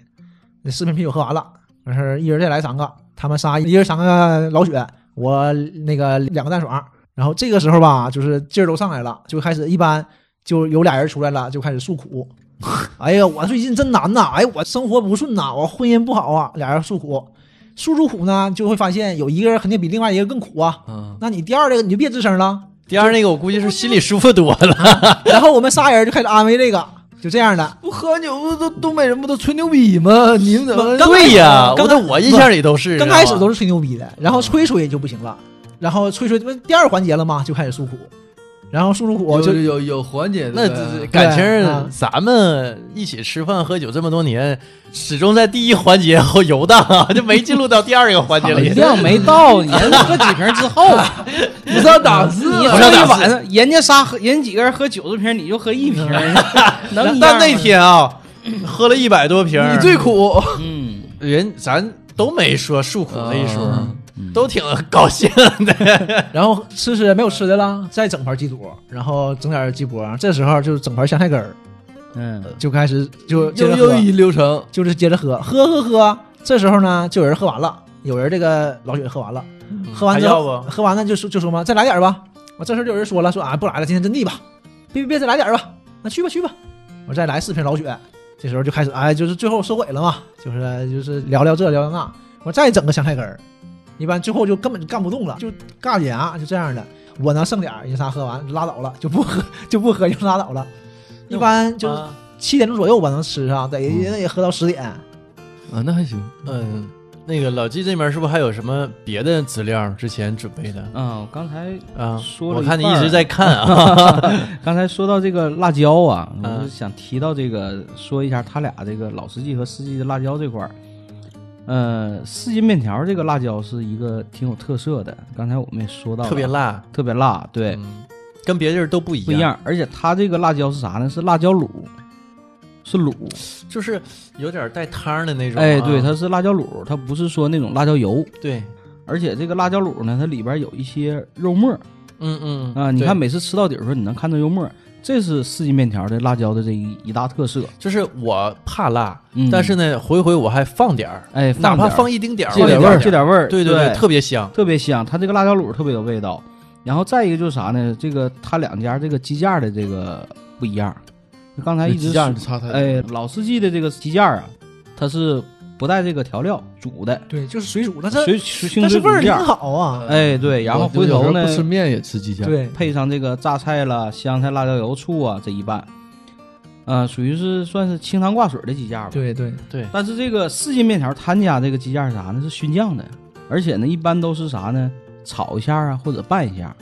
[SPEAKER 5] 那四瓶啤酒喝完了，完事儿一人再来三个，他们仨一人三个老雪，我那个两个蛋爽。然后这个时候吧，就是劲儿都上来了，就开始一般就有俩人出来了，就开始诉苦。 哎呀，我最近真难呐！哎，我生活不顺呐，我婚姻不好啊，俩人诉苦，诉诉苦呢，就会发现有一个人肯定比另外一个更苦啊。
[SPEAKER 6] 啊，
[SPEAKER 5] 那你第二这个你就别吱声了。
[SPEAKER 3] 第二那个我估计是心里舒服多了。
[SPEAKER 5] 然后我们仨人就开始安慰这个，就这样的。
[SPEAKER 6] 不喝酒不都东北人不都吹牛逼吗？你们怎么
[SPEAKER 5] 刚开始
[SPEAKER 3] 对呀，
[SPEAKER 5] 刚
[SPEAKER 3] 我在我印象里都是
[SPEAKER 5] 刚开始都
[SPEAKER 3] 是
[SPEAKER 5] 是吹牛逼的，然后吹吹就不行了，然后吹吹第二环节了嘛，就开始诉苦，然后诉诉苦
[SPEAKER 6] 有
[SPEAKER 5] 就
[SPEAKER 6] 有有缓解的
[SPEAKER 3] 那
[SPEAKER 6] 呗
[SPEAKER 3] 感情
[SPEAKER 5] 对啊
[SPEAKER 3] 儿，咱们一起吃饭喝酒这么多年，始终在第一环节后游荡啊，就没进入到第二个环节
[SPEAKER 4] 好
[SPEAKER 3] 里。
[SPEAKER 4] 量没到， 你还喝几瓶之后，
[SPEAKER 6] 不上档次
[SPEAKER 4] 你
[SPEAKER 6] 了
[SPEAKER 3] 不上
[SPEAKER 4] 喝一
[SPEAKER 3] 档次
[SPEAKER 4] 晚上，人家仨喝，人几个人喝九十瓶，你就喝一 瓶，能一样吗
[SPEAKER 3] 但 那，天啊，喝了一啊百多瓶儿，
[SPEAKER 6] 你最苦，
[SPEAKER 4] 嗯，
[SPEAKER 3] 人咱都没说诉苦那一说，
[SPEAKER 6] 啊
[SPEAKER 3] 都挺高兴的。
[SPEAKER 5] 然后吃吃没有吃的了，再整盘鸡肚，然后整点鸡脖，这时候就是整盘香菜根儿，
[SPEAKER 4] 嗯，
[SPEAKER 5] 就开始就接
[SPEAKER 6] 又
[SPEAKER 5] 着
[SPEAKER 6] 又
[SPEAKER 5] 喝
[SPEAKER 6] 一流程，
[SPEAKER 5] 就是接着喝，喝喝喝。这时候呢，就有人喝完了，有人这个老雪喝完了，喝完之
[SPEAKER 3] 嗯还要
[SPEAKER 5] 后，
[SPEAKER 3] 不
[SPEAKER 5] 喝完了就说就说嘛，再来点吧。我这时候就有人说了，说啊不来了，今天真地吧，别别别再来点吧，那去吧去吧，我再来四瓶老雪。这时候就开始哎，就是最后收尾了嘛，就是就是聊聊这聊聊那，我再整个香菜根儿，一般最后就根本就干不动了，就尬着牙就这样的。我呢剩点儿，人仨喝完拉倒了，就不喝就不喝就拉倒了。一般就是
[SPEAKER 3] 啊
[SPEAKER 5] 七点钟左右吧能吃上，得那也喝到十点。
[SPEAKER 6] 啊，那还行，
[SPEAKER 3] 嗯，那个老纪这边是不是还有什么别的资料之前准备的
[SPEAKER 4] 啊，我刚才
[SPEAKER 3] 啊？
[SPEAKER 4] 说了
[SPEAKER 3] 我
[SPEAKER 4] 一
[SPEAKER 3] 看你
[SPEAKER 4] 半
[SPEAKER 3] 一
[SPEAKER 4] 儿
[SPEAKER 3] 直在看 啊。
[SPEAKER 4] 刚才说到这个辣椒啊，
[SPEAKER 3] 嗯
[SPEAKER 4] 我是想提到这个，说一下他俩这个老司机和司机的辣椒这块儿。呃，四季面条这个辣椒是一个挺有特色的，刚才我们也说到了
[SPEAKER 3] 特别，辣，
[SPEAKER 4] 特别辣，对，
[SPEAKER 3] 嗯，跟别地儿都不一样。
[SPEAKER 4] 不一，样。而且它这个辣椒是啥呢？是辣椒卤，是卤，
[SPEAKER 3] 就是有点带汤的那种啊。
[SPEAKER 4] 哎，对，它是辣椒卤，它不是说那种辣椒油。
[SPEAKER 3] 对，
[SPEAKER 4] 而且这个辣椒卤呢，它里边有一些肉末儿
[SPEAKER 3] 嗯嗯
[SPEAKER 4] 啊、你
[SPEAKER 3] 对
[SPEAKER 4] 看每次吃到底的时候，你能看到肉末儿，这是四季面条的辣椒的这一一大特色。
[SPEAKER 3] 就是我怕辣，
[SPEAKER 4] 嗯
[SPEAKER 3] 但是呢，回回我还放点儿，
[SPEAKER 4] 哎，
[SPEAKER 3] 哪怕
[SPEAKER 4] 点儿
[SPEAKER 3] 放一丁点儿，
[SPEAKER 4] 这点味
[SPEAKER 3] 放
[SPEAKER 4] 儿，
[SPEAKER 3] 一
[SPEAKER 4] 这
[SPEAKER 3] 点儿，
[SPEAKER 4] 点味儿，
[SPEAKER 3] 对
[SPEAKER 4] 对
[SPEAKER 3] 对，特别香。
[SPEAKER 4] 特别香。它这个辣椒卤特别有味道。然后再一个就是啥呢？这个它两家这个鸡架的这个不一样。刚才一直
[SPEAKER 6] 鸡架差太多
[SPEAKER 4] 哎，老司机的这个鸡架啊，它是不带这个调料煮的，
[SPEAKER 5] 对，就是水煮，但是
[SPEAKER 4] 水水清
[SPEAKER 5] 但是
[SPEAKER 4] 水
[SPEAKER 5] 味
[SPEAKER 4] 煮
[SPEAKER 5] 儿挺
[SPEAKER 4] 架。
[SPEAKER 5] 好啊。
[SPEAKER 4] 哎，对，然后
[SPEAKER 6] 我就
[SPEAKER 4] 回
[SPEAKER 6] 有时
[SPEAKER 4] 头
[SPEAKER 6] 候
[SPEAKER 4] 呢
[SPEAKER 6] 不，吃面也吃鸡架，
[SPEAKER 5] 对，
[SPEAKER 4] 配上这个榨菜了、香菜、辣椒油、醋啊这一拌，呃，属于是算是清汤挂水的鸡架吧。
[SPEAKER 5] 对对，
[SPEAKER 3] 对，
[SPEAKER 4] 但是这个四季面条他们家这个鸡架是啥呢？是熏酱的，而且呢，一般都是啥呢？炒一下啊，或者拌一下。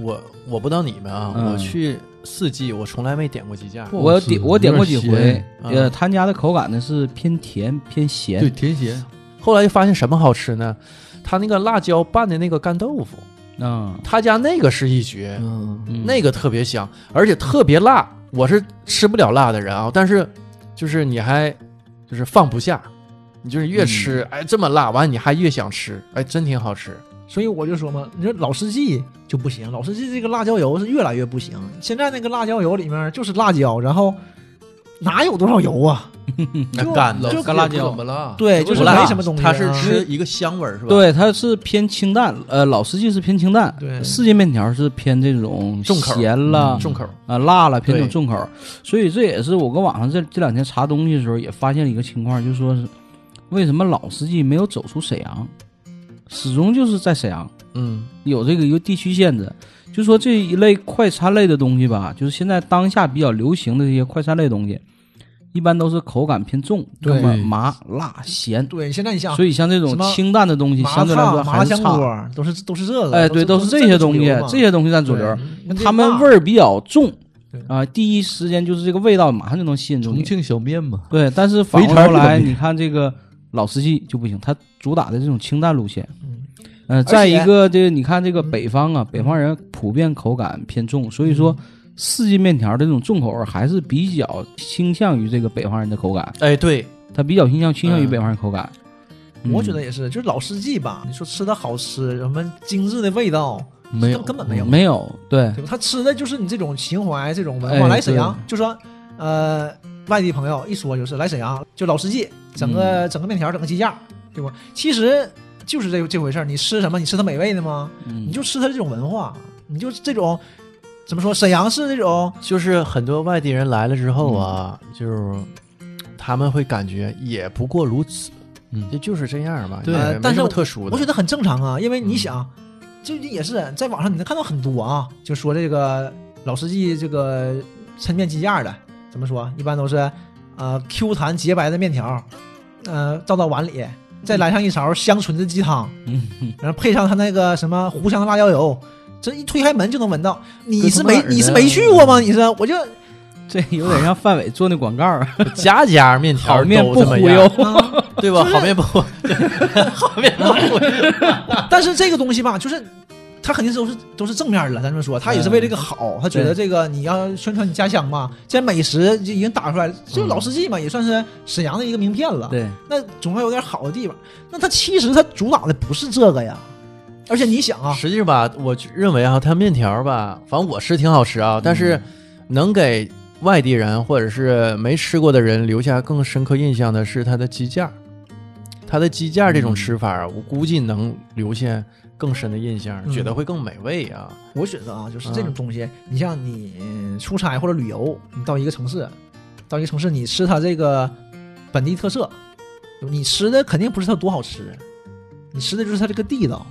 [SPEAKER 3] 我我不知道你们啊，
[SPEAKER 4] 嗯
[SPEAKER 3] 我去四季我从来没点过鸡架，
[SPEAKER 6] 不
[SPEAKER 4] 我
[SPEAKER 6] 好吃
[SPEAKER 4] 点我点过几
[SPEAKER 6] 有点
[SPEAKER 4] 回
[SPEAKER 6] 咸，
[SPEAKER 3] 啊
[SPEAKER 4] 呃，他们家的口感呢是偏甜偏
[SPEAKER 6] 对，
[SPEAKER 4] 咸，
[SPEAKER 6] 甜咸，
[SPEAKER 3] 后来就发现什么好吃呢？他那个辣椒拌的那个干豆腐，
[SPEAKER 4] 嗯，
[SPEAKER 3] 他家那个是一绝，
[SPEAKER 6] 嗯，
[SPEAKER 4] 嗯
[SPEAKER 3] 那个特别香，而且特别辣。我是吃不了辣的人啊，但是就是你还就是放不下，你就是
[SPEAKER 4] 嗯
[SPEAKER 3] 越吃、哎这么辣，完你还越想吃，哎真挺好吃。
[SPEAKER 5] 所以我就说嘛，你说老司机就不行，老司机这个辣椒油是越来越不行。现在那个辣椒油里面就是辣椒，然后哪有多少油啊？就
[SPEAKER 6] 哎
[SPEAKER 3] 干的
[SPEAKER 5] 就
[SPEAKER 4] 干辣椒
[SPEAKER 6] 怎么了？
[SPEAKER 5] 对，
[SPEAKER 4] 不
[SPEAKER 5] 就是
[SPEAKER 4] 辣
[SPEAKER 5] 没什么东西
[SPEAKER 3] 它
[SPEAKER 5] 啊。
[SPEAKER 3] 是吃一个香味儿是吧？，
[SPEAKER 4] 对，它是偏清淡，呃，老司机是偏清淡，
[SPEAKER 5] 对
[SPEAKER 4] 世界面条是偏这种
[SPEAKER 3] 重口
[SPEAKER 4] 咸
[SPEAKER 6] 嗯
[SPEAKER 4] 了、
[SPEAKER 3] 重口儿。
[SPEAKER 4] 啊辣了，偏这
[SPEAKER 3] 对
[SPEAKER 4] 种重口。所以这也是我跟网上这这两天查东西的时候也发现了一个情况，就说是为什么老司机没有走出沈阳，始终就是在沈阳
[SPEAKER 3] 嗯，
[SPEAKER 4] 有这个一个地区限制。就说这一类快餐类的东西吧，就是现在当下比较流行的这些快餐类东西，一般都是口感偏重，
[SPEAKER 5] 对
[SPEAKER 4] 要么麻、辣、咸。
[SPEAKER 5] 对，现在你想
[SPEAKER 4] 所以像这种
[SPEAKER 5] 什么
[SPEAKER 4] 清淡的东西，
[SPEAKER 5] 麻
[SPEAKER 4] 相对来说
[SPEAKER 5] 辣、麻辣
[SPEAKER 4] 还是
[SPEAKER 5] 香
[SPEAKER 4] 差。
[SPEAKER 5] 锅都是都是这个，
[SPEAKER 4] 哎，对，
[SPEAKER 5] 都
[SPEAKER 4] 都是这些东西，这些东西占主流。他们味
[SPEAKER 5] 儿
[SPEAKER 4] 儿比较重
[SPEAKER 5] 对
[SPEAKER 4] 啊、第一时间就是这个味道马上就能吸引住
[SPEAKER 6] 重
[SPEAKER 4] 你。
[SPEAKER 6] 庆小面嘛，
[SPEAKER 4] 对，但是反
[SPEAKER 6] 肥
[SPEAKER 4] 过
[SPEAKER 6] 肠儿
[SPEAKER 4] 头
[SPEAKER 6] 这
[SPEAKER 4] 来，
[SPEAKER 6] 东西
[SPEAKER 4] 你看这个老司机就不行，他主打的这种清淡路线。
[SPEAKER 5] 嗯
[SPEAKER 4] 呃，
[SPEAKER 5] 且
[SPEAKER 4] 再一个，这个你看这个北方啊，北方人普遍口感偏重，所以说四季面条的这种重口味儿还是比较倾向于这个北方人的口感，
[SPEAKER 3] 哎，对，
[SPEAKER 4] 他比较倾向倾向于
[SPEAKER 3] 嗯
[SPEAKER 4] 北方人口感。嗯
[SPEAKER 5] 我觉得也是，就是老司机吧。你说吃的好吃，什么精致的味道，
[SPEAKER 6] 没有
[SPEAKER 5] 根本没有，
[SPEAKER 4] 嗯没有，对
[SPEAKER 5] 对吧？他吃的就是你这种情怀，这种文
[SPEAKER 4] 哎
[SPEAKER 5] 化。来沈阳就说，呃，外地朋友一说就是来沈阳就老司机，整个整个面条，整个鸡架，对吧？其实就是这这回事儿。你吃什么？你吃它美味的吗？
[SPEAKER 4] 嗯
[SPEAKER 5] 你就吃它这种文化，你就这种怎么说？沈阳是那种
[SPEAKER 3] 就是很多外地人来了之后啊，就是他们会感觉也不过如此，
[SPEAKER 6] 嗯
[SPEAKER 3] 这就是这样吧，
[SPEAKER 5] 对
[SPEAKER 3] 也
[SPEAKER 5] 呃
[SPEAKER 3] 没
[SPEAKER 5] 但是
[SPEAKER 3] 什么特殊的。
[SPEAKER 5] 我觉得很正常啊，因为你
[SPEAKER 3] 嗯
[SPEAKER 5] 想，这也是在网上你能看到很多啊，就说这个老司机这个抻面鸡架的，怎么说？一般都是呃 Q 弹洁白的面条，呃倒到碗里，
[SPEAKER 3] 嗯
[SPEAKER 5] 再来上一勺香醇的鸡汤，
[SPEAKER 4] 嗯
[SPEAKER 5] 然后配上他那个什么糊香的辣椒油，这一推开门就能闻到。你是没
[SPEAKER 3] 搁他们哪儿呢
[SPEAKER 5] 你是没去过吗？你是 我就
[SPEAKER 4] 这有点像范伟做那广告儿，
[SPEAKER 3] 家家面条
[SPEAKER 4] 好面
[SPEAKER 3] 都
[SPEAKER 4] 不
[SPEAKER 3] 这么
[SPEAKER 4] 忽
[SPEAKER 3] 样，
[SPEAKER 4] 悠。
[SPEAKER 5] 啊，
[SPEAKER 3] 对吧？好面不， 好面不忽悠。
[SPEAKER 5] 但是这个东西吧，就是。他肯定是都是都是正面的，咱这么说，他也是为这个好，他觉得这个你要宣传你家乡嘛，这美食就已经打出来了，这个老司机嘛，也算是沈阳的一个名片了。
[SPEAKER 4] 对，
[SPEAKER 5] 那总要有点好的地方。那他其实他主打的不是这个呀，而且你想啊，
[SPEAKER 3] 实际上吧，我认为啊，它面条吧，反正我吃挺好吃啊，但是能给外地人或者是没吃过的人留下更深刻印象的是它的鸡架，它的鸡架这种吃法，啊我估计能留下更深的印象，
[SPEAKER 5] 嗯
[SPEAKER 3] 觉得会更美味啊。
[SPEAKER 5] 我觉得啊，就是这种东西，你像你出差或者旅游，你到一个城市，到一个城市，你吃它这个本地特色，你吃的肯定不是它多好吃，你吃的就是它这个地道，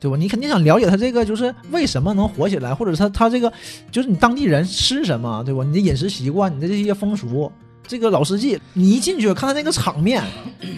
[SPEAKER 5] 对吧？你肯定想了解它这个就是为什么能火起来，或者是它它这个就是你当地人吃什么，对吧？你的饮食习惯，你的这些风俗。这个老司机，你一进去看他那个场面，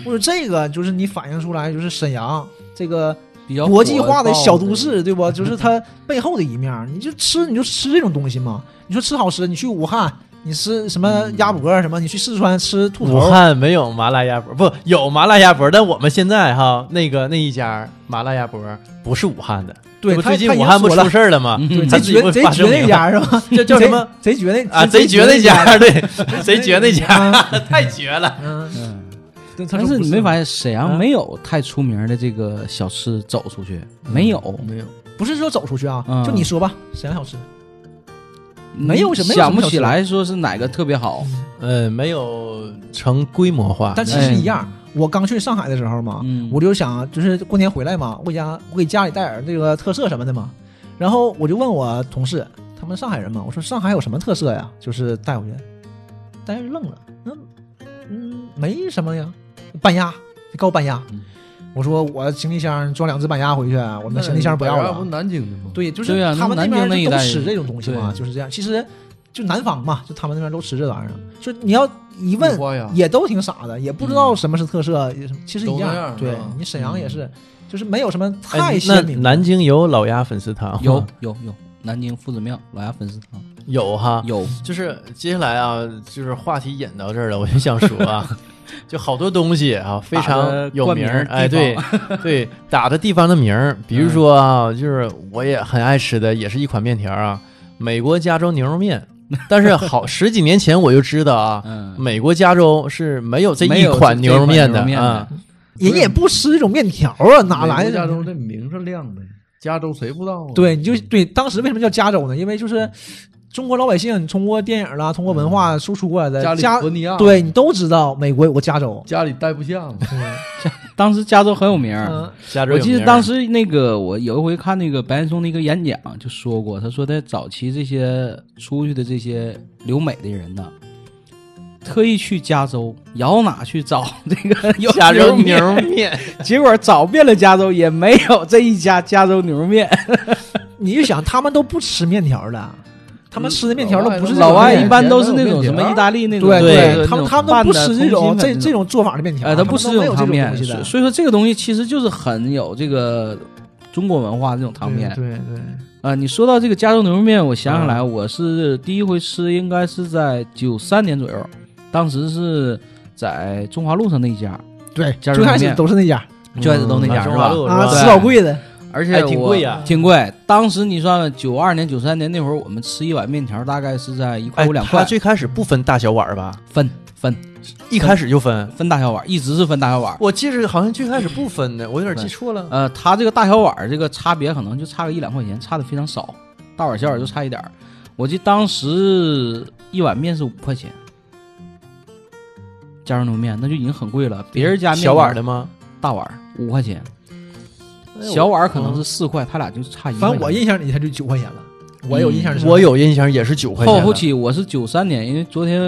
[SPEAKER 5] 或者这个就是你反映出来，就是沈阳这个
[SPEAKER 4] 比较
[SPEAKER 5] 国际化的
[SPEAKER 4] 火爆
[SPEAKER 5] 小都市，对吧？就是它背后的一面儿，你就吃你就吃这种东西嘛。你说吃好吃，你去武汉，你吃什么鸭脖什么？你去四川吃兔
[SPEAKER 3] 嗯武
[SPEAKER 5] 头，
[SPEAKER 3] 汉没有麻辣鸭脖，不有麻辣鸭脖，但我们现在哈那个那一家麻辣鸭脖不是武汉的，
[SPEAKER 5] 对
[SPEAKER 3] 这不
[SPEAKER 5] 他
[SPEAKER 3] 最近
[SPEAKER 5] 他已
[SPEAKER 3] 武
[SPEAKER 5] 经
[SPEAKER 3] 汉不
[SPEAKER 5] 说了
[SPEAKER 3] 出事儿了吗？
[SPEAKER 4] 嗯
[SPEAKER 5] 对
[SPEAKER 3] 他
[SPEAKER 5] 贼
[SPEAKER 3] 自己
[SPEAKER 5] 绝
[SPEAKER 3] 会
[SPEAKER 5] 贼
[SPEAKER 3] 发
[SPEAKER 5] 绝
[SPEAKER 3] 声
[SPEAKER 5] 那
[SPEAKER 3] 明
[SPEAKER 5] 家是吧？
[SPEAKER 3] 这 叫什么
[SPEAKER 5] 贼？贼绝那
[SPEAKER 3] 啊？ 贼绝那
[SPEAKER 5] 家，
[SPEAKER 3] 家，对， 贼绝那家， 太绝了。
[SPEAKER 5] 嗯，
[SPEAKER 4] 嗯
[SPEAKER 5] 对他
[SPEAKER 4] 但
[SPEAKER 5] 说
[SPEAKER 4] 是嗯
[SPEAKER 5] 不
[SPEAKER 4] 你没发现沈
[SPEAKER 5] 啊
[SPEAKER 4] 阳没有太出名的这个小吃走出去，没有，
[SPEAKER 6] 没有，
[SPEAKER 5] 不是说走出去啊
[SPEAKER 4] 嗯？
[SPEAKER 5] 就你说吧，沈阳小吃
[SPEAKER 3] 啊
[SPEAKER 4] 没
[SPEAKER 5] 有什么
[SPEAKER 4] 想不起来说是哪个特别好。
[SPEAKER 3] 呃，没有成规模化，
[SPEAKER 5] 但其实一样。我刚去上海的时候嘛，
[SPEAKER 4] 嗯
[SPEAKER 5] 我就想就是过年回来嘛，我给家我给家里带点这个特色什么的嘛。然后我就问我同事，他们上海人嘛，我说上海有什么特色呀？就是带回去，大家就愣了，那嗯没什么呀，半鸭，高半鸭。
[SPEAKER 4] 嗯
[SPEAKER 5] 我说我行李箱装两只半鸭回去，啊我们行李箱不要了
[SPEAKER 6] 不。啊南京的吗？
[SPEAKER 5] 对，就是
[SPEAKER 4] 对呀
[SPEAKER 5] 他们
[SPEAKER 4] 那南
[SPEAKER 5] 边
[SPEAKER 4] 京那一
[SPEAKER 5] 就都
[SPEAKER 4] 带
[SPEAKER 5] 吃这种东西嘛，
[SPEAKER 4] 对
[SPEAKER 5] 就是这样。其实就南方嘛，就他们那边都吃这玩意儿，就你要一问
[SPEAKER 6] 五花
[SPEAKER 4] 啊
[SPEAKER 6] 呀，
[SPEAKER 5] 也都挺傻的，也不知道什么是特色，也是其实一
[SPEAKER 6] 都那样
[SPEAKER 5] 对
[SPEAKER 6] 是吧
[SPEAKER 5] 你沈
[SPEAKER 4] 嗯
[SPEAKER 5] 阳也是，就是没有什么
[SPEAKER 3] 哎
[SPEAKER 5] 太
[SPEAKER 3] 那
[SPEAKER 5] 鲜明。
[SPEAKER 3] 南京有老鸭粉丝汤吗，
[SPEAKER 4] 有有有，南京夫子庙老鸭粉丝汤
[SPEAKER 3] 有哈，
[SPEAKER 4] 有，
[SPEAKER 3] 就是接下来啊，就是话题引到这儿了，我就想说 啊，就好多东西啊，非
[SPEAKER 4] 打
[SPEAKER 3] 常
[SPEAKER 4] 的
[SPEAKER 3] 有
[SPEAKER 4] 冠
[SPEAKER 3] 名
[SPEAKER 4] 名
[SPEAKER 3] 儿
[SPEAKER 4] 儿，
[SPEAKER 3] 哎，对
[SPEAKER 4] 地
[SPEAKER 3] 对，打的地方的名儿，比如说啊，就是我也很爱吃的，也是一款面条啊，美国加州牛肉 面。但是好十几年前我就知道啊，
[SPEAKER 4] 嗯，
[SPEAKER 3] 美国加州是没有这
[SPEAKER 4] 没
[SPEAKER 3] 一
[SPEAKER 4] 有
[SPEAKER 3] 款
[SPEAKER 4] 这
[SPEAKER 3] 牛
[SPEAKER 4] 这
[SPEAKER 3] 肉
[SPEAKER 4] 款
[SPEAKER 3] 面
[SPEAKER 4] 牛
[SPEAKER 3] 的
[SPEAKER 4] 肉面嗯
[SPEAKER 3] 啊，
[SPEAKER 5] 人也不吃这种面条啊，哪来
[SPEAKER 6] 美国加
[SPEAKER 5] 的？
[SPEAKER 6] 州这名字亮的？加州谁不知道啊？
[SPEAKER 5] 对，你就对，当时为什么叫加州呢？因为就是中国老百姓通过电影啊啦，通过文
[SPEAKER 4] 嗯
[SPEAKER 5] 化输出过来的
[SPEAKER 6] 加利
[SPEAKER 5] 加
[SPEAKER 6] 福，尼亚，，
[SPEAKER 5] 对你都知道美国有个加州，
[SPEAKER 6] 家里待不下嘛，
[SPEAKER 4] 嗯当时加州很有名儿，
[SPEAKER 5] 嗯，
[SPEAKER 3] 加州
[SPEAKER 4] 我
[SPEAKER 3] 有
[SPEAKER 4] 记
[SPEAKER 3] 名
[SPEAKER 4] 得
[SPEAKER 3] 儿
[SPEAKER 4] 当时那个，我有一回看那个白岩松的一个演讲，就说过，他说在早期这些出去的这些留美的人呢，特意去加州摇哪去找这 个 有
[SPEAKER 3] 加州
[SPEAKER 4] 牛
[SPEAKER 3] 牛
[SPEAKER 4] 面，
[SPEAKER 3] 面，
[SPEAKER 4] 结果找遍了加州也没有这一家加州牛面。
[SPEAKER 5] 你就想他们都不吃面条的，他们吃的面条都不是这
[SPEAKER 6] 老
[SPEAKER 5] 种
[SPEAKER 6] 外
[SPEAKER 5] 面
[SPEAKER 4] 一般都是那种什么意大利那种，
[SPEAKER 5] 对
[SPEAKER 4] 对，
[SPEAKER 5] 他们
[SPEAKER 4] 那种
[SPEAKER 5] 他们都不吃这种
[SPEAKER 4] 拌的
[SPEAKER 5] 这
[SPEAKER 4] 通心粉
[SPEAKER 5] 这种做法的面条，
[SPEAKER 4] 哎，
[SPEAKER 5] 他
[SPEAKER 4] 它不
[SPEAKER 5] 们
[SPEAKER 4] 吃
[SPEAKER 5] 都啊没有
[SPEAKER 4] 汤
[SPEAKER 5] 这
[SPEAKER 4] 面，
[SPEAKER 5] 东西
[SPEAKER 4] 所
[SPEAKER 5] 的啊
[SPEAKER 4] 所以说这个东西其实就是很有这个中国文化这种汤面。
[SPEAKER 5] 对对对，
[SPEAKER 4] 啊，你说到这个加州牛肉面，我想起来，我是第一回吃，应该是在九三年左右，当时是在中华路上那一家，
[SPEAKER 5] 对，
[SPEAKER 4] 加州
[SPEAKER 5] 最开
[SPEAKER 4] 面
[SPEAKER 5] 始都是那家
[SPEAKER 4] 最开始都那家、
[SPEAKER 3] 啊
[SPEAKER 4] 是
[SPEAKER 3] 中华
[SPEAKER 4] 吧？
[SPEAKER 3] 路
[SPEAKER 5] 啊，
[SPEAKER 3] 是
[SPEAKER 5] 吃
[SPEAKER 3] 吧
[SPEAKER 5] 老贵的，
[SPEAKER 4] 而且
[SPEAKER 3] 还
[SPEAKER 4] 我
[SPEAKER 3] 挺贵呀
[SPEAKER 4] 挺贵。当时你算九二年、九三年那会儿，我们吃一碗面条大概是在一块
[SPEAKER 3] 哎
[SPEAKER 4] 五两，
[SPEAKER 3] 他
[SPEAKER 4] 块，嗯
[SPEAKER 3] 最开始不分大小碗儿吧？
[SPEAKER 4] 分分
[SPEAKER 3] 一开始就分，
[SPEAKER 4] 分大小碗，一直是分大小碗。
[SPEAKER 3] 我记着好像最开始不分的，我有点记错了。
[SPEAKER 4] 呃，它这个大小碗儿这个差别可能就差个一两块钱，差的非常少，大碗小碗就差一点儿。我记得当时一碗面是五块钱，加上牛肉面那就已经很贵了。别人家面
[SPEAKER 3] 小碗
[SPEAKER 4] 条
[SPEAKER 3] 的吗？
[SPEAKER 4] 大碗儿五块钱，
[SPEAKER 3] 哎
[SPEAKER 4] 小碗儿可能是四块，他俩就差一块钱。
[SPEAKER 5] 反正我印象里它就九块钱了，我有印象是，
[SPEAKER 3] 我有印象也是嗯九块钱
[SPEAKER 4] 后
[SPEAKER 3] 的。
[SPEAKER 4] 后期我是九三年，因为昨天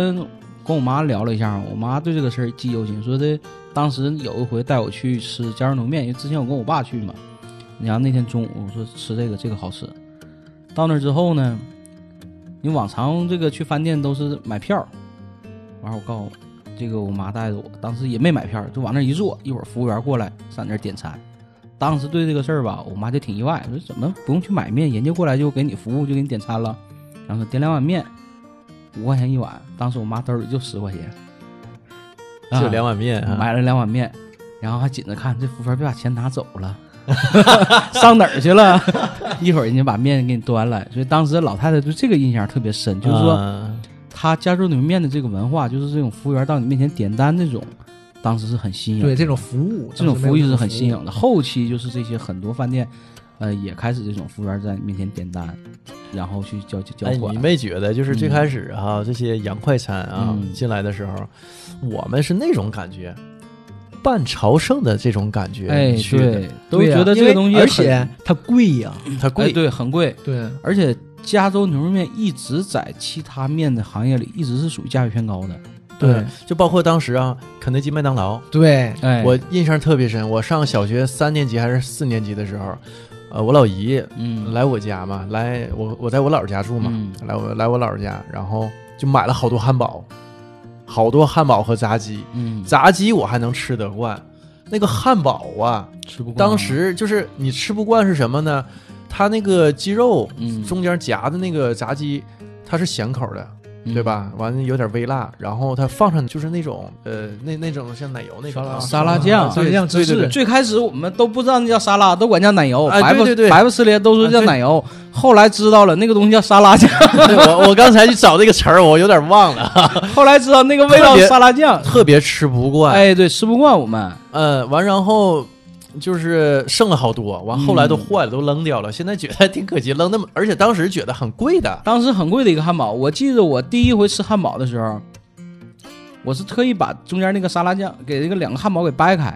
[SPEAKER 4] 跟我妈聊了一下，我妈对这个事儿记忆犹新，说的当时有一回带我去吃家乡牛肉面，因为之前我跟我爸去嘛，然后那天中午我说吃这个，这个好吃。到那儿之后呢，你往常这个去饭店都是买票，完后我告诉我这个我妈带着我，当时也没买票，就往那儿一坐，一会儿服务员过来上你那儿点餐。当时对这个事儿吧，我妈就挺意外，说怎么不用去买面，人家过来就给你服务，就给你点餐了。然后说点两碗面，五块钱一碗。当时我妈兜里就十块钱，啊
[SPEAKER 3] 就两碗面啊，
[SPEAKER 4] 买了两碗面，然后还紧着看这服务员别把钱拿走 了，上哪儿去了？ 一会儿人家把面给你端来。所以当时老太太对这个印象特别深，就是说
[SPEAKER 3] 啊
[SPEAKER 4] 她加州牛肉面的这个文化，就是这种服务员到你面前点单这种，当时是很新颖的。
[SPEAKER 5] 对这种服务，
[SPEAKER 4] 嗯这种服务意
[SPEAKER 5] 意
[SPEAKER 4] 识
[SPEAKER 5] 识
[SPEAKER 4] 很新颖的。后期就是这些很多饭店，呃，也开始这种服务员在你面前点单，然后去交交
[SPEAKER 3] 哎，
[SPEAKER 4] 款。
[SPEAKER 3] 你没觉得就是最
[SPEAKER 4] 嗯
[SPEAKER 3] 开始哈、这些洋快餐啊、
[SPEAKER 4] 嗯
[SPEAKER 3] 进来的时候，我们是那种感觉，半朝圣的这种感觉
[SPEAKER 4] 哎，
[SPEAKER 3] 去
[SPEAKER 4] 对
[SPEAKER 3] 的，，
[SPEAKER 4] 都觉得这个东西很，
[SPEAKER 5] 啊而且它贵呀，
[SPEAKER 3] 它
[SPEAKER 4] 哎，
[SPEAKER 3] 贵、
[SPEAKER 4] 对，很贵。
[SPEAKER 5] 对，
[SPEAKER 4] 而且加州牛肉面一直在其他面的行业里一直是属于价位偏高的。
[SPEAKER 5] 对
[SPEAKER 3] 嗯就包括当时啊，肯德基、麦当劳，
[SPEAKER 5] 对，
[SPEAKER 4] 哎，
[SPEAKER 3] 我印象特别深。我上小学三年级还是四年级的时候，呃，我老姨
[SPEAKER 4] 嗯
[SPEAKER 3] 来我家嘛，来我我在我姥儿家住嘛，
[SPEAKER 4] 嗯
[SPEAKER 3] 来我来我姥儿家，然后就买了好多汉堡，好多汉堡和炸鸡，
[SPEAKER 4] 嗯，
[SPEAKER 3] 炸鸡我还能吃得惯，那个汉堡啊，
[SPEAKER 4] 吃不惯
[SPEAKER 3] 当时就是你吃不惯是什么呢？它那个鸡肉
[SPEAKER 4] 嗯
[SPEAKER 3] 中间夹的那个炸鸡，它是咸口的，
[SPEAKER 4] 嗯
[SPEAKER 3] 对？吧？完了有点微辣，然后它放上就是那种呃那那种像奶油那种啊
[SPEAKER 4] 沙拉酱
[SPEAKER 5] 沙拉酱芝
[SPEAKER 3] 对对
[SPEAKER 5] 士，
[SPEAKER 4] 最开始我们都不知道那叫沙拉，都管叫奶油，
[SPEAKER 3] 哎
[SPEAKER 4] 白不
[SPEAKER 3] 对对对
[SPEAKER 4] 白不呲咧，都说叫
[SPEAKER 3] 啊对
[SPEAKER 4] 奶油。后来知道了那个东西叫沙 拉酱，
[SPEAKER 3] 对我我刚才去找这个词儿，我有点忘了，
[SPEAKER 4] 后来知道那个味道
[SPEAKER 3] 特别
[SPEAKER 4] 是沙拉酱。
[SPEAKER 3] 特别吃不惯。
[SPEAKER 4] 哎，对，吃不惯我们。
[SPEAKER 3] 嗯，完然后就是剩了好多，完后来都坏了，都扔掉了。现在觉得还挺可惜，扔那么，而且当时觉得很贵 的。
[SPEAKER 4] 当时很贵的一个汉堡，我记得我第一回吃汉堡的时候，我是特意把中间那个沙拉酱给这个两个汉堡给掰开，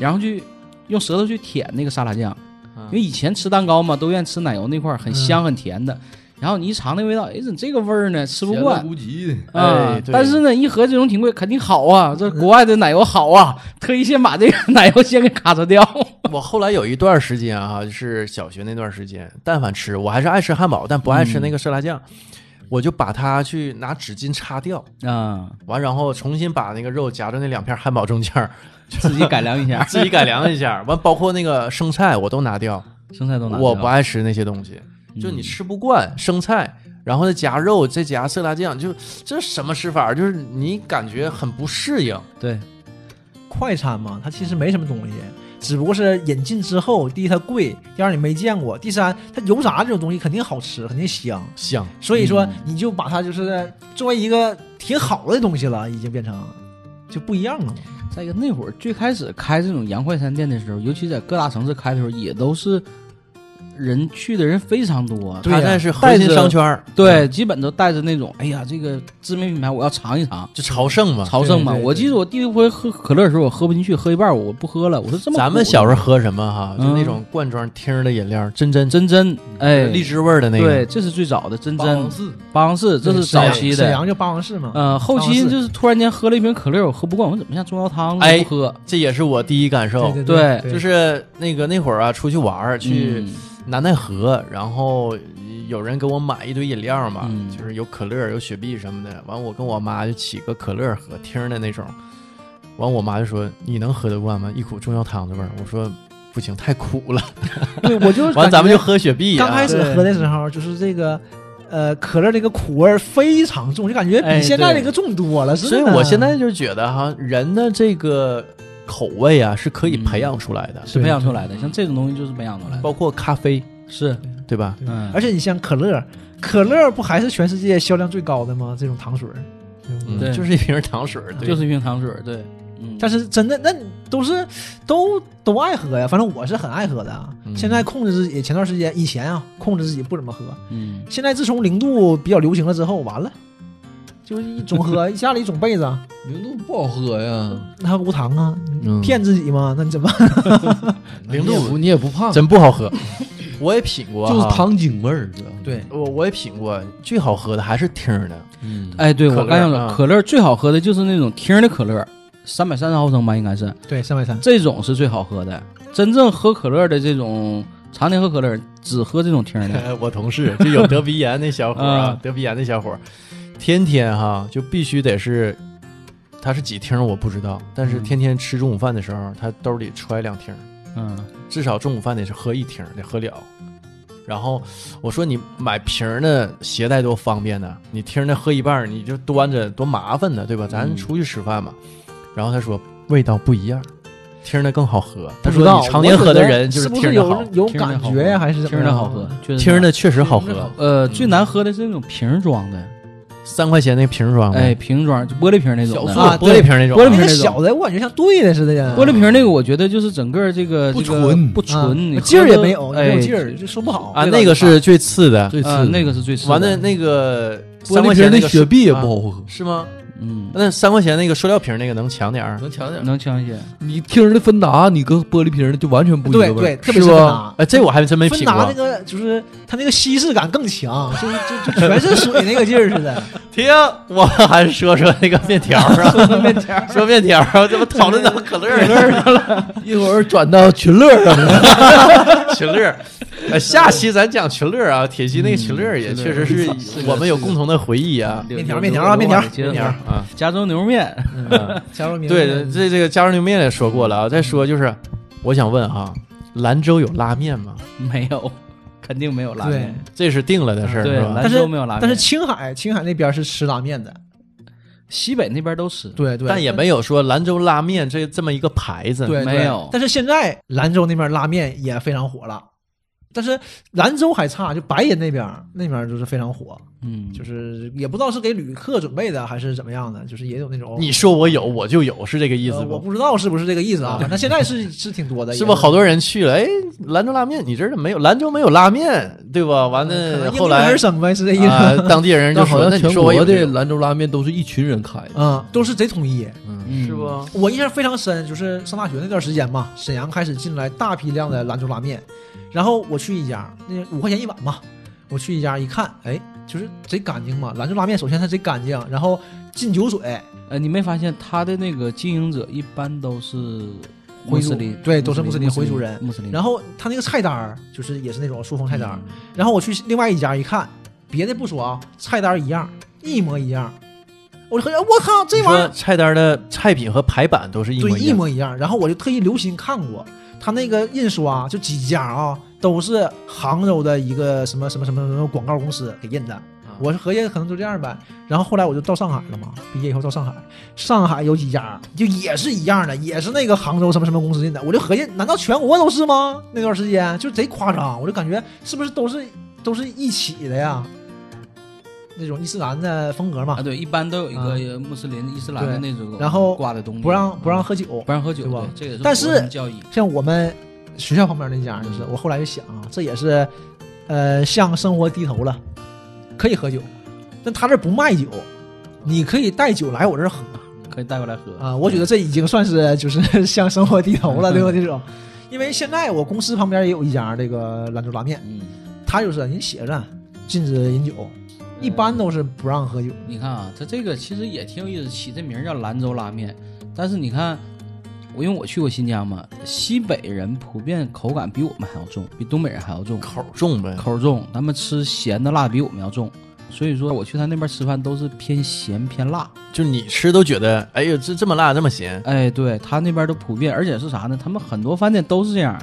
[SPEAKER 4] 然后去用舌头去舔那个沙拉酱，
[SPEAKER 3] 啊
[SPEAKER 4] 因为以前吃蛋糕嘛，都愿意吃奶油那块儿
[SPEAKER 3] 嗯
[SPEAKER 4] 很香很甜的。然后你一尝那味道，哎，怎么这个味儿呢？吃不
[SPEAKER 6] 闲
[SPEAKER 4] 惯
[SPEAKER 6] 乐。无极，
[SPEAKER 4] 啊、
[SPEAKER 3] 哎对
[SPEAKER 4] 但是呢，一合这种挺贵，肯定好啊！这国外的奶油好啊， 特意先把这个奶油先给卡着掉。
[SPEAKER 3] 我后来有一段时间啊，就是小学那段时间，但凡吃，我还是爱吃汉堡，但不爱吃那个色拉酱，
[SPEAKER 4] 嗯
[SPEAKER 3] 我就把它去拿纸巾擦掉，
[SPEAKER 4] 啊、
[SPEAKER 3] 完然后重新把那个肉夹在那两片汉堡中间 儿，
[SPEAKER 4] 自己改良一 下，
[SPEAKER 3] 自己改良一下，完包括那个生菜我都拿掉，
[SPEAKER 4] 生菜都拿掉。
[SPEAKER 3] 我不爱吃那些东西，
[SPEAKER 4] 嗯
[SPEAKER 3] 就你吃不惯生菜。然后再夹肉，再夹色拉酱，就这什么吃法？就是你感觉很不适应。
[SPEAKER 4] 对，
[SPEAKER 5] 快餐嘛，它其实没什么东西，只不过是引进之后，第一它贵，第二你没见过，第三它油炸这种东西肯定好吃，肯定香，
[SPEAKER 3] 香，
[SPEAKER 5] 所以说
[SPEAKER 4] 嗯
[SPEAKER 5] 你就把它就是作为一个挺好的东西了，已经变成就不一样了嘛。
[SPEAKER 4] 再一个，那会儿最开始开这种洋快餐店的时候，尤其在各大城市开的时候，也都是人去的人非常多，
[SPEAKER 5] 对
[SPEAKER 3] 他
[SPEAKER 5] 呀
[SPEAKER 3] 那是核心商圈儿，
[SPEAKER 4] 啊对，基本都带着那种，哎呀，这个知名品牌我要尝一尝，
[SPEAKER 3] 就朝圣嘛。
[SPEAKER 4] 朝圣嘛。
[SPEAKER 5] 对对对
[SPEAKER 4] 我记得我第一回喝可乐的时候，我喝不进去，喝一半我不喝了。我说这么
[SPEAKER 3] 咱们
[SPEAKER 4] 苦啊
[SPEAKER 3] 小时候喝什么哈？就
[SPEAKER 4] 嗯
[SPEAKER 3] 那种罐装听儿的饮料，真真
[SPEAKER 4] 真真，哎，
[SPEAKER 3] 荔枝味儿的那
[SPEAKER 4] 对，
[SPEAKER 3] 个，
[SPEAKER 4] 这是最早的真
[SPEAKER 6] 八
[SPEAKER 4] 真
[SPEAKER 6] 王寺
[SPEAKER 4] 八王寺，这是
[SPEAKER 5] 沈
[SPEAKER 4] 早
[SPEAKER 5] 阳
[SPEAKER 4] 期
[SPEAKER 5] 沈
[SPEAKER 4] 的。
[SPEAKER 5] 阳就八王寺嘛。
[SPEAKER 4] 呃，后
[SPEAKER 5] 八王
[SPEAKER 4] 期
[SPEAKER 5] 寺
[SPEAKER 4] 就是突然间喝了一瓶可乐，我喝不惯，我怎么像中药汤
[SPEAKER 3] 哎嗯
[SPEAKER 4] 不喝？
[SPEAKER 3] 这也是我第一感受。
[SPEAKER 5] 对
[SPEAKER 4] 对
[SPEAKER 5] 对，
[SPEAKER 3] 就是那个那会儿啊，出去玩儿去
[SPEAKER 4] 嗯
[SPEAKER 3] 南戴河，然后有人给我买一堆饮料嘛，
[SPEAKER 4] 嗯
[SPEAKER 3] 就是有可乐、有雪碧什么的。完，我跟我妈就起个可乐喝，听的那种。完，我妈就说：“你能喝得惯吗？一股中药汤的味儿。”我说：“不行，太苦了。
[SPEAKER 5] 对，我就”
[SPEAKER 3] 完，
[SPEAKER 5] 感觉
[SPEAKER 3] 咱们就喝雪碧、啊。
[SPEAKER 5] 刚开始
[SPEAKER 4] 对
[SPEAKER 5] 喝的时候，就是这个呃可乐这个苦味儿非常重，就感觉
[SPEAKER 4] 哎
[SPEAKER 5] 比现在
[SPEAKER 4] 对
[SPEAKER 5] 这个重多了。
[SPEAKER 3] 所以
[SPEAKER 5] 真的
[SPEAKER 3] 我现在就觉得哈，人的这个口味啊是可以培养出来的，
[SPEAKER 4] 是培养出来的，像这种东西就是培养出来的。
[SPEAKER 3] 包括咖啡，
[SPEAKER 4] 是，
[SPEAKER 3] 对吧？
[SPEAKER 4] 嗯，
[SPEAKER 5] 而且你像可乐，可乐不还是全世界销量最高的吗？这种糖水儿，
[SPEAKER 3] 嗯
[SPEAKER 4] 对
[SPEAKER 3] 就是一瓶糖水儿，对
[SPEAKER 4] 就是一瓶糖水儿，对，嗯，
[SPEAKER 5] 但是真的那都是都都爱喝呀，反正我是很爱喝的啊。
[SPEAKER 3] 嗯
[SPEAKER 5] 现在控制自己，前段时间以前啊控制自己不怎么喝，
[SPEAKER 4] 嗯，
[SPEAKER 5] 现在自从零度比较流行了之后，完了。就是一总喝，一家里一总备着，
[SPEAKER 6] 零度不好喝呀，
[SPEAKER 5] 啊那无糖啊，
[SPEAKER 3] 嗯
[SPEAKER 5] 骗自己嘛？那你怎么办？
[SPEAKER 3] 零
[SPEAKER 6] 你也
[SPEAKER 3] 度
[SPEAKER 6] 不你也不怕，
[SPEAKER 3] 真不好喝， 我也品过，
[SPEAKER 6] 就是，糖精味儿，是吧
[SPEAKER 4] 对，
[SPEAKER 3] 我我也品过，最好喝的还是听 儿的，
[SPEAKER 6] 嗯，
[SPEAKER 4] 哎，对
[SPEAKER 3] 可乐
[SPEAKER 4] 我刚想
[SPEAKER 3] 啊
[SPEAKER 4] 说，可乐最好喝的就是那种听的可乐，三百三十毫升吧，应该是
[SPEAKER 5] 对，三百三，
[SPEAKER 4] 这种是最好喝的。真正喝可乐的这种，常年喝可乐只喝这种听的，
[SPEAKER 3] 我同事就有得鼻炎那小伙儿啊
[SPEAKER 4] 啊，
[SPEAKER 3] 得鼻炎那小伙儿，天天哈就必须得是，他是几听儿我不知道，但是
[SPEAKER 4] 嗯
[SPEAKER 3] 天天吃中午饭的时候，他兜里揣两听儿，
[SPEAKER 4] 嗯，
[SPEAKER 3] 至少中午饭得是喝一听儿，得喝了。然后我说你买瓶儿的携带多方便呢，你听儿的喝一半儿你就端着多麻烦呢，对吧？咱
[SPEAKER 4] 嗯
[SPEAKER 3] 出去吃饭嘛。然后他说味道不一样，听儿的更好喝。他
[SPEAKER 5] 不
[SPEAKER 3] 说
[SPEAKER 5] 知道
[SPEAKER 3] 你常年喝的人就是
[SPEAKER 5] 不
[SPEAKER 3] 听
[SPEAKER 5] 是
[SPEAKER 3] 儿的好
[SPEAKER 5] 有，有
[SPEAKER 4] 听着
[SPEAKER 5] 感
[SPEAKER 4] 好
[SPEAKER 5] 觉呀，
[SPEAKER 4] 喝
[SPEAKER 5] 还是怎
[SPEAKER 4] 听
[SPEAKER 5] 么啊
[SPEAKER 4] 的
[SPEAKER 5] 样
[SPEAKER 4] 好喝，确实
[SPEAKER 3] 听儿的确实好
[SPEAKER 5] 听着好
[SPEAKER 3] 喝，
[SPEAKER 4] 呃，最难喝的是那种瓶装的，
[SPEAKER 3] 三块钱那瓶
[SPEAKER 5] 嗯
[SPEAKER 3] 装的，
[SPEAKER 4] 哎，瓶装就玻璃瓶那种的
[SPEAKER 5] 塑料
[SPEAKER 4] 啊
[SPEAKER 5] 啊
[SPEAKER 3] 玻璃
[SPEAKER 5] 对
[SPEAKER 3] 瓶那种
[SPEAKER 4] 玻璃
[SPEAKER 5] 那
[SPEAKER 4] 瓶
[SPEAKER 5] 个
[SPEAKER 4] 那种
[SPEAKER 5] 小的我感觉像兑的似的呀，
[SPEAKER 4] 玻璃瓶那个，我觉得就是整个这个
[SPEAKER 6] 不
[SPEAKER 4] 这个
[SPEAKER 6] 纯
[SPEAKER 4] 不纯，你
[SPEAKER 5] 啊
[SPEAKER 4] 喝
[SPEAKER 5] 劲儿也
[SPEAKER 4] 着
[SPEAKER 5] 没有，没
[SPEAKER 4] 哎
[SPEAKER 5] 有劲儿，就说不好。
[SPEAKER 3] 啊，那个是最次的，
[SPEAKER 6] 这
[SPEAKER 4] 呃
[SPEAKER 6] 次
[SPEAKER 4] 那个是最次
[SPEAKER 3] 完了
[SPEAKER 4] 的，
[SPEAKER 3] 那个
[SPEAKER 6] 玻
[SPEAKER 3] 三
[SPEAKER 6] 璃
[SPEAKER 3] 块
[SPEAKER 6] 瓶
[SPEAKER 3] 钱
[SPEAKER 6] 的
[SPEAKER 3] 那个
[SPEAKER 6] 雪碧也不
[SPEAKER 3] 啊
[SPEAKER 6] 好喝，
[SPEAKER 3] 是吗？
[SPEAKER 4] 嗯，
[SPEAKER 3] 那三块钱那个塑料瓶那个能强点儿？
[SPEAKER 6] 能强点儿。
[SPEAKER 4] 能强一些，
[SPEAKER 6] 你听着的芬达，你跟玻璃瓶的就完全不一
[SPEAKER 5] 对
[SPEAKER 6] 个味
[SPEAKER 5] 对，
[SPEAKER 6] 儿。
[SPEAKER 5] 特别
[SPEAKER 3] 是
[SPEAKER 5] 是
[SPEAKER 3] 不
[SPEAKER 5] 芬达？，
[SPEAKER 3] 哎，这我还真没
[SPEAKER 5] 芬
[SPEAKER 3] 品
[SPEAKER 5] 达那
[SPEAKER 3] 过。
[SPEAKER 5] 个就是它那个稀释感更强，就是就就全是水那个劲儿 似的。
[SPEAKER 3] 停，我还是说说那个面条儿啊，说面条， 说面条儿，怎么讨论到可乐 儿了？
[SPEAKER 6] 一会儿转到群乐上 了，
[SPEAKER 3] 群乐儿，呃，下期咱讲群乐儿啊，铁西那个群乐儿也
[SPEAKER 4] 嗯
[SPEAKER 3] 确实是我们有共同的回忆啊。
[SPEAKER 5] 面条面条啊面条
[SPEAKER 4] 接着
[SPEAKER 3] 面条儿
[SPEAKER 4] 说
[SPEAKER 3] 啊，
[SPEAKER 4] 加州牛肉面，
[SPEAKER 3] 嗯
[SPEAKER 5] 加入名
[SPEAKER 3] 对，这这个加州牛面也说过了啊。再说就是，我想问哈，兰州有拉面吗？
[SPEAKER 4] 没有，肯定没有拉
[SPEAKER 5] 对
[SPEAKER 4] 面。，
[SPEAKER 3] 这是定了的事儿，
[SPEAKER 4] 对
[SPEAKER 3] 是，吧？
[SPEAKER 4] 兰州没有拉面，
[SPEAKER 5] 但是青海青海那边是吃拉面的，
[SPEAKER 4] 西北那边都吃。
[SPEAKER 5] 对对，
[SPEAKER 3] 但也没有说兰州拉面这这么一个牌子。
[SPEAKER 5] 对
[SPEAKER 4] 没
[SPEAKER 5] 对
[SPEAKER 4] 有
[SPEAKER 5] 但是现在兰州那边拉面也非常火了，但是兰州还差，就白银那边那边就是非常火。
[SPEAKER 4] 嗯，
[SPEAKER 5] 就是也不知道是给旅客准备的还是怎么样的，就是也有那种
[SPEAKER 3] 你说我有，我就有，是这个意思
[SPEAKER 5] 呃我
[SPEAKER 3] 不？
[SPEAKER 5] 不知道是不是这个意思啊，反正现在是是挺多 的，
[SPEAKER 3] 是
[SPEAKER 5] 也
[SPEAKER 3] 不好多人去了？哎，兰州拉面，你这儿怎么没有？兰州没有拉面，对吧？完
[SPEAKER 5] 嗯可能
[SPEAKER 3] 了
[SPEAKER 5] 应
[SPEAKER 3] 后
[SPEAKER 5] 运
[SPEAKER 3] 来
[SPEAKER 5] 而生呗，是这意思。
[SPEAKER 3] 啊，当地人就
[SPEAKER 6] 但好
[SPEAKER 3] 说：“那
[SPEAKER 6] 像
[SPEAKER 3] 你
[SPEAKER 6] 全
[SPEAKER 3] 说我
[SPEAKER 6] 国
[SPEAKER 3] 有
[SPEAKER 6] 的
[SPEAKER 3] 这个
[SPEAKER 6] 兰州拉面都是一群人开的，
[SPEAKER 5] 嗯，都是贼统一。
[SPEAKER 4] 嗯
[SPEAKER 3] 是？不？
[SPEAKER 5] 我印象非常深，就是上大学那段时间嘛，沈阳开始进来大批量的兰州拉面，然后我去一家，那五块钱一碗嘛，我去一家一看，哎，就是贼干净嘛。兰州拉面首先它贼干净，然后进酒水，
[SPEAKER 3] 嗯
[SPEAKER 4] 呃，你没发现他的那个经营者一般都是穆
[SPEAKER 5] 回族
[SPEAKER 4] 斯林，
[SPEAKER 5] 对都是
[SPEAKER 4] 穆
[SPEAKER 5] 穆斯林回族人
[SPEAKER 4] 穆斯林。
[SPEAKER 5] 然后它那个菜单儿就是也是那种塑封菜单儿，
[SPEAKER 3] 嗯
[SPEAKER 5] 然后我去另外一家一看，别的不说啊，菜单儿一样，一模一样。我就合计，我靠，这
[SPEAKER 3] 你
[SPEAKER 5] 玩意
[SPEAKER 3] 说
[SPEAKER 5] 儿
[SPEAKER 3] 菜单的菜品和排版都是一模
[SPEAKER 5] 对
[SPEAKER 3] 一
[SPEAKER 5] 一
[SPEAKER 3] 样。
[SPEAKER 5] 模一样。然后我就特意留心看过，他那个印刷就几家啊，都是杭州的一个什么什么什么什么广告公司给印的。
[SPEAKER 3] 啊
[SPEAKER 5] 我是合计可能就这样呗。然后后来我就到上海了嘛，毕业以后到上海，上海有几家就也是一样的，也是那个杭州什么什么公司印的。我就合计，难道全国都是吗？那段时间就贼夸张，我就感觉是不是都是都是一起的呀？那种伊斯兰的风格嘛
[SPEAKER 3] 嗯
[SPEAKER 4] 啊，，对，一般都有一个穆斯林、伊斯兰的那种，
[SPEAKER 5] 然后
[SPEAKER 4] 挂的东西，嗯
[SPEAKER 5] 不让不让喝酒，
[SPEAKER 4] 不让喝酒，
[SPEAKER 5] 对吧
[SPEAKER 4] 对这个
[SPEAKER 5] 但
[SPEAKER 4] 是国
[SPEAKER 5] 是
[SPEAKER 4] 民教义，
[SPEAKER 5] 像我们学校旁边那家，就是我后来就想啊，这也是呃向生活低头了，可以喝酒，但他这不卖酒，你可以带酒来我这儿喝
[SPEAKER 4] 可以带回来喝
[SPEAKER 5] 啊，我觉得这已经算是就是向生活低头
[SPEAKER 6] 嗯
[SPEAKER 5] 了，对吧？这种，因为现在我公司旁边也有一家这个兰州拉面，
[SPEAKER 4] 嗯，
[SPEAKER 5] 他就是人写着禁止饮酒，一般都是不让喝酒。
[SPEAKER 4] 你看啊，它这个其实也挺有意思，起这名儿叫兰州拉面。但是你看，我因为我去过新疆嘛，西北人普遍口感比我们还要重，比东北人还要重，
[SPEAKER 3] 口重呗，
[SPEAKER 4] 口重，他们吃咸的辣比我们要重。所以说，我去他那边吃饭都是偏咸偏辣。
[SPEAKER 3] 就你吃都觉得，哎呦，这这么辣，这么咸，
[SPEAKER 4] 哎，对他那边都普遍，而且是啥呢？他们很多饭店都是这样，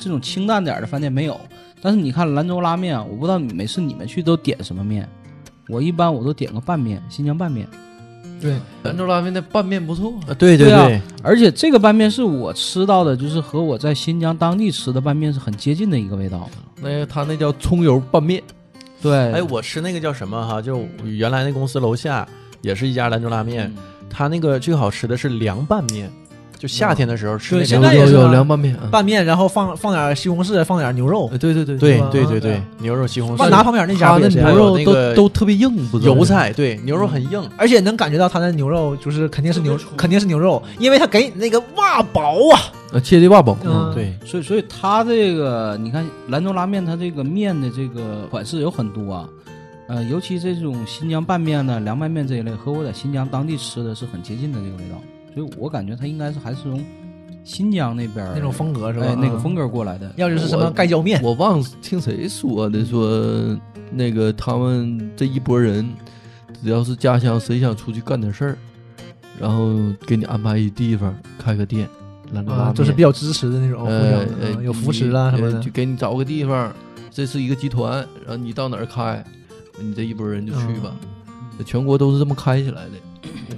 [SPEAKER 4] 这种清淡点儿的饭店没有。但是你看兰州拉面啊，我不知道你每次你们去都点什么面，我一般我都点个拌面，新疆拌面。
[SPEAKER 5] 对，
[SPEAKER 6] 兰州拉面那拌面不错，
[SPEAKER 3] 啊对
[SPEAKER 4] 对啊
[SPEAKER 3] 对，
[SPEAKER 4] 而且这个拌面是我吃到的，就是和我在新疆当地吃的拌面是很接近的一个味道。
[SPEAKER 5] 嗯
[SPEAKER 6] 那个他那叫葱油拌面，
[SPEAKER 4] 对，
[SPEAKER 3] 哎，我吃那个叫什么哈，就原来那公司楼下也是一家兰州拉面，它那个最好吃的是凉拌面，就夏天的时候吃那
[SPEAKER 5] 对
[SPEAKER 3] 个
[SPEAKER 5] 现
[SPEAKER 6] 有
[SPEAKER 5] 在也
[SPEAKER 6] 有
[SPEAKER 5] 是
[SPEAKER 6] 有
[SPEAKER 5] 吧
[SPEAKER 6] 凉拌面啊，
[SPEAKER 5] 拌面，然后放放点西红柿，放点牛肉。
[SPEAKER 6] 呃对对对
[SPEAKER 3] 对
[SPEAKER 5] 是吧
[SPEAKER 3] 对对
[SPEAKER 5] 对
[SPEAKER 3] 对
[SPEAKER 5] 啊，
[SPEAKER 3] 牛肉西红
[SPEAKER 5] 万达
[SPEAKER 3] 柿、
[SPEAKER 5] 旁边那家
[SPEAKER 6] 他
[SPEAKER 5] 不
[SPEAKER 6] 那
[SPEAKER 5] 也是
[SPEAKER 6] 牛
[SPEAKER 3] 还有
[SPEAKER 6] 肉
[SPEAKER 3] 那个
[SPEAKER 6] 都都特别硬，不知道
[SPEAKER 3] 油
[SPEAKER 6] 为啥，
[SPEAKER 3] 菜，对牛肉很硬，
[SPEAKER 5] 而且能感觉到他的牛肉就是肯定是牛，肯定是牛肉，因为他给你那个哇薄啊。
[SPEAKER 6] 呃，切的哇宝，
[SPEAKER 5] 嗯
[SPEAKER 3] 对，
[SPEAKER 4] 所以所以它这个你看兰州拉面，它这个面的这个款式有很多啊，呃，尤其这种新疆拌面呢、凉拌面这一类，和我在新疆当地吃的是很接近的这个味道，所以我感觉它应该是还是从新疆那边儿
[SPEAKER 5] 那种风格是吧
[SPEAKER 4] 哎那个
[SPEAKER 5] 嗯
[SPEAKER 4] 风格过来的。
[SPEAKER 5] 要就是什
[SPEAKER 6] 我
[SPEAKER 5] 么盖浇面，
[SPEAKER 6] 我忘了听谁说的，说那个他们这一拨人，只要是家乡谁想出去干点事儿，然后给你安排一地方开个店，兰州拉
[SPEAKER 5] 啊
[SPEAKER 6] 面，，
[SPEAKER 5] 就是比较支持的那种，互相
[SPEAKER 6] 呃呃
[SPEAKER 5] 嗯有扶持啦
[SPEAKER 6] 你
[SPEAKER 5] 什么的
[SPEAKER 6] 呃就。给你找个地方，这是一个集团，然后你到哪儿开，你这一拨人就去
[SPEAKER 5] 啊
[SPEAKER 6] 吧，这全国都是这么开起来的。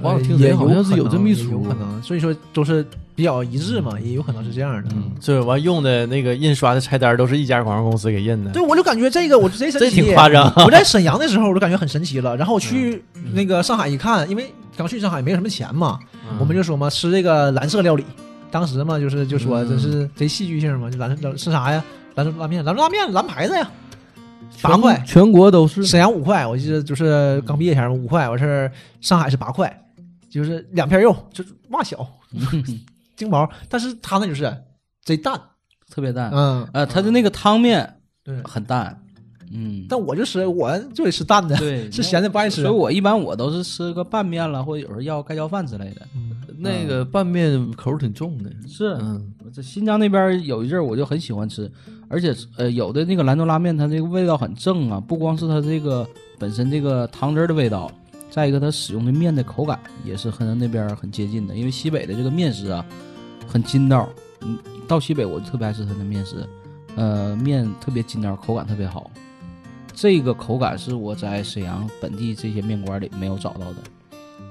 [SPEAKER 6] 我忘了听
[SPEAKER 5] 嗯哎也
[SPEAKER 6] 谁好像是
[SPEAKER 5] 有
[SPEAKER 6] 有这么一
[SPEAKER 5] 可能
[SPEAKER 6] 说
[SPEAKER 5] 有，可能，所以说都是比较一致嘛，也有可能是这样的。
[SPEAKER 6] 嗯，
[SPEAKER 3] 这完用的那个印刷的菜单都是一家广告公司给印的，
[SPEAKER 5] 对，我就感觉这个我这神
[SPEAKER 3] 这
[SPEAKER 5] 奇
[SPEAKER 3] 挺，夸张。嗯
[SPEAKER 5] 我在沈阳的时候我就感觉很神奇了。然后我去那个上海一看，因为刚去上海没有什么钱嘛，
[SPEAKER 3] 嗯
[SPEAKER 5] 我们就说嘛吃这个蓝色料理，当时嘛就是就说
[SPEAKER 6] 嗯
[SPEAKER 5] 这是贼戏剧性嘛，就蓝蓝吃啥呀？兰州拉面，兰州拉面蓝牌子呀，
[SPEAKER 6] 全
[SPEAKER 5] 八块。
[SPEAKER 6] 全国都是。
[SPEAKER 5] 沈阳五块，我记得就是刚毕业前儿五块，完事儿上海是八块，就是两片肉，就是哇 小金毛，但是他那就是贼淡，
[SPEAKER 4] 特别淡，
[SPEAKER 5] 嗯，
[SPEAKER 4] 呃，它的那个汤面
[SPEAKER 5] 对。
[SPEAKER 4] 很淡，嗯，
[SPEAKER 5] 但我就吃，我就得吃淡的，
[SPEAKER 4] 对，
[SPEAKER 5] 吃咸的不爱吃啊
[SPEAKER 4] 所以。我一般我都是吃个拌面了，或者有时候要盖浇饭之类的。
[SPEAKER 6] 那个拌面口儿挺重的，
[SPEAKER 4] 是
[SPEAKER 6] 嗯，
[SPEAKER 4] 我这新疆那边有一阵儿我就很喜欢吃，而且呃有的那个兰州拉面它这个味道很正啊，不光是它这个本身这个汤汁儿的味道，再一个它使用的面的口感也是和那边儿很接近的，因为西北的这个面食啊很筋道，嗯，到西北我就特别爱吃它的面食，呃面特别筋道，口感特别好。这个口感是我在沈阳本地这些面馆里没有找到的。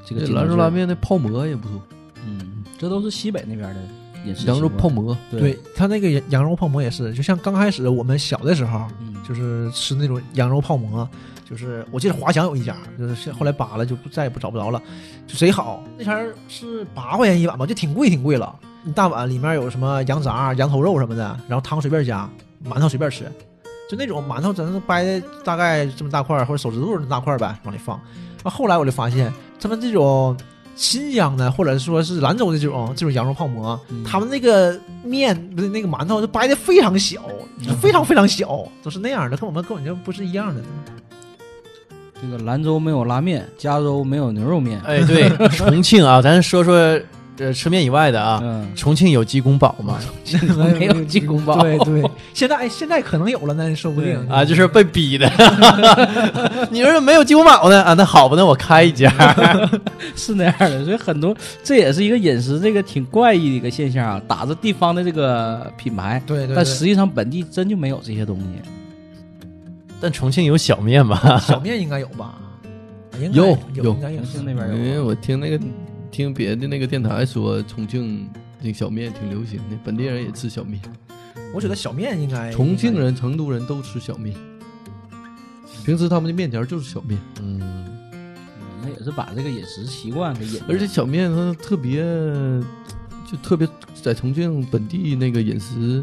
[SPEAKER 4] 这个
[SPEAKER 6] 这
[SPEAKER 4] 筋道
[SPEAKER 6] 兰州
[SPEAKER 4] 劲儿
[SPEAKER 6] 拉，面那泡馍也不错，
[SPEAKER 4] 嗯，这都是西北那边的饮食习惯。
[SPEAKER 6] 扬州泡馍，
[SPEAKER 5] 对他那个羊羊肉泡馍也是，就像刚开始我们小的时候，
[SPEAKER 4] 嗯，就
[SPEAKER 5] 就是吃那种羊肉泡馍，就是我记得华强有一家，就是现后来扒了就不再也不找不着了，就贼好，那前儿是八块钱一碗吧，就挺贵挺贵了，一大碗里面有什么羊杂、羊头肉什么的，然后汤随便加，馒头随便吃，就那种馒头咱是掰的大概这么大块儿或者手指肚儿那么大块儿呗，往里放。啊，后来我就发现他们这种。新疆的，或者说是兰州的这种这种羊肉泡馍，
[SPEAKER 4] 嗯
[SPEAKER 5] 他们那个面不是那个馒头，就掰的非常小，就非常非常小，都是那样的，跟我们根本就不是一样的。
[SPEAKER 4] 这个兰州没有拉面，加州没有牛肉
[SPEAKER 5] 啊
[SPEAKER 4] 面。
[SPEAKER 3] 哎，对， 重庆啊，咱说说呃吃面以外的啊，
[SPEAKER 4] 嗯，
[SPEAKER 3] 重庆有鸡公煲嘛？
[SPEAKER 4] 没有进宫包。
[SPEAKER 5] 对对，现在哎现在可能有了呢，说不定
[SPEAKER 3] 啊，就是被逼的。 你说没有鸡公煲呢？啊，那好吧，那我开一家。
[SPEAKER 4] 是那样的。所以很多这也是一个饮食这个挺怪异的一个现象啊，打着地方的这个品牌，
[SPEAKER 5] 对对，
[SPEAKER 4] 但实际上本地真就没有这些东西。
[SPEAKER 3] 但重庆有小面吧？
[SPEAKER 5] 小面应该有吧？应该
[SPEAKER 6] 有
[SPEAKER 5] 有
[SPEAKER 6] 有
[SPEAKER 5] 应该有
[SPEAKER 4] 重庆那
[SPEAKER 6] 因
[SPEAKER 4] 边
[SPEAKER 6] 为
[SPEAKER 5] 哦
[SPEAKER 4] 有。
[SPEAKER 6] 我听那个听别的那个电台说，重庆那小面挺流行的，本地人也吃小面，
[SPEAKER 5] 我觉得小面应该
[SPEAKER 6] 重庆人、成都人都吃小面。平时他们的面条就是小面，
[SPEAKER 3] 嗯，
[SPEAKER 4] 那也是把这个饮食习惯给引进来，
[SPEAKER 6] 而且小面它特别，就特别在重庆本地那个饮食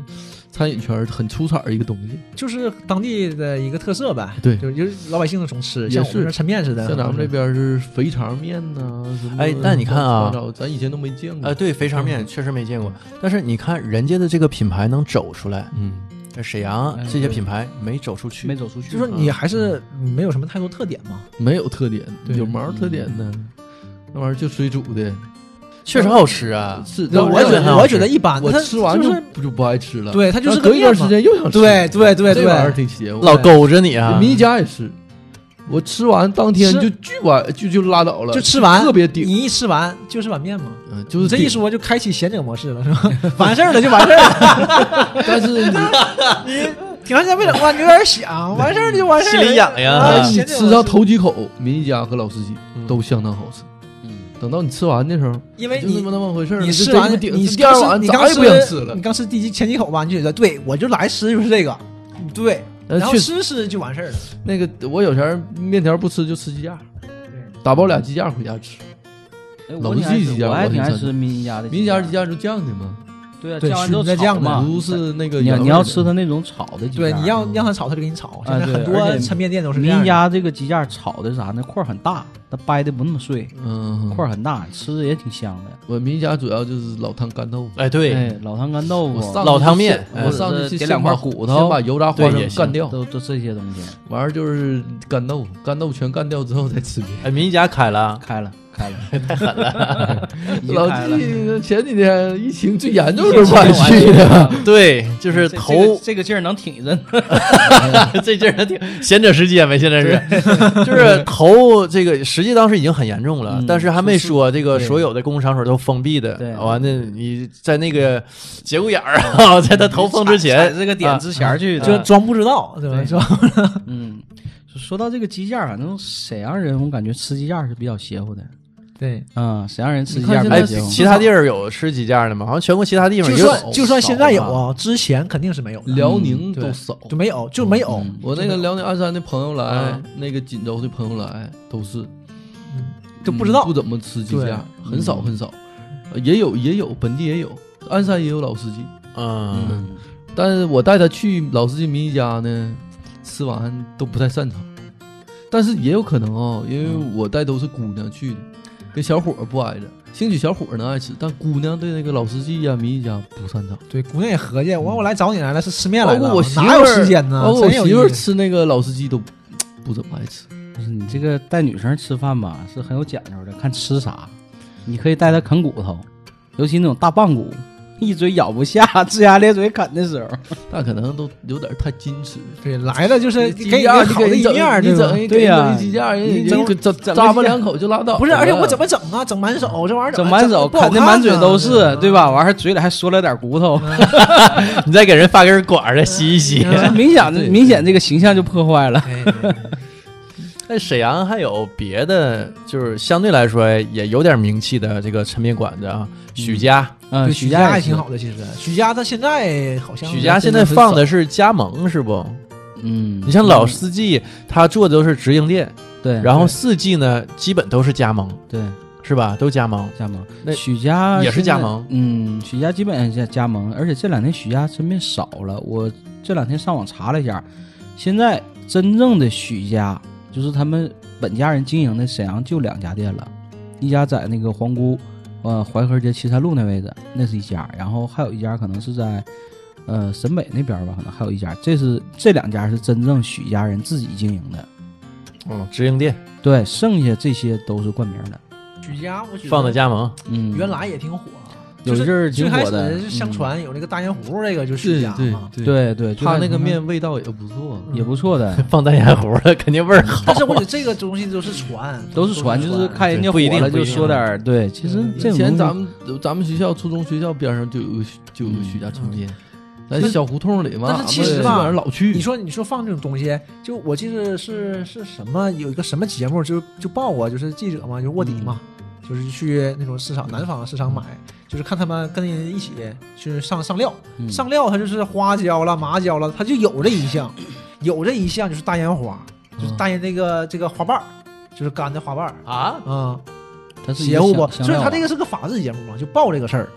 [SPEAKER 6] 餐饮圈很出彩儿一个东西，
[SPEAKER 5] 就是当地的一个特色呗。
[SPEAKER 6] 对
[SPEAKER 5] 就就是老百姓总吃，
[SPEAKER 6] 也
[SPEAKER 5] 像我们
[SPEAKER 6] 是
[SPEAKER 5] 这儿抻面似的。
[SPEAKER 6] 像咱们这边是肥肠面呐、什么
[SPEAKER 3] 哎但你看啊
[SPEAKER 6] 怎么着咱以前都没见过。
[SPEAKER 3] 呃，对，肥肠
[SPEAKER 6] 嗯
[SPEAKER 3] 面确实没见过，但是你看人家的这个品牌能走出来，
[SPEAKER 6] 嗯，
[SPEAKER 3] 这沈阳
[SPEAKER 4] 哎
[SPEAKER 3] 这些
[SPEAKER 4] 对
[SPEAKER 3] 品牌没走出去，
[SPEAKER 4] 没走出去。啊
[SPEAKER 5] 就说你还是没有什么太多特点嘛。
[SPEAKER 6] 没有特点，
[SPEAKER 5] 对嗯
[SPEAKER 6] 有毛特点呢？那玩意儿就水煮的，
[SPEAKER 3] 确实好吃啊。
[SPEAKER 6] 是
[SPEAKER 3] 那
[SPEAKER 6] 让
[SPEAKER 5] 我
[SPEAKER 3] 也觉
[SPEAKER 5] 觉
[SPEAKER 3] 得很
[SPEAKER 5] 得
[SPEAKER 3] 好
[SPEAKER 5] 我
[SPEAKER 3] 吃
[SPEAKER 5] 觉得一般，
[SPEAKER 6] 我
[SPEAKER 5] 它
[SPEAKER 6] 吃完
[SPEAKER 5] 就是
[SPEAKER 6] 就就不爱吃了。
[SPEAKER 5] 对，它就是
[SPEAKER 6] 但
[SPEAKER 5] 个
[SPEAKER 6] 隔一段
[SPEAKER 5] 面嘛
[SPEAKER 6] 时间又想吃，
[SPEAKER 5] 对对对
[SPEAKER 6] 这玩意儿
[SPEAKER 5] 对，
[SPEAKER 6] 挺邪乎。
[SPEAKER 3] 老勾着你啊！
[SPEAKER 6] 米家也是，我吃完当天
[SPEAKER 5] 吃
[SPEAKER 6] 就巨完就就拉倒了，
[SPEAKER 5] 就吃完
[SPEAKER 6] 特别顶。
[SPEAKER 5] 你一吃完就是碗面嘛。
[SPEAKER 6] 嗯，就
[SPEAKER 5] 你
[SPEAKER 6] 是
[SPEAKER 5] 这一
[SPEAKER 6] 顶，
[SPEAKER 5] 说就开启贤者模式了，是吧？ 完事儿了就完事儿了，
[SPEAKER 6] 但是你
[SPEAKER 5] 啊挺长时间没整过，你有点想，完事儿了就完事儿了。
[SPEAKER 3] 心里痒痒
[SPEAKER 5] 啊
[SPEAKER 6] 但是你
[SPEAKER 5] 贤者模
[SPEAKER 6] 吃
[SPEAKER 5] 式
[SPEAKER 6] 上头几口，民一家和老司机都相当好吃。
[SPEAKER 4] 嗯，
[SPEAKER 6] 等到你吃完的时候，
[SPEAKER 5] 因为
[SPEAKER 6] 就那
[SPEAKER 5] 你
[SPEAKER 6] 么那么回事儿了，
[SPEAKER 5] 你
[SPEAKER 6] 就
[SPEAKER 5] 吃
[SPEAKER 6] 这
[SPEAKER 5] 完
[SPEAKER 6] 么
[SPEAKER 5] 你
[SPEAKER 6] 顶
[SPEAKER 5] 你
[SPEAKER 6] 第二
[SPEAKER 5] 刚吃
[SPEAKER 6] 碗
[SPEAKER 5] 你
[SPEAKER 6] 咋
[SPEAKER 5] 刚
[SPEAKER 6] 也不想
[SPEAKER 5] 吃
[SPEAKER 6] 吃了
[SPEAKER 5] 你。刚吃第几前几口吧，你就觉得对我就来吃就是这个，嗯对，
[SPEAKER 6] 呃
[SPEAKER 5] 然后
[SPEAKER 6] 确实
[SPEAKER 5] 吃吃就完事儿了。
[SPEAKER 6] 那个我有钱面条不吃就吃鸡架，
[SPEAKER 5] 对
[SPEAKER 6] 打包俩鸡架回家吃。
[SPEAKER 4] 哎
[SPEAKER 6] 老
[SPEAKER 4] 我挺爱
[SPEAKER 6] 司机
[SPEAKER 4] 吃
[SPEAKER 6] 家
[SPEAKER 4] 我
[SPEAKER 6] 我
[SPEAKER 4] 还
[SPEAKER 6] 很
[SPEAKER 4] 挺爱
[SPEAKER 6] 赞
[SPEAKER 4] 吃民一家的，
[SPEAKER 6] 民一家鸡架是酱的嘛，
[SPEAKER 4] 对啊，
[SPEAKER 5] 对
[SPEAKER 4] 酱完之后
[SPEAKER 5] 熏着酱
[SPEAKER 4] 炒嘛，
[SPEAKER 6] 不是那个
[SPEAKER 4] 你要
[SPEAKER 6] 原味
[SPEAKER 4] 你要
[SPEAKER 6] 的
[SPEAKER 4] 吃它那种炒的鸡架，
[SPEAKER 5] 对，你让让他炒，他就给你炒。现
[SPEAKER 6] 啊
[SPEAKER 5] 在
[SPEAKER 4] 对而
[SPEAKER 5] 很多
[SPEAKER 4] 且
[SPEAKER 5] 抻面店都是这
[SPEAKER 4] 民
[SPEAKER 5] 样的。
[SPEAKER 4] 家这个鸡架炒的啥呢？块儿很大，它掰的不那么碎，
[SPEAKER 6] 嗯，
[SPEAKER 4] 块儿很大，吃着也挺香的。
[SPEAKER 6] 我民家主要就是老汤干豆腐。
[SPEAKER 3] 哎，
[SPEAKER 4] 哎
[SPEAKER 3] 对，，
[SPEAKER 4] 老汤干豆
[SPEAKER 6] 我
[SPEAKER 4] 腐
[SPEAKER 6] 上
[SPEAKER 3] 老
[SPEAKER 6] 次
[SPEAKER 3] 汤
[SPEAKER 6] 去
[SPEAKER 3] 面
[SPEAKER 6] 我上
[SPEAKER 4] 呃
[SPEAKER 6] 次
[SPEAKER 4] 点
[SPEAKER 6] 去先
[SPEAKER 4] 两块
[SPEAKER 6] 把
[SPEAKER 4] 骨
[SPEAKER 6] 先
[SPEAKER 4] 头
[SPEAKER 6] 把油炸
[SPEAKER 3] 对
[SPEAKER 6] 花
[SPEAKER 3] 也
[SPEAKER 6] 生
[SPEAKER 3] 行
[SPEAKER 6] 干掉，
[SPEAKER 4] 都都这些东西
[SPEAKER 6] 完儿就是干豆腐，干豆腐全干掉之后再吃别的。
[SPEAKER 3] 哎，民一家开 了，
[SPEAKER 4] 开了开了，太狠 了，已经
[SPEAKER 6] 老
[SPEAKER 4] 开了
[SPEAKER 6] 纪前几天疫情最严重
[SPEAKER 4] 这
[SPEAKER 6] 的时候我还去的，
[SPEAKER 3] 对，就是
[SPEAKER 4] 嗯这
[SPEAKER 3] 头
[SPEAKER 4] 这个劲儿能挺着呢，
[SPEAKER 3] 这劲儿还挺闲者时间呗，现在 是，就是头这个实际当时已经很严重了，
[SPEAKER 4] 嗯
[SPEAKER 3] 但是还没说这个
[SPEAKER 4] 对
[SPEAKER 3] 所有的公共场所都封闭的
[SPEAKER 4] 对，
[SPEAKER 3] 完了你在那个节骨眼儿啊， 在他头封之
[SPEAKER 4] 踩
[SPEAKER 3] 前，啊
[SPEAKER 4] 这个点之前儿去的，
[SPEAKER 5] 啊就装不知道，对吧？
[SPEAKER 4] 对
[SPEAKER 5] 是吧？
[SPEAKER 4] 嗯，说到这个鸡架，反正沈阳人我感觉吃鸡架是比较邪乎的。
[SPEAKER 5] 对，
[SPEAKER 4] 嗯，沈阳人吃鸡
[SPEAKER 6] 你
[SPEAKER 4] 架
[SPEAKER 6] 看
[SPEAKER 4] 比
[SPEAKER 6] 现在
[SPEAKER 3] 哎，
[SPEAKER 4] 较邪乎。
[SPEAKER 3] 其他地儿有吃鸡架的吗？好像全国其他地方
[SPEAKER 5] 就
[SPEAKER 3] 也
[SPEAKER 5] 算就算现在有
[SPEAKER 3] 少吧
[SPEAKER 5] 啊，之前肯定是没有的，
[SPEAKER 6] 辽宁
[SPEAKER 5] 对
[SPEAKER 6] 都少。
[SPEAKER 5] 就没有就没有。
[SPEAKER 4] 嗯
[SPEAKER 6] 我那个辽宁鞍山的朋友来
[SPEAKER 5] 啊，
[SPEAKER 6] 那个锦州的朋友来，都是
[SPEAKER 5] 就不知道
[SPEAKER 6] 不怎么吃鸡
[SPEAKER 5] 对
[SPEAKER 6] 架，很少很少，呃也有也有本地也有，鞍山也有老司机，
[SPEAKER 3] 嗯，
[SPEAKER 4] 嗯，
[SPEAKER 6] 但是我带他去老司机民一家呢，吃完都不太擅长，但是也有可能啊、
[SPEAKER 5] 嗯
[SPEAKER 6] 因为我带都是姑娘去的，跟小伙儿不挨着，兴许小伙儿能爱吃，但姑娘对那个老司机呀、民一家不擅长。
[SPEAKER 5] 对，姑娘也合计，我我来找你来了，是吃面来
[SPEAKER 6] 包
[SPEAKER 5] 了，
[SPEAKER 6] 括我媳妇
[SPEAKER 5] 哪有
[SPEAKER 6] 儿，
[SPEAKER 5] 时间呢？
[SPEAKER 6] 包括我
[SPEAKER 5] 真有
[SPEAKER 6] 媳妇
[SPEAKER 5] 意
[SPEAKER 6] 儿
[SPEAKER 5] 思
[SPEAKER 6] 吃那个老司机都不不怎么爱吃。
[SPEAKER 4] 不是你这个带女生吃饭吧，是很有讲究的，看吃啥。你可以带她啃骨头，尤其那种大棒骨，一嘴咬不下，龇牙咧嘴啃的时候，
[SPEAKER 6] 但可能都有点太矜持。
[SPEAKER 5] 对来了就是
[SPEAKER 6] 鸡
[SPEAKER 5] 给你
[SPEAKER 6] 架
[SPEAKER 5] 个
[SPEAKER 6] 你
[SPEAKER 5] 好
[SPEAKER 6] 给
[SPEAKER 5] 的
[SPEAKER 6] 人
[SPEAKER 5] 一
[SPEAKER 6] 整
[SPEAKER 5] 面儿，
[SPEAKER 6] 你
[SPEAKER 5] 吧
[SPEAKER 6] 整一
[SPEAKER 4] 对呀
[SPEAKER 6] 给人整一鸡架，人
[SPEAKER 5] 哎你
[SPEAKER 6] 人
[SPEAKER 5] 整
[SPEAKER 6] 给整
[SPEAKER 4] 整个
[SPEAKER 6] 咂巴
[SPEAKER 4] 鸡架
[SPEAKER 6] 两口就拉倒了。
[SPEAKER 5] 不是，而且我怎么整啊？整满手这玩意儿，
[SPEAKER 4] 整满手
[SPEAKER 5] 不好
[SPEAKER 4] 啃的
[SPEAKER 5] 看
[SPEAKER 4] 满嘴都是
[SPEAKER 5] 呢，嗯
[SPEAKER 4] 对？吧？完事儿嘴里还缩了点骨头，
[SPEAKER 3] 你再给人发根管儿再吸一吸。
[SPEAKER 5] 嗯
[SPEAKER 4] 明显明显这个形象就破坏了。
[SPEAKER 5] 哎对对对
[SPEAKER 3] 那沈阳还有别的，就是相对来说也有点名气的这个抻面馆子啊，许家。
[SPEAKER 4] 嗯，
[SPEAKER 5] 对
[SPEAKER 4] 许
[SPEAKER 5] 许家也
[SPEAKER 4] 也是
[SPEAKER 5] 挺，好的，其实许家他现在好像
[SPEAKER 3] 许家现在放的是加盟，是不？
[SPEAKER 4] 嗯，
[SPEAKER 3] 你像老四季，他做的都是直营店，
[SPEAKER 4] 对，
[SPEAKER 3] 然后四季呢，基本都是加盟，
[SPEAKER 4] 对
[SPEAKER 3] 是吧？都加盟。
[SPEAKER 4] 加盟，
[SPEAKER 3] 那
[SPEAKER 4] 许家
[SPEAKER 3] 也是
[SPEAKER 4] 现在
[SPEAKER 3] 加盟
[SPEAKER 4] 嗯，许家基本上加加盟，而且这两天许家真面少了。我这两天上网查了一下，现在真正的许家就是他们本家人经营的沈阳就两家店了，一家在那个皇姑，呃淮河街七三路那位置，那是一家，然后还有一家可能是在。呃，沈北那边吧，可能还有一家，这是这两家是真正许家人自己经营的，
[SPEAKER 3] 嗯，直营店
[SPEAKER 4] 对，剩下这些都是冠名的。
[SPEAKER 5] 许家，我觉得
[SPEAKER 3] 放的加盟，
[SPEAKER 4] 嗯，
[SPEAKER 5] 原来也挺火，
[SPEAKER 4] 有一阵儿
[SPEAKER 5] 就
[SPEAKER 4] 挺
[SPEAKER 5] 是最开
[SPEAKER 4] 火的
[SPEAKER 5] 始，相
[SPEAKER 4] 嗯
[SPEAKER 5] 传有那个大烟壶，这个就是许
[SPEAKER 6] 对
[SPEAKER 5] 家
[SPEAKER 6] 对
[SPEAKER 5] 嘛。
[SPEAKER 6] 对，
[SPEAKER 4] 对对，就
[SPEAKER 6] 他
[SPEAKER 4] 是
[SPEAKER 6] 那个
[SPEAKER 4] 可
[SPEAKER 5] 嗯
[SPEAKER 4] 能
[SPEAKER 6] 面味道也不错。
[SPEAKER 4] 也不错 的，
[SPEAKER 3] 放大烟壶了，肯定味儿好。
[SPEAKER 5] 但是我觉得这个东西都是传，
[SPEAKER 4] 都是传，就是看人家
[SPEAKER 3] 不
[SPEAKER 4] 火
[SPEAKER 3] 一定
[SPEAKER 4] 了
[SPEAKER 3] 不一
[SPEAKER 4] 就
[SPEAKER 3] 定
[SPEAKER 4] 说点儿。对，其实
[SPEAKER 5] 嗯
[SPEAKER 4] 这种
[SPEAKER 6] 以
[SPEAKER 4] 东
[SPEAKER 6] 前
[SPEAKER 4] 西
[SPEAKER 6] 咱们咱们学校初中学校边上就有个许就
[SPEAKER 5] 嗯
[SPEAKER 6] 有个许家重建，在
[SPEAKER 5] 但
[SPEAKER 6] 小胡同里嘛，
[SPEAKER 5] 但是其实
[SPEAKER 6] 基
[SPEAKER 5] 吧
[SPEAKER 6] 本上老去。
[SPEAKER 5] 你说你说放这种东西，就我记得是是什么有一个什么节目就就报过，就是记者嘛，就卧底嘛，
[SPEAKER 6] 嗯
[SPEAKER 5] 就是去那种市场南方市场买，就是看他们跟人一起去上上料，
[SPEAKER 4] 嗯
[SPEAKER 5] 上料它就是花椒了、麻椒了，它就有这一项，有这一项就是大烟花，
[SPEAKER 6] 嗯
[SPEAKER 5] 就是大烟这个这个花瓣儿，就是干的花瓣儿。
[SPEAKER 3] 啊
[SPEAKER 6] 嗯
[SPEAKER 5] 啊、
[SPEAKER 4] 它是一
[SPEAKER 5] 邪
[SPEAKER 4] 个
[SPEAKER 5] 乎
[SPEAKER 4] 香
[SPEAKER 6] 啊
[SPEAKER 5] 不？
[SPEAKER 4] 香
[SPEAKER 5] 所以
[SPEAKER 4] 料
[SPEAKER 5] 它这
[SPEAKER 4] 啊
[SPEAKER 5] 个是个法制节目嘛，就报这个事儿。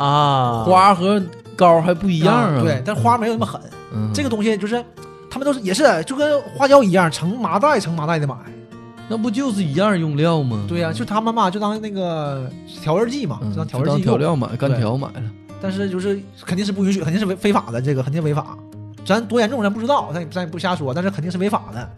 [SPEAKER 3] 啊，
[SPEAKER 6] 花和膏还不一样啊。
[SPEAKER 5] 对，，但花没有那么狠。
[SPEAKER 6] 嗯，
[SPEAKER 5] 这个东西就是他们都是也是就跟花椒一样，成麻袋成麻袋的买。
[SPEAKER 6] 那不就是一样用料吗？
[SPEAKER 5] 对呀、就他们嘛，就当那个调味剂嘛，
[SPEAKER 6] 嗯，
[SPEAKER 5] 就
[SPEAKER 6] 就
[SPEAKER 5] 当调
[SPEAKER 6] 当
[SPEAKER 5] 味剂
[SPEAKER 6] 调
[SPEAKER 5] 用。
[SPEAKER 6] 料买，干
[SPEAKER 5] 对
[SPEAKER 6] 调买了。
[SPEAKER 5] 但是就是肯定是不允许，肯定是违非法的，这个肯定违法。咱多严重咱不知道，咱也咱也不瞎说，但是肯定是违法的。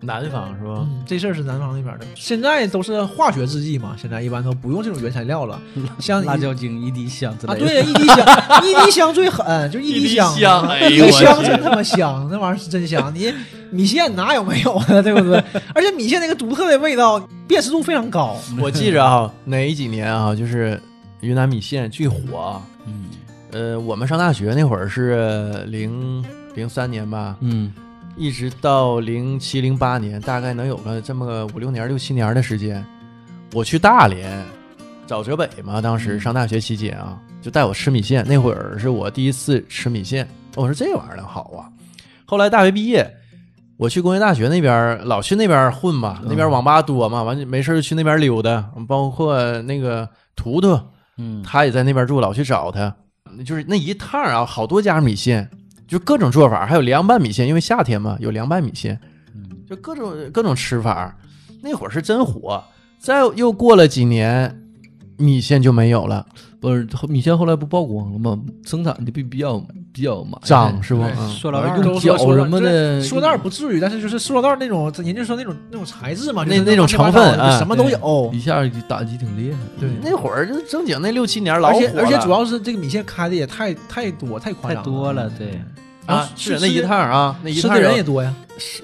[SPEAKER 3] 南方是吧？
[SPEAKER 5] 嗯，这事儿是南方那边的。现在都是化学制剂嘛，现在一般都不用这种原材料了， 像
[SPEAKER 4] 辣
[SPEAKER 5] 以
[SPEAKER 4] 椒精一滴香之
[SPEAKER 5] 啊，
[SPEAKER 4] 类的。
[SPEAKER 5] 对呀，一滴香， 一滴香最狠，就一滴香，一
[SPEAKER 6] 香哎呦
[SPEAKER 5] 滴
[SPEAKER 6] 我
[SPEAKER 5] 香真他妈香，那玩意儿是真香。你米线哪有没有啊，对不对？而且米线那个独特的味道辨识度非常高，
[SPEAKER 3] 我记着啊，哪几年啊，就是云南米线最火啊。
[SPEAKER 4] 嗯，
[SPEAKER 3] 呃，我们上大学那会儿是零零三年吧，
[SPEAKER 6] 嗯，
[SPEAKER 3] 一直到零七零八年，大概能有个这么个五六年、六七年的时间。我去大连找浙北嘛，当时上大学期间啊，就带我吃米线。那会儿是我第一次吃米线，我说这玩意儿好啊。后来大学毕业，我去工业大学那边儿，老去那边儿混嘛，那边儿网吧多嘛，完就没事儿就去那边儿溜达，包括那个图图，
[SPEAKER 4] 嗯，
[SPEAKER 3] 他也在那边住，老去找他，就是那一趟啊，好多家米线，就各种做法，还有凉拌米线，因为夏天嘛，有凉拌米线，
[SPEAKER 4] 嗯
[SPEAKER 3] 就各种各种吃法。那会儿是真火，再又过了几年，米线就没有了，
[SPEAKER 6] 不是后米线后来不曝光了吗？生产的比比较比较麻
[SPEAKER 3] 涨是不？
[SPEAKER 5] 对
[SPEAKER 3] 嗯
[SPEAKER 4] 塑料袋儿
[SPEAKER 5] 都
[SPEAKER 6] 用
[SPEAKER 5] 说
[SPEAKER 6] 脚
[SPEAKER 5] 说
[SPEAKER 6] 什么
[SPEAKER 3] 呃
[SPEAKER 6] 的，
[SPEAKER 5] 塑料袋不至于，但是就是塑料袋那种，人家说那种那种材质嘛，
[SPEAKER 3] 那
[SPEAKER 5] 就是
[SPEAKER 3] 那种成分啊
[SPEAKER 5] 就什么都有。
[SPEAKER 6] 一下就打击挺厉害。
[SPEAKER 5] 对
[SPEAKER 3] 那会儿就正经那六七年老
[SPEAKER 5] 而
[SPEAKER 3] 火
[SPEAKER 5] 且
[SPEAKER 3] 了
[SPEAKER 5] 而且主要是这个米线开的也太太多太夸
[SPEAKER 4] 太
[SPEAKER 5] 张
[SPEAKER 4] 多了，对，
[SPEAKER 5] 然后
[SPEAKER 3] 啊，
[SPEAKER 5] 吃
[SPEAKER 3] 是那一趟啊，那一
[SPEAKER 5] 吃
[SPEAKER 3] 趟
[SPEAKER 5] 的人
[SPEAKER 3] 有
[SPEAKER 5] 也 多呀。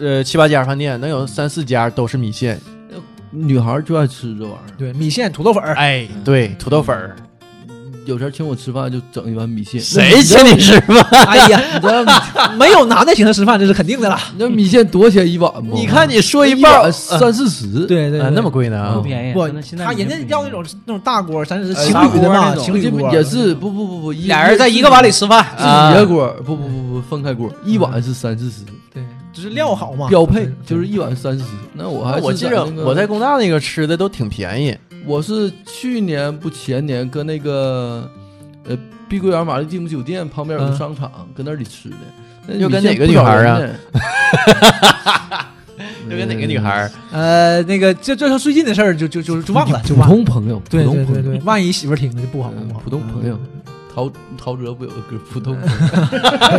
[SPEAKER 3] 呃七八家饭店，能有三四家都是米线。
[SPEAKER 6] 女孩就爱吃这玩意儿，
[SPEAKER 5] 对，米线、土豆 粉儿，
[SPEAKER 3] 哎，对，土豆粉儿，
[SPEAKER 6] 有时候请我吃饭就整一碗米线。
[SPEAKER 3] 谁请你吃饭？
[SPEAKER 5] 哎呀，你知道吗没有男的请他吃饭，这是肯定的了。
[SPEAKER 6] 那米线多少钱一碗不？
[SPEAKER 3] 你看你说一
[SPEAKER 6] 一
[SPEAKER 3] 半儿呃
[SPEAKER 6] 碗，三四十，，
[SPEAKER 5] 对对
[SPEAKER 3] 啊，那么贵呢？
[SPEAKER 4] 不
[SPEAKER 3] 啊？
[SPEAKER 4] 便宜。
[SPEAKER 5] 不
[SPEAKER 4] 真的，现在
[SPEAKER 5] 他
[SPEAKER 4] 已
[SPEAKER 5] 人
[SPEAKER 4] 经
[SPEAKER 5] 家
[SPEAKER 4] 不便宜
[SPEAKER 5] 要那种那种大锅，咱是
[SPEAKER 3] 呃
[SPEAKER 5] 情
[SPEAKER 3] 砂
[SPEAKER 5] 侣的
[SPEAKER 3] 锅
[SPEAKER 5] 嘛，
[SPEAKER 3] 那种
[SPEAKER 5] 情侣锅
[SPEAKER 6] 也是不不不不，一
[SPEAKER 4] 俩人在一个碗里吃饭，
[SPEAKER 6] 是
[SPEAKER 3] 啊
[SPEAKER 6] 铁锅，不不不不，分开锅，一碗是三四十，
[SPEAKER 5] 对，就是料好嘛，
[SPEAKER 6] 标配就是
[SPEAKER 5] 对
[SPEAKER 6] 一碗三十。那我还
[SPEAKER 3] 我
[SPEAKER 6] 是
[SPEAKER 3] 记着
[SPEAKER 6] 那个
[SPEAKER 3] 我在工大那个吃的都挺便宜，
[SPEAKER 6] 我是去年不前年跟那个呃碧桂园玛丽蒂姆酒店旁边有个
[SPEAKER 5] 嗯
[SPEAKER 6] 商场，搁那里吃的。那
[SPEAKER 3] 又跟
[SPEAKER 6] 米线
[SPEAKER 3] 哪个
[SPEAKER 6] 不
[SPEAKER 3] 女孩儿
[SPEAKER 6] 少
[SPEAKER 3] 啊
[SPEAKER 6] 人呢？
[SPEAKER 4] 嗯
[SPEAKER 3] 就跟哪个女孩儿啊
[SPEAKER 5] 呃那个这这是最近的事儿，就就就就忘了，就
[SPEAKER 6] 普
[SPEAKER 5] 忘了。
[SPEAKER 6] 通朋友，普
[SPEAKER 5] 对
[SPEAKER 6] 通
[SPEAKER 5] 对
[SPEAKER 6] 朋
[SPEAKER 5] 对
[SPEAKER 6] 友，
[SPEAKER 5] 对，万一媳妇儿听了就不好
[SPEAKER 6] 嗯
[SPEAKER 5] 不好。
[SPEAKER 6] 普通朋友。陶陶喆不有个歌普通朋友？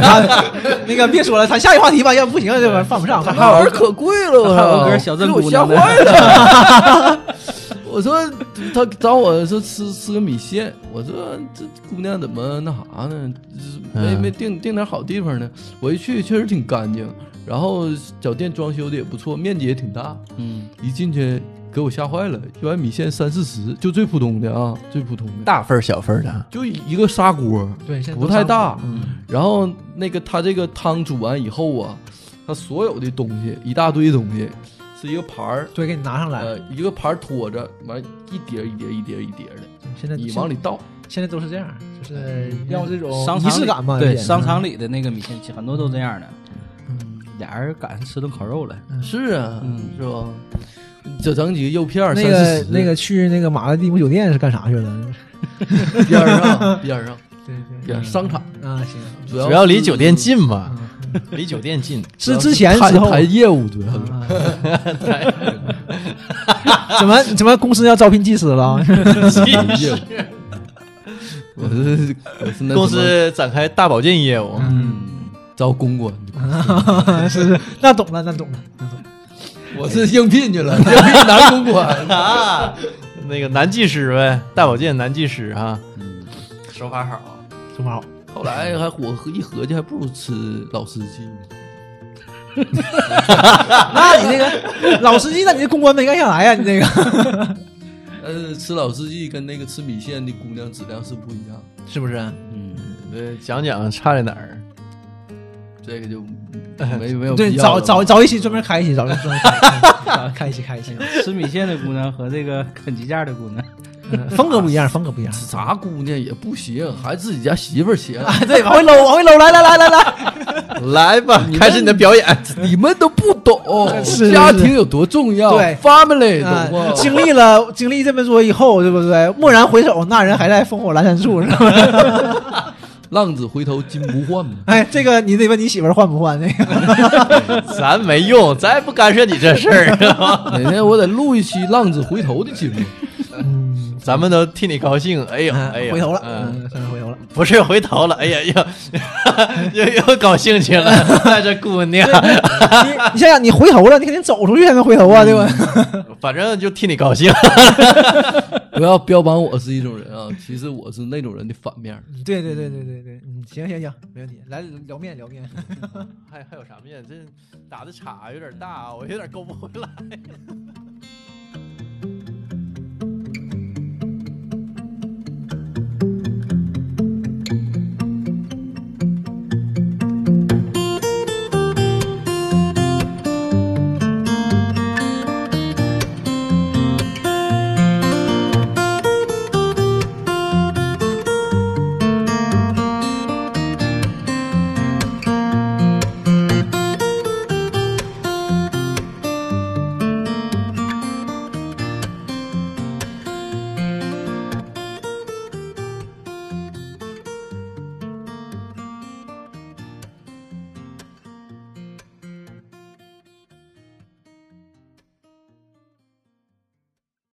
[SPEAKER 5] 那个别说了，咱下一话题吧，要不不行这玩意儿犯不上。 犯不上
[SPEAKER 6] 哈尔可贵了，我
[SPEAKER 4] 还有
[SPEAKER 6] 操！
[SPEAKER 4] 个小镇
[SPEAKER 6] 给我
[SPEAKER 4] 姑
[SPEAKER 6] 吓
[SPEAKER 4] 娘呢
[SPEAKER 6] 坏了。 我说他找我说吃吃个米线，我说这姑娘怎么那啥呢？没
[SPEAKER 3] 嗯
[SPEAKER 6] 没定定点好地方呢？我一去确实挺干净，然后小店装修的也不错，面积也挺大。
[SPEAKER 4] 嗯，
[SPEAKER 6] 一进去给我吓坏了，一碗米线三四十，就最普通的啊，最普通的，
[SPEAKER 3] 大份儿小份儿的，
[SPEAKER 6] 就一个砂锅，
[SPEAKER 5] 对，现在都
[SPEAKER 6] 不太
[SPEAKER 5] 上嗯
[SPEAKER 6] 大
[SPEAKER 5] 火。
[SPEAKER 6] 然后那个他这个汤煮完以后啊，他所有的东西一大堆东西，是一个盘儿，
[SPEAKER 5] 对，给你拿上来。
[SPEAKER 6] 呃，一个盘儿拖着，完一碟儿一碟儿一碟儿一碟儿的，
[SPEAKER 5] 现在
[SPEAKER 6] 你往里倒。
[SPEAKER 5] 现在都是这样，就是要这种
[SPEAKER 4] 嗯商
[SPEAKER 5] 仪
[SPEAKER 4] 场
[SPEAKER 5] 式
[SPEAKER 4] 里
[SPEAKER 5] 感嘛。
[SPEAKER 4] 对，
[SPEAKER 5] 也嗯
[SPEAKER 4] 商场里的那个米线其实很多都这样的。俩人赶上吃顿烤肉了，
[SPEAKER 6] 是啊，
[SPEAKER 4] 嗯
[SPEAKER 6] 是吧？就整几个肉片儿，
[SPEAKER 5] 那
[SPEAKER 6] 三
[SPEAKER 5] 个
[SPEAKER 6] 四十
[SPEAKER 5] 那个去那个马拉蒂姆酒店是干啥去了？
[SPEAKER 6] 边儿上边儿上
[SPEAKER 5] 对对
[SPEAKER 6] 边儿上商场，
[SPEAKER 5] 啊，行，
[SPEAKER 6] 主要
[SPEAKER 3] 主要离
[SPEAKER 6] 是
[SPEAKER 3] 酒店，近嘛，
[SPEAKER 5] 嗯
[SPEAKER 3] 离酒店近。
[SPEAKER 6] 主
[SPEAKER 5] 是
[SPEAKER 6] 要
[SPEAKER 5] 之前
[SPEAKER 6] 谈
[SPEAKER 5] 之后
[SPEAKER 6] 谈业务主要是。
[SPEAKER 5] 啊怎么怎么公司要招聘技师了？
[SPEAKER 6] 业务。我是我是那
[SPEAKER 3] 公
[SPEAKER 6] 什么
[SPEAKER 3] 司展开大保健业
[SPEAKER 5] 嗯
[SPEAKER 3] 务，
[SPEAKER 6] 嗯招公关，
[SPEAKER 5] 是是， 那懂了，那懂了。
[SPEAKER 6] 我是应聘去了，应聘男公关。
[SPEAKER 3] 啊，那个男技师呗，大保健男技师啊，手法好。
[SPEAKER 5] 正好
[SPEAKER 6] 后来还我一合计，还不如吃老司机呢。
[SPEAKER 5] 那你那 个老司机，那你这公关没干下来啊呀？你这个
[SPEAKER 6] 但是吃老司机跟那个吃米线的姑娘质量是不一样，
[SPEAKER 5] 是不是？
[SPEAKER 4] 嗯，
[SPEAKER 3] 呃，讲讲差在哪儿？
[SPEAKER 6] 这个就嗯没没有
[SPEAKER 5] 对，
[SPEAKER 6] 必要
[SPEAKER 5] 找
[SPEAKER 6] 了
[SPEAKER 5] 找找一期专门开一期，找 专门开一期开一期开一期，
[SPEAKER 4] 吃米线的姑娘和这个啃鸡架的姑娘，
[SPEAKER 5] 嗯风格不一样，风格不一样。
[SPEAKER 6] 啥姑娘也不行，还自己家媳妇儿行。
[SPEAKER 5] 对，往回搂，往回搂，来来来来来，
[SPEAKER 3] 来吧，开始你的表演。
[SPEAKER 6] 你们都不 懂
[SPEAKER 5] 是是
[SPEAKER 6] 家庭有多重要，
[SPEAKER 5] 对
[SPEAKER 6] family
[SPEAKER 5] 啊
[SPEAKER 6] 懂吗？
[SPEAKER 5] 经历了 经历这么多以后，对不对？蓦然回首，那人还在烽火阑珊处，是吧？。
[SPEAKER 6] 浪子回头金不换嘛
[SPEAKER 5] 哎，这个你得问你媳妇儿换不换那个。
[SPEAKER 3] 咱没用，咱也不干涉你这事儿，
[SPEAKER 6] 哪天我得录一期浪子回头的节目。
[SPEAKER 5] 嗯，
[SPEAKER 3] 咱们都替你高兴。哎呦，哎
[SPEAKER 5] 哎
[SPEAKER 3] 呀，
[SPEAKER 5] 回头了，
[SPEAKER 3] 嗯，
[SPEAKER 5] 嗯，算是回头了。
[SPEAKER 3] 不是回头了，哎呀，又 又又搞兴趣了，带着姑娘，
[SPEAKER 5] 你你想想，你回头了，你肯定走出去才能回头啊，对吧？
[SPEAKER 3] 反正就替你高兴。
[SPEAKER 6] 不要标榜我是一种人啊，其实我是那种人的反面。
[SPEAKER 5] 对对对对对对，嗯，行行行，没问题，来聊面聊面。
[SPEAKER 3] 还还有啥面？这打的岔有点大，我有点勾不回来。